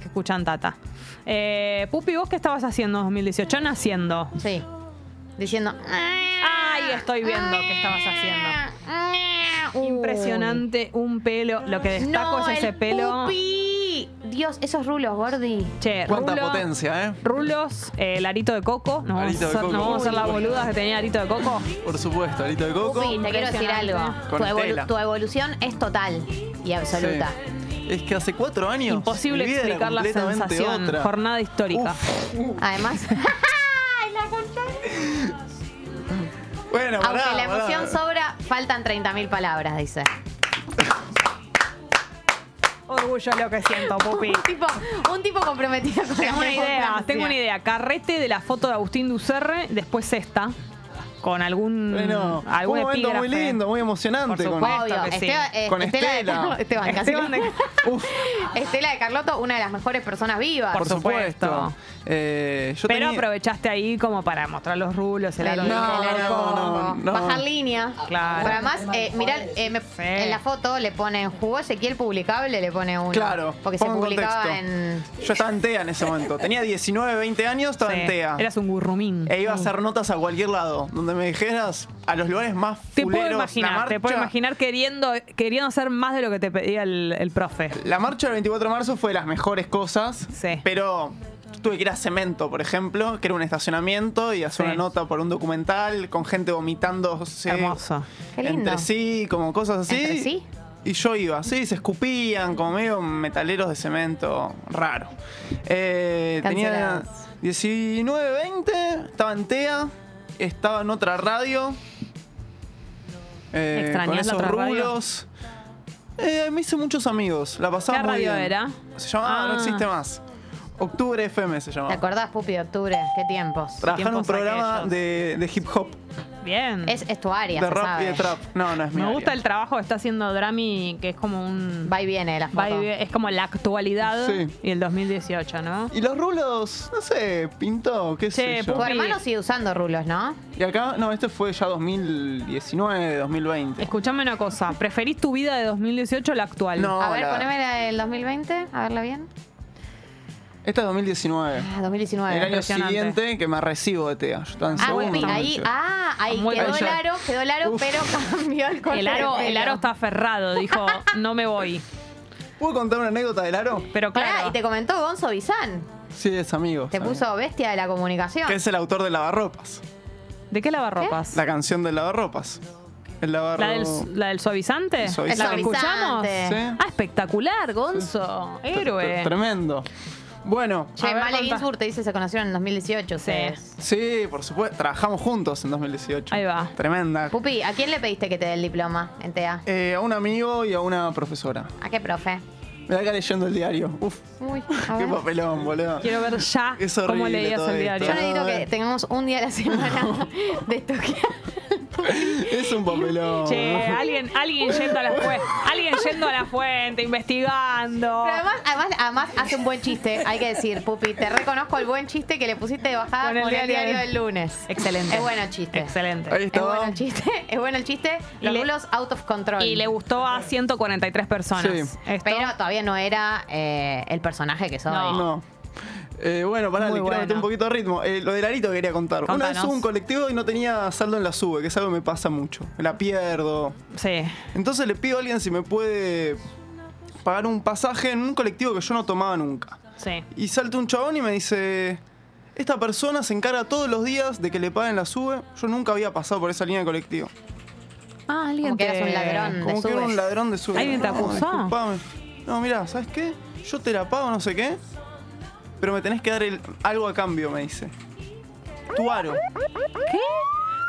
A: que escuchan Tata. Eh, Pupi, ¿vos qué estabas haciendo en 2018? Naciendo.
B: Sí. Diciendo.
A: Ay, estoy viendo qué estabas haciendo.
B: Uy.
A: Impresionante, un pelo. Lo que destaco
B: No,
A: es ese
B: el
A: pelo.
B: pupi. Dios, esos rulos, Gordi.
A: Che,
D: Cuánta
A: rulo,
D: potencia, ¿eh?
A: Rulos, eh, larito de coco. Nos vamos,
D: Arito
A: a
D: de
A: hacer,
D: coco.
A: nos vamos a hacer las
D: Uy.
A: boludas que tenía larito de coco.
D: Por supuesto, alito de coco.
B: Pupi, te quiero decir
A: Impresionante.
B: algo.
D: Con
B: Tu, evolu-
D: tela.
B: tu evolución es total y absoluta.
D: Sí. Es que hace cuatro años.
A: Imposible
D: mi vida era
A: explicar la
D: completamente
A: sensación.
D: otra.
A: Jornada histórica.
B: Además. ¡Ay, la contaste!
D: Bueno,
B: Aunque
D: pará,
B: la
D: pará.
B: emoción sobra, faltan 30.000 palabras, dice.
A: Orgullo lo que siento, Pupi.
B: Un tipo, un tipo comprometido con la
A: Tengo una idea,
B: democracia.
A: tengo una idea. Carrete de la foto de Agustín Ducerre, después esta, con algún,
D: Bueno, fue
A: algún
D: un momento muy
A: epígrafe.
D: lindo, muy emocionante.
A: Por
D: con-
A: supuesto.
B: Obvio,
A: que sí.
B: Esteba- eh,
D: Con
B: Estela de
D: Estela.
B: Carlo- Esteban, casi.
A: Esteban de-
D: Uf,
B: Estela de Carlotto, una de las mejores personas vivas.
A: Por
D: por supuesto.
A: supuesto.
D: Eh, yo
A: Pero
D: tenía-
A: aprovechaste ahí como para mostrar los rulos, el
B: El-
A: aro
B: el
A: de
D: No,
B: arco,
D: no, no, no.
B: Bajar línea.
A: Claro.
B: Pero además, eh, mirá, eh, me- en la foto le ponen jugó Ezequiel publicable, le pone uno.
D: Claro,
B: Porque se
D: pongo en
B: publicaba
D: contexto.
B: en.
D: Yo estaba en TEA en ese momento. Tenía 19, 20 años, estaba
A: Sí,
D: en TEA.
A: Eras un gurrumín.
D: E iba a hacer notas a cualquier lado. Donde me dijeras a los lugares más
A: Te
D: fuleros.
A: puedo imaginar,
D: la marcha,
A: te puedo imaginar queriendo, queriendo hacer más de lo que te pedía el, el profe.
D: La marcha del 24 de marzo fue de las mejores cosas.
A: Sí.
D: Pero tuve que ir a Cemento, por ejemplo, que era un estacionamiento, y hacer
A: Sí.
D: una nota por un documental con gente vomitando
A: Hermoso.
B: Qué lindo.
D: entre sí, como cosas así.
B: ¿Entre sí?
D: Y yo iba, sí, se escupían como medio metaleros de cemento raro. Eh, tenía
B: Cancelados.
D: 19, 20, estaba en TEA, estaba en otra radio. eh, con
A: ¿Extrañás la
D: esos
A: otra radio?
D: rulos. Eh, me hice muchos amigos, la pasaba
A: ¿Qué
D: muy
A: radio
D: bien.
A: era?
D: Se llamaba,
A: Ah.
D: no existe más. Octubre FM se
B: ¿Te
D: llamaba.
B: acordás, Pupi, de octubre? ¿Qué tiempos?
D: Trabajaba en un
A: Tiempos
D: programa
A: aquellos.
D: de, de hip hop,
A: Bien.
B: Es, es tu área,
D: de
B: se
D: rap
B: sabe.
D: y de trap. No, no es mi
A: Me
D: área.
A: gusta el trabajo que está haciendo Drami, que es como un...
B: Va y viene la foto.
A: va y ve- es como la actualidad
D: Sí.
A: y el 2018, ¿no?
D: Y los rulos, no sé, pintó, qué
A: Che,
D: sé yo.
B: Tu
A: Pupi.
B: hermano sigue usando rulos, ¿no?
D: Y acá, no, este fue ya 2019, 2020.
A: Escuchame una cosa, ¿preferís tu vida de 2018 o la actual?
D: No,
B: a ver,
D: la-
B: poneme la del 2020, a verla bien.
D: Esta es 2019.
B: Ah, 2019.
D: El año
A: impresionante.
D: siguiente que me recibo de TEA. Yo estaba en
B: Ah,
D: segundo,
B: Pupi,
D: no me
B: ahí,
D: llevo.
B: ah, ahí
A: Muy
B: quedó
A: bien.
B: el aro, quedó el aro,
D: Uf.
B: pero cambió el color.
A: El aro, el aro está aferrado, dijo, no me voy.
D: ¿Puedo contar una anécdota del aro?
A: Pero claro,
B: y te comentó Gonzo Bizán.
D: Sí, es amigo.
B: Te
D: amigo.
B: puso bestia de la comunicación.
D: Que es el autor de Lavarropas.
A: ¿de qué lavarropas?
D: La canción del Lavarropas. El lavar...
A: ¿La del, ¿La del suavizante?
D: El suavizante.
A: ¿La que escuchamos?
B: Suavizante.
D: Sí.
A: Ah, espectacular, Gonzo.
D: T-
A: Héroe.
D: t- Tremendo. Bueno,
A: A
B: Che,
A: ver,
B: Male
A: contá.
B: Ginsburg te dice se conocieron en 2018. ustedes.
D: sí, por supuesto. Trabajamos juntos en 2018.
A: Ahí va.
D: Tremenda.
B: Pupi, ¿a quién le pediste que te dé el diploma en TEA?
D: Eh, a un amigo y a una profesora.
B: ¿A qué profe?
D: Me da acá leyendo el diario. Uf,
B: Uy, a
D: qué
B: ver.
D: papelón, boludo.
A: Quiero ver ya
D: Es
A: cómo
D: horrible
A: leías
D: todo
A: el
D: esto.
A: diario.
B: Yo necesito
D: a
B: que
D: ver.
B: tengamos un día a la semana de esto que...
D: Es un papelón.
A: Che, alguien, alguien yendo a la fuente, alguien yendo a la fuente, investigando.
B: Pero además, además, además hace un buen chiste, hay que decir, Pupi, te reconozco el buen chiste que le pusiste de bajada
A: Con
B: con
A: el
B: el,
A: diario
B: diario,
A: del-
B: del lunes.
A: Excelente.
B: Es bueno el chiste.
A: Excelente.
D: Ahí
B: Es
D: está.
B: bueno el chiste, es bueno el chiste.
A: Y
B: Los
A: le-
B: rulos out of control.
A: Y le gustó a 143 personas.
D: Sí.
A: Esto-
B: Pero todavía no era eh, el personaje que soy.
A: No.
D: No. Eh, bueno, pará,
A: Muy
D: le quiero meter
A: bueno.
D: un poquito de ritmo. Eh, lo del arito quería contar. Una vez
A: Contanos.
D: subo un colectivo y no tenía saldo en la sube, que es algo que me pasa mucho. Me La pierdo.
A: Sí.
D: Entonces le pido a alguien si me puede pagar un pasaje en un colectivo que yo no tomaba nunca.
A: Sí.
D: Y salta un chabón y me dice, esta persona se encarga todos los días de que le paguen la sube. Yo nunca había pasado por esa línea de colectivo.
A: Ah, alguien
B: Como que
A: te-
B: eras un ladrón de
D: Como que era
B: subes.
D: un ladrón de sube.
A: ¿Alguien te
D: no,
A: acusó?
D: disculpame. No, mira, ¿sabes qué? Yo te la pago, no sé qué. Pero me tenés que dar el- algo a cambio, me dice. Tu aro.
A: ¿Qué?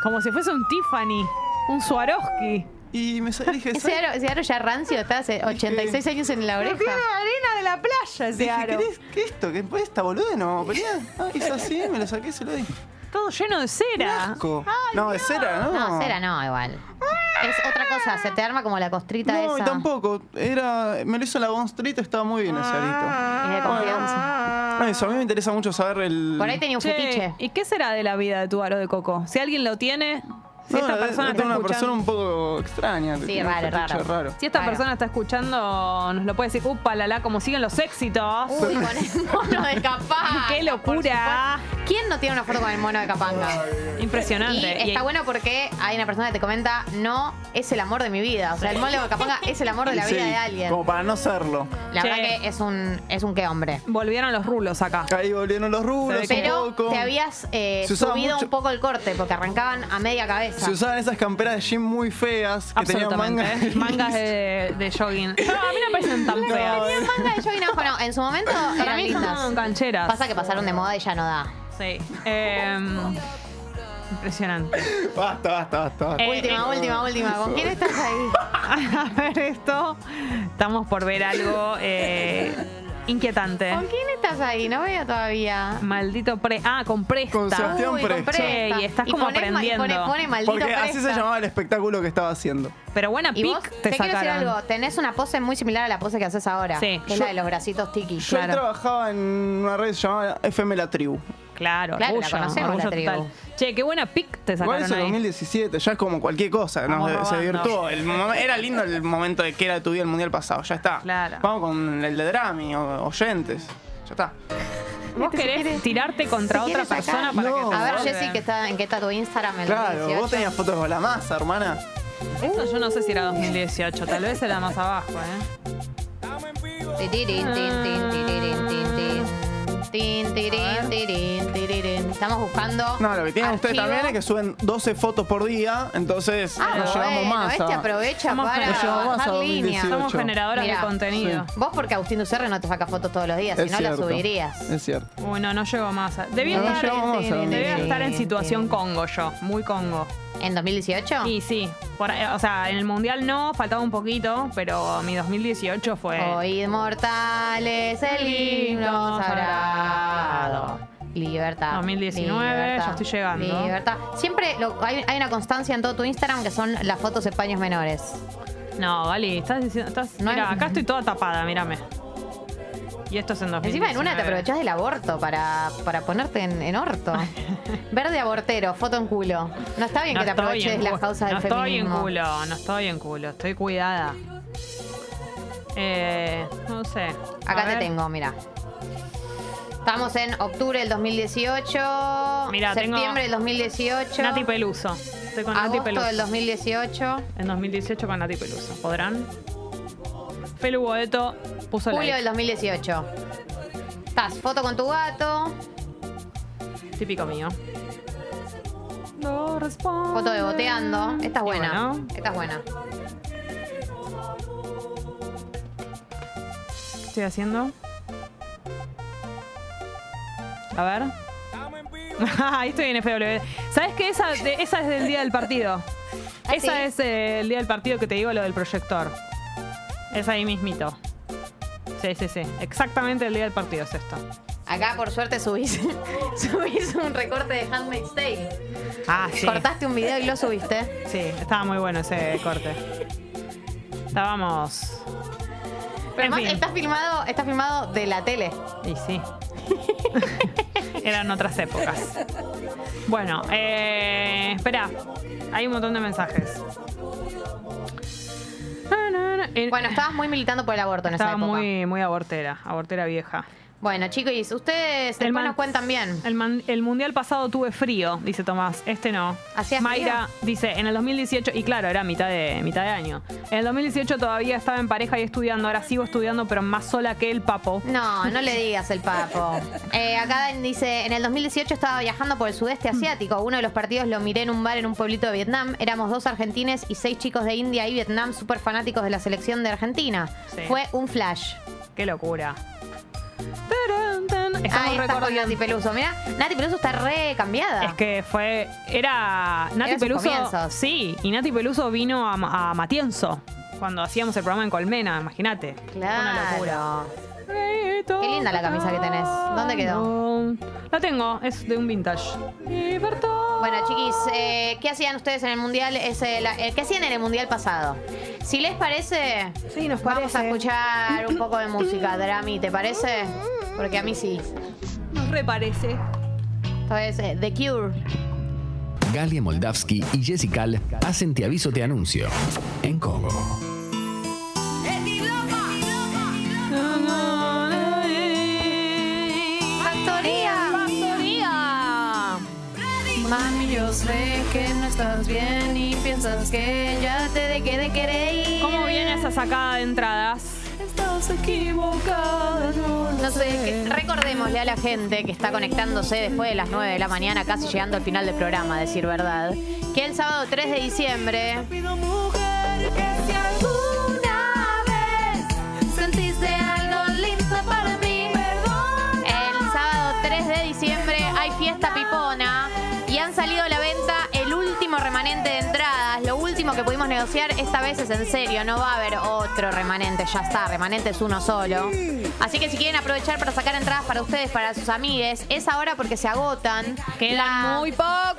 A: Como si fuese un Tiffany, un Swarovski.
D: Y me sa- dije,
B: Ese aro, ese aro ya rancio está hace 86 años en la
A: Pero tiene
B: oreja.
A: la arena de la playa ese
D: Dije,
A: aro.
D: ¿querés que esto? ¿Qué esta boluda? No, vamos a pelear. Ah, hice así, me lo saqué, se lo di.
A: Todo lleno de cera.
D: Asco. no, es cera, ¿no?
B: No, cera no, igual. Es otra cosa, se te arma como la costrita
D: No, y
B: esa.
D: tampoco. Era, me lo hizo la Bond Street, estaba muy bien ese arito.
B: Es de confianza.
D: Ah, Eso, a mí me interesa mucho saber el.
B: Por ahí tenía un
A: Che,
B: fetiche.
A: ¿Y qué será de la vida de tu aro de coco? Si alguien lo tiene, si
D: No,
A: esta
D: es-
A: persona
D: es
A: está
D: una
A: escuchando,
D: persona un poco extraña.
B: Sí,
D: tiene un
B: raro,
D: fetiche
B: raro.
A: si esta
B: Claro.
A: persona está escuchando, nos lo puede decir, upa, la, la, como siguen los éxitos.
B: Uy, con el mono de Capanga.
A: ¡Qué locura!
B: ¿Quién no tiene una foto con el mono de Capanga? Y
A: Impresionante.
B: está bueno porque hay una persona que te comenta, no, es el amor de mi vida. O sea, el mono de Capanga es el amor de la
D: Sí,
B: vida de alguien.
D: Como para no serlo.
B: La
A: Che.
B: verdad que es un, es un qué hombre.
A: Volvieron los rulos acá.
D: Ahí volvieron los rubros
B: Pero
D: un poco.
B: te habías eh,
D: Se usaba
B: subido
D: mucho-
B: un poco el corte porque arrancaban a media cabeza.
D: Se usaban esas camperas de gym muy feas que tenían
A: Absolutamente.
D: mangas.
A: ¿eh? Mangas de, de jogging. No, a mí no me parecen tan feas.
D: eh.
B: Manga de jogging abajo, no, en su momento
A: Para
B: eran
A: mí
B: lindas.
A: son cancheras.
B: Pasa que pasaron de moda y ya no da.
A: Sí. Em, impresionante.
D: Basta, basta, basta. basta.
A: Eh,
B: última, última, última. ¿Con quién estás ahí?
A: A ver, esto. Estamos por ver algo eh, inquietante.
B: ¿Con quién estás ahí? No veo todavía.
A: Maldito pre. Ah, con presta.
D: Con Sebastián
B: Uy, con
D: Presta.
B: presta.
A: Che, y estás como
B: pones ma-
A: aprendiendo.
B: Y pone, pone maldito
D: Porque así se
B: presta.
D: llamaba el espectáculo que estaba haciendo.
A: Pero buena
B: Y vos,
A: pic
B: te,
A: te,
B: quiero decir
A: sacaron.
B: algo. Tenés una pose muy similar a la pose que haces ahora.
A: Sí.
B: Que es la de los bracitos tiki.
D: Yo trabajaba en una red llamada FM La Tribu.
A: Claro,
B: Claro, la
A: orgullo,
B: conocemos,
A: orgullo
B: la tribu.
A: total. Che, qué buena pic te
D: Igual
A: sacaron
D: eso en
A: ahí.
D: 2017, ya es como cualquier cosa, ¿no?
A: Vamos
D: Se- se
A: robando.
D: virtuó. El mom- era lindo el momento de que era tu vida el mundial pasado, ya está.
A: Claro.
D: Vamos con el de Drami, o- oyentes, ya está.
A: Vos querés tirarte contra
B: se
A: otra
B: quiere
A: persona
B: sacar.
A: para
D: No.
A: que
B: A ver,
A: te
B: Jessy, que está, en qué está tu Instagram. El
D: Claro,
B: 18.
D: vos tenías fotos con la masa, hermana.
A: Eso yo no sé si era 2018, tal vez era más abajo, ¿eh?
B: Tirirín, tin, tin, tirirín, tin, tin. Tin, tirirín, tirirín, tirirín. Estamos buscando.
D: No, lo que tienen ustedes
B: archivo.
D: también es que suben 12 fotos por día, entonces
B: Ah,
D: nos llevamos
B: bueno,
D: más.
B: este
D: a-
B: aprovecha
A: Somos
B: para
A: generadores.
D: Nos llevamos
B: bajar
D: a
B: línea.
D: 2018.
A: Somos generadoras
B: Mirá.
A: de contenido.
B: Vos porque Agustín Ducerre no te saca fotos todos los días,
D: Es
B: si no las
D: cierto,
B: subirías.
D: Es cierto.
A: Uy, no, no llego más. a- Debía,
D: No, no
A: estar,
D: llegamos más a donde
A: debía
D: llegué.
A: estar en situación Congo yo, muy Congo.
B: ¿En 2018?
A: Y sí, por ahí- o sea, en el Mundial no, faltaba un poquito, pero mi 2018 fue...
B: Oíd mortales el himno sagrado. Libertad.
A: 2019, ya estoy llegando.
B: Libertad. Siempre lo- hay, hay una constancia en todo tu Instagram que son las fotos de paños menores.
A: No, Gali, estás diciendo... Estás,
B: No hay-
A: mira, acá estoy toda tapada, mírame. Y esto es en 2019.
B: Encima en una te aprovechás del aborto para, para ponerte en, en orto. Verde abortero, foto en culo. No está bien
A: No
B: que te
A: estoy
B: aproveches
A: en
B: las
A: culo.
B: causas
A: No
B: del
A: estoy
B: feminismo.
A: en culo, no estoy en culo, estoy cuidada. Eh, no sé. A
B: Acá te
A: ver.
B: tengo, mira. Estamos en octubre del 2018,
A: Mirá, tengo-
B: septiembre del 2018,
A: Nati Peluso. Estoy con Nati
B: agosto
A: Peluso.
B: del 2018.
A: En 2018 con Nati Peluso. ¿Podrán? Felu Boeto puso
B: Julio
A: like.
B: del 2018. Estás foto con tu gato,
A: Típico mío. No responde.
B: foto de boteando. Esta es
A: Y
B: buena.
A: bueno,
B: Esta es buena.
A: ¿qué estoy haciendo? A ver. Ahí estoy en FW. ¿Sabes que esa, de- esa es del día del partido?
B: ¿Ah,
A: Esa
B: sí?
A: es eh, el día del partido que te digo lo del proyector. Es ahí mismito. Sí, sí, sí. Exactamente el día del partido es esto.
B: Acá por suerte subís, subís un recorte de Handmaid's Tale.
A: Ah, sí.
B: Cortaste un video y lo subiste.
A: Sí, estaba muy bueno ese corte. Estábamos.
B: Pero
A: En
B: además
A: fin.
B: está filmado, está filmado de la tele.
A: Y sí. Eran otras épocas. Bueno, eh, espera. Hay un montón de mensajes. Na, na, na. Eh,
B: Bueno, estabas muy militando por el aborto en esa
A: estaba
B: época.
A: muy, muy abortera, abortera vieja.
B: Bueno, chicos, ustedes después
A: man-
B: nos cuentan bien.
A: El, man- el mundial pasado tuve frío, dice Tomás. Este no.
B: ¿Hacía
A: Mayra dice, en el 2018, y claro, era mitad de, mitad de año. En el 2018 todavía estaba en pareja y estudiando. Ahora sigo estudiando, pero más sola que el papo.
B: No, no le digas el papo. Eh, acá dice, en el 2018 estaba viajando por el sudeste asiático. Uno de los partidos lo miré en un bar en un pueblito de Vietnam. Éramos dos argentines y seis chicos de India y Vietnam súper fanáticos de la selección de Argentina.
A: Sí.
B: Fue un flash.
A: Qué locura. Estamos
B: Ahí está con
A: recordando.
B: Nati Peluso. Mirá, Nati Peluso está re cambiada.
A: Es que fue. Era. Nati
B: Eran sus
A: Peluso.
B: comienzos.
A: Sí, y Nati Peluso vino a, Ma- a Matienzo cuando hacíamos el programa en Colmena, imagínate. Una locura.
B: Qué linda la camisa que tenés. ¿Dónde quedó?
A: La tengo, es de un vintage.
B: Bueno, chiquis, eh, ¿qué hacían ustedes en el mundial? Ese, la- eh, ¿Qué hacían en el mundial pasado? Si les parece, vamos a escuchar un poco de música, Drami, ¿te parece? Porque a mí sí.
A: Nos reparece.
B: Entonces, eh, The Cure.
J: Galia Moldavsky y Jessica Al hacen Te Aviso Te Anuncio en Congo.
B: ¡Factoría!
A: ¡Factoría!
K: Mami, yo sé que no estás bien y piensas que ya te dejé de querer.
A: ¿Cómo viene esa sacada de entradas?
K: Estás equivocada, no
B: No sé, que- recordémosle a la gente que está conectándose después de las 9 de la mañana, casi llegando al final del programa, a decir verdad, que el sábado 3 de diciembre
K: Si alguna vez sentiste algo lindo para mí, perdón.
B: El sábado 3 de diciembre hay fiesta pipona y han salido a la venta el último remanente de entradas, lo último que pudimos negociar, esta vez es en serio, no va a haber otro remanente, ya está, remanente es uno solo. Así que si quieren aprovechar para sacar entradas para ustedes, para sus amigues, es ahora porque se agotan.
A: Quedan muy
B: pocas.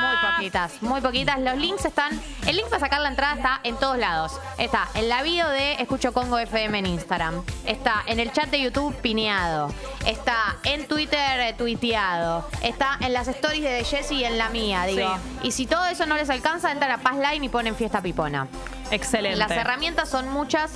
B: Muy poquitas, muy poquitas. Los links están, el link para sacar la entrada está en todos lados. Está en la bio de Escucho Congo FM en Instagram. Está en el chat de YouTube pineado. Está en Twitter eh, tuiteado. Está en las stories de Jessy y en la mía, digo. Y si todo eso no les alcanza, entran a Passline y ponen fiesta pipona.
A: Excelente.
B: Las herramientas son muchas,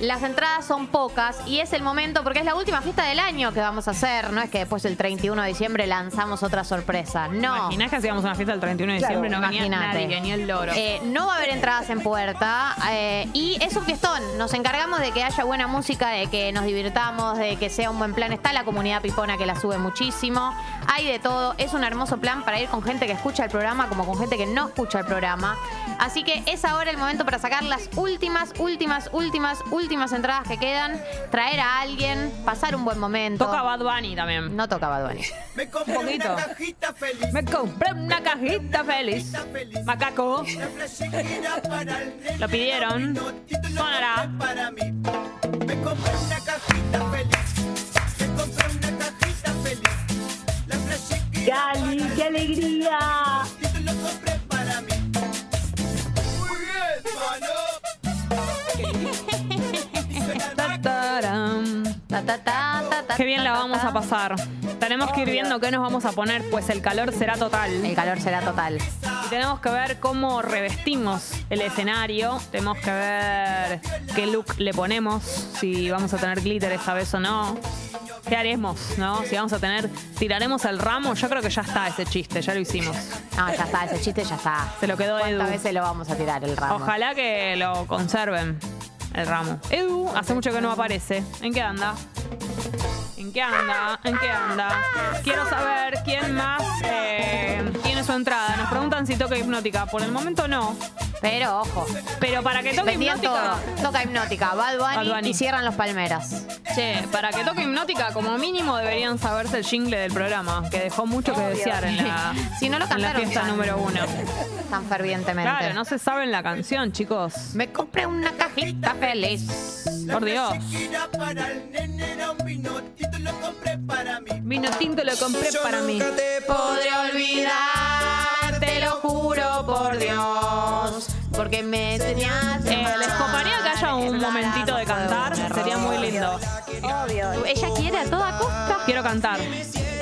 B: las entradas son pocas y es el momento, porque es la última fiesta del año que vamos a hacer, no es que después el 31 de diciembre lanzamos otra sorpresa, no.
A: Imaginás que hacíamos una fiesta el 31 de diciembre, no venía
B: Imagínate.
A: nadie, ni el loro.
B: Eh, no va a haber entradas en puerta eh, y es un fiestón. Nos encargamos de que haya buena música, de que nos divirtamos, de que sea un buen plan. Está la comunidad pipona que la sube muchísimo. Hay de todo. Es un hermoso plan para ir con gente que escucha el programa como con gente que no escucha el programa. Así que es ahora el momento para sacar las últimas, últimas, últimas, últimas entradas que quedan. Traer a alguien, pasar un buen momento.
A: Toca Bad Bunny también.
B: No toca Bad Bunny.
A: Me compré una cajita feliz. Me compré una cajita feliz. Macaco. Lo pidieron. Sonará.
G: Me compré una cajita feliz. Me compré una cajita feliz. La flechiquita.
A: Cali, qué alegría.
G: Lo compré para mí. Muy bien,
A: Taram. Qué bien la vamos a pasar. Tenemos que ir viendo qué nos vamos a poner, pues el calor será total. El
B: calor será total.
A: Y tenemos que ver cómo revestimos el escenario. Tenemos que ver qué look le ponemos, si vamos a tener glitter esta vez o no. ¿Qué haremos, no? Si vamos a tener. ¿Tiraremos el ramo? Yo creo que ya está ese chiste, ya lo hicimos.
B: No, ya está, ese chiste ya está.
A: Se lo quedó
B: ¿Cuántas
A: Edu.
B: veces lo vamos a tirar el ramo?
A: Ojalá que lo conserven, el ramo. Edu, hace mucho que no aparece. ¿En qué anda? ¿En qué anda? ¿En qué anda? Quiero saber quién más eh, tiene su entrada. Nos preguntan si toca hipnótica. Por el momento no.
B: Pero ojo.
A: Pero para que toque
B: Vendían
A: hipnótica.
B: todo. Toca hipnótica, Bad Bunny,
A: Bad Bunny.
B: y cierran los palmeras.
A: Che, para que toque hipnótica, como mínimo deberían saberse el jingle del programa, que dejó mucho que desear en la,
B: si no lo
A: en la
B: cantaron
A: fiesta
B: tan-
A: número uno.
B: Tan fervientemente.
A: Claro, no se saben la canción, chicos.
B: Me compré una cajita feliz.
A: Por Dios.
G: para el nene era un vinotito, lo compré para mí.
A: Vino tinto lo compré
G: Yo
A: para mí.
G: nunca te podré
B: olvidar, te lo juro por Dios, porque me enseñaste.
A: Eh, les coparía que haya un momentito de cantar, sería muy lindo.
B: Obvio. Ella quiere a toda costa.
A: Quiero cantar.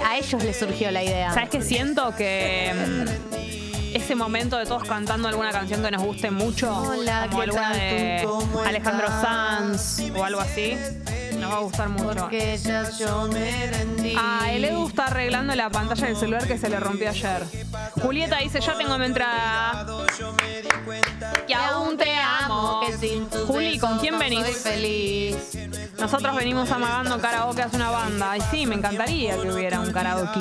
B: A ellos les surgió la idea.
A: ¿Sabes qué siento? Que mm, ese momento de todos cantando alguna canción que nos guste mucho,
B: Hola,
A: como
B: ¿qué
A: alguna
B: tal
A: de
B: tú? ¿Cómo
A: Alejandro
B: estás?
A: Sanz o algo así, Nos va a gustar mucho.
B: Porque ya yo me rendí.
A: Ah, el Edu está arreglando la pantalla del celular que se le rompió ayer. Julieta dice, ya tengo mi entrada. Y aún te amo. Juli, ¿con quién venís? Nosotros venimos amagando karaoke hace una banda. Y sí, me encantaría que hubiera un karaoke.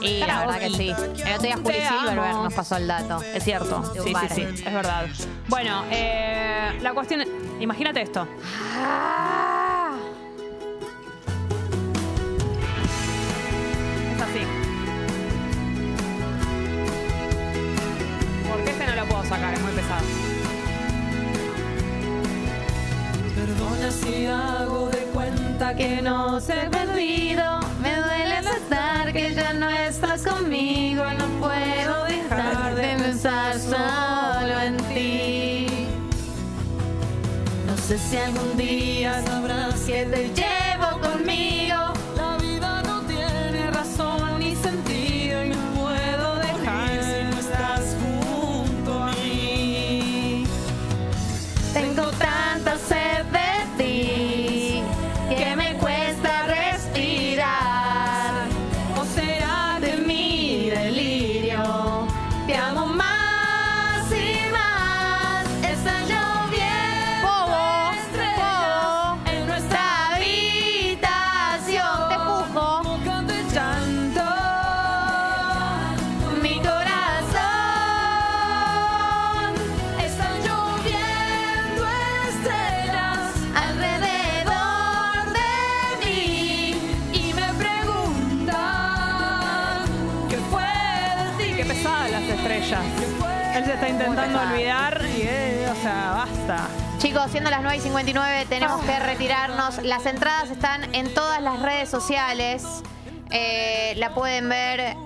L: Y la verdad que sí. El otro día Juli
A: Te
L: Silverberg
A: amo.
L: nos pasó el dato.
A: Es cierto.
L: De un
A: Sí,
L: bar.
A: sí, sí. Es verdad. Bueno, eh, la cuestión. Imagínate esto.
B: Ah.
A: Es así. Porque este no lo puedo sacar, es muy pesado.
B: Perdona si hago de cuenta que no se he perdido. Me duele aceptar que ya no estás conmigo. No puedo dejar de pensar solo en ti. No sé si algún día sabrás que te llevo conmigo. La vida no tiene razón ni sentido y no puedo dejar si no estás junto a mí. Tengo tanta sed de ti que me cuesta respirar. ¿O será de mi delirio? Te amo más y más. Está lloviendo estrellas en nuestra habitación. Te empujo. Mojando el llanto mi corazón. Están lloviendo estrellas alrededor de mí y me preguntan qué fue de ti.
A: Qué pesadas las estrellas. Él se está intentando olvidar y, eh, o sea, basta.
L: Chicos, siendo las 9 y 59, tenemos
A: Ah.
L: que retirarnos. Las entradas están en todas las redes sociales. Eh, la pueden ver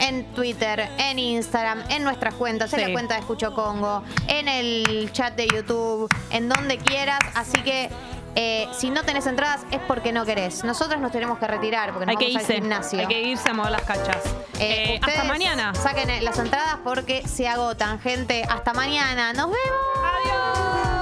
L: en Twitter, en Instagram, en nuestras cuentas, en la cuenta de Escucho Congo, en el chat de YouTube, en donde quieras. Así que. eh, si no tenés entradas es porque no querés. Nosotros nos tenemos que retirar porque nos
A: Hay que
L: vamos
A: irse.
L: al gimnasio.
A: Hay que irse a mover las cachas.
L: Eh,
A: Eh, hasta
L: ustedes
A: mañana.
L: Saquen eh, las entradas porque se agotan, gente. Hasta mañana. Nos vemos. Adiós.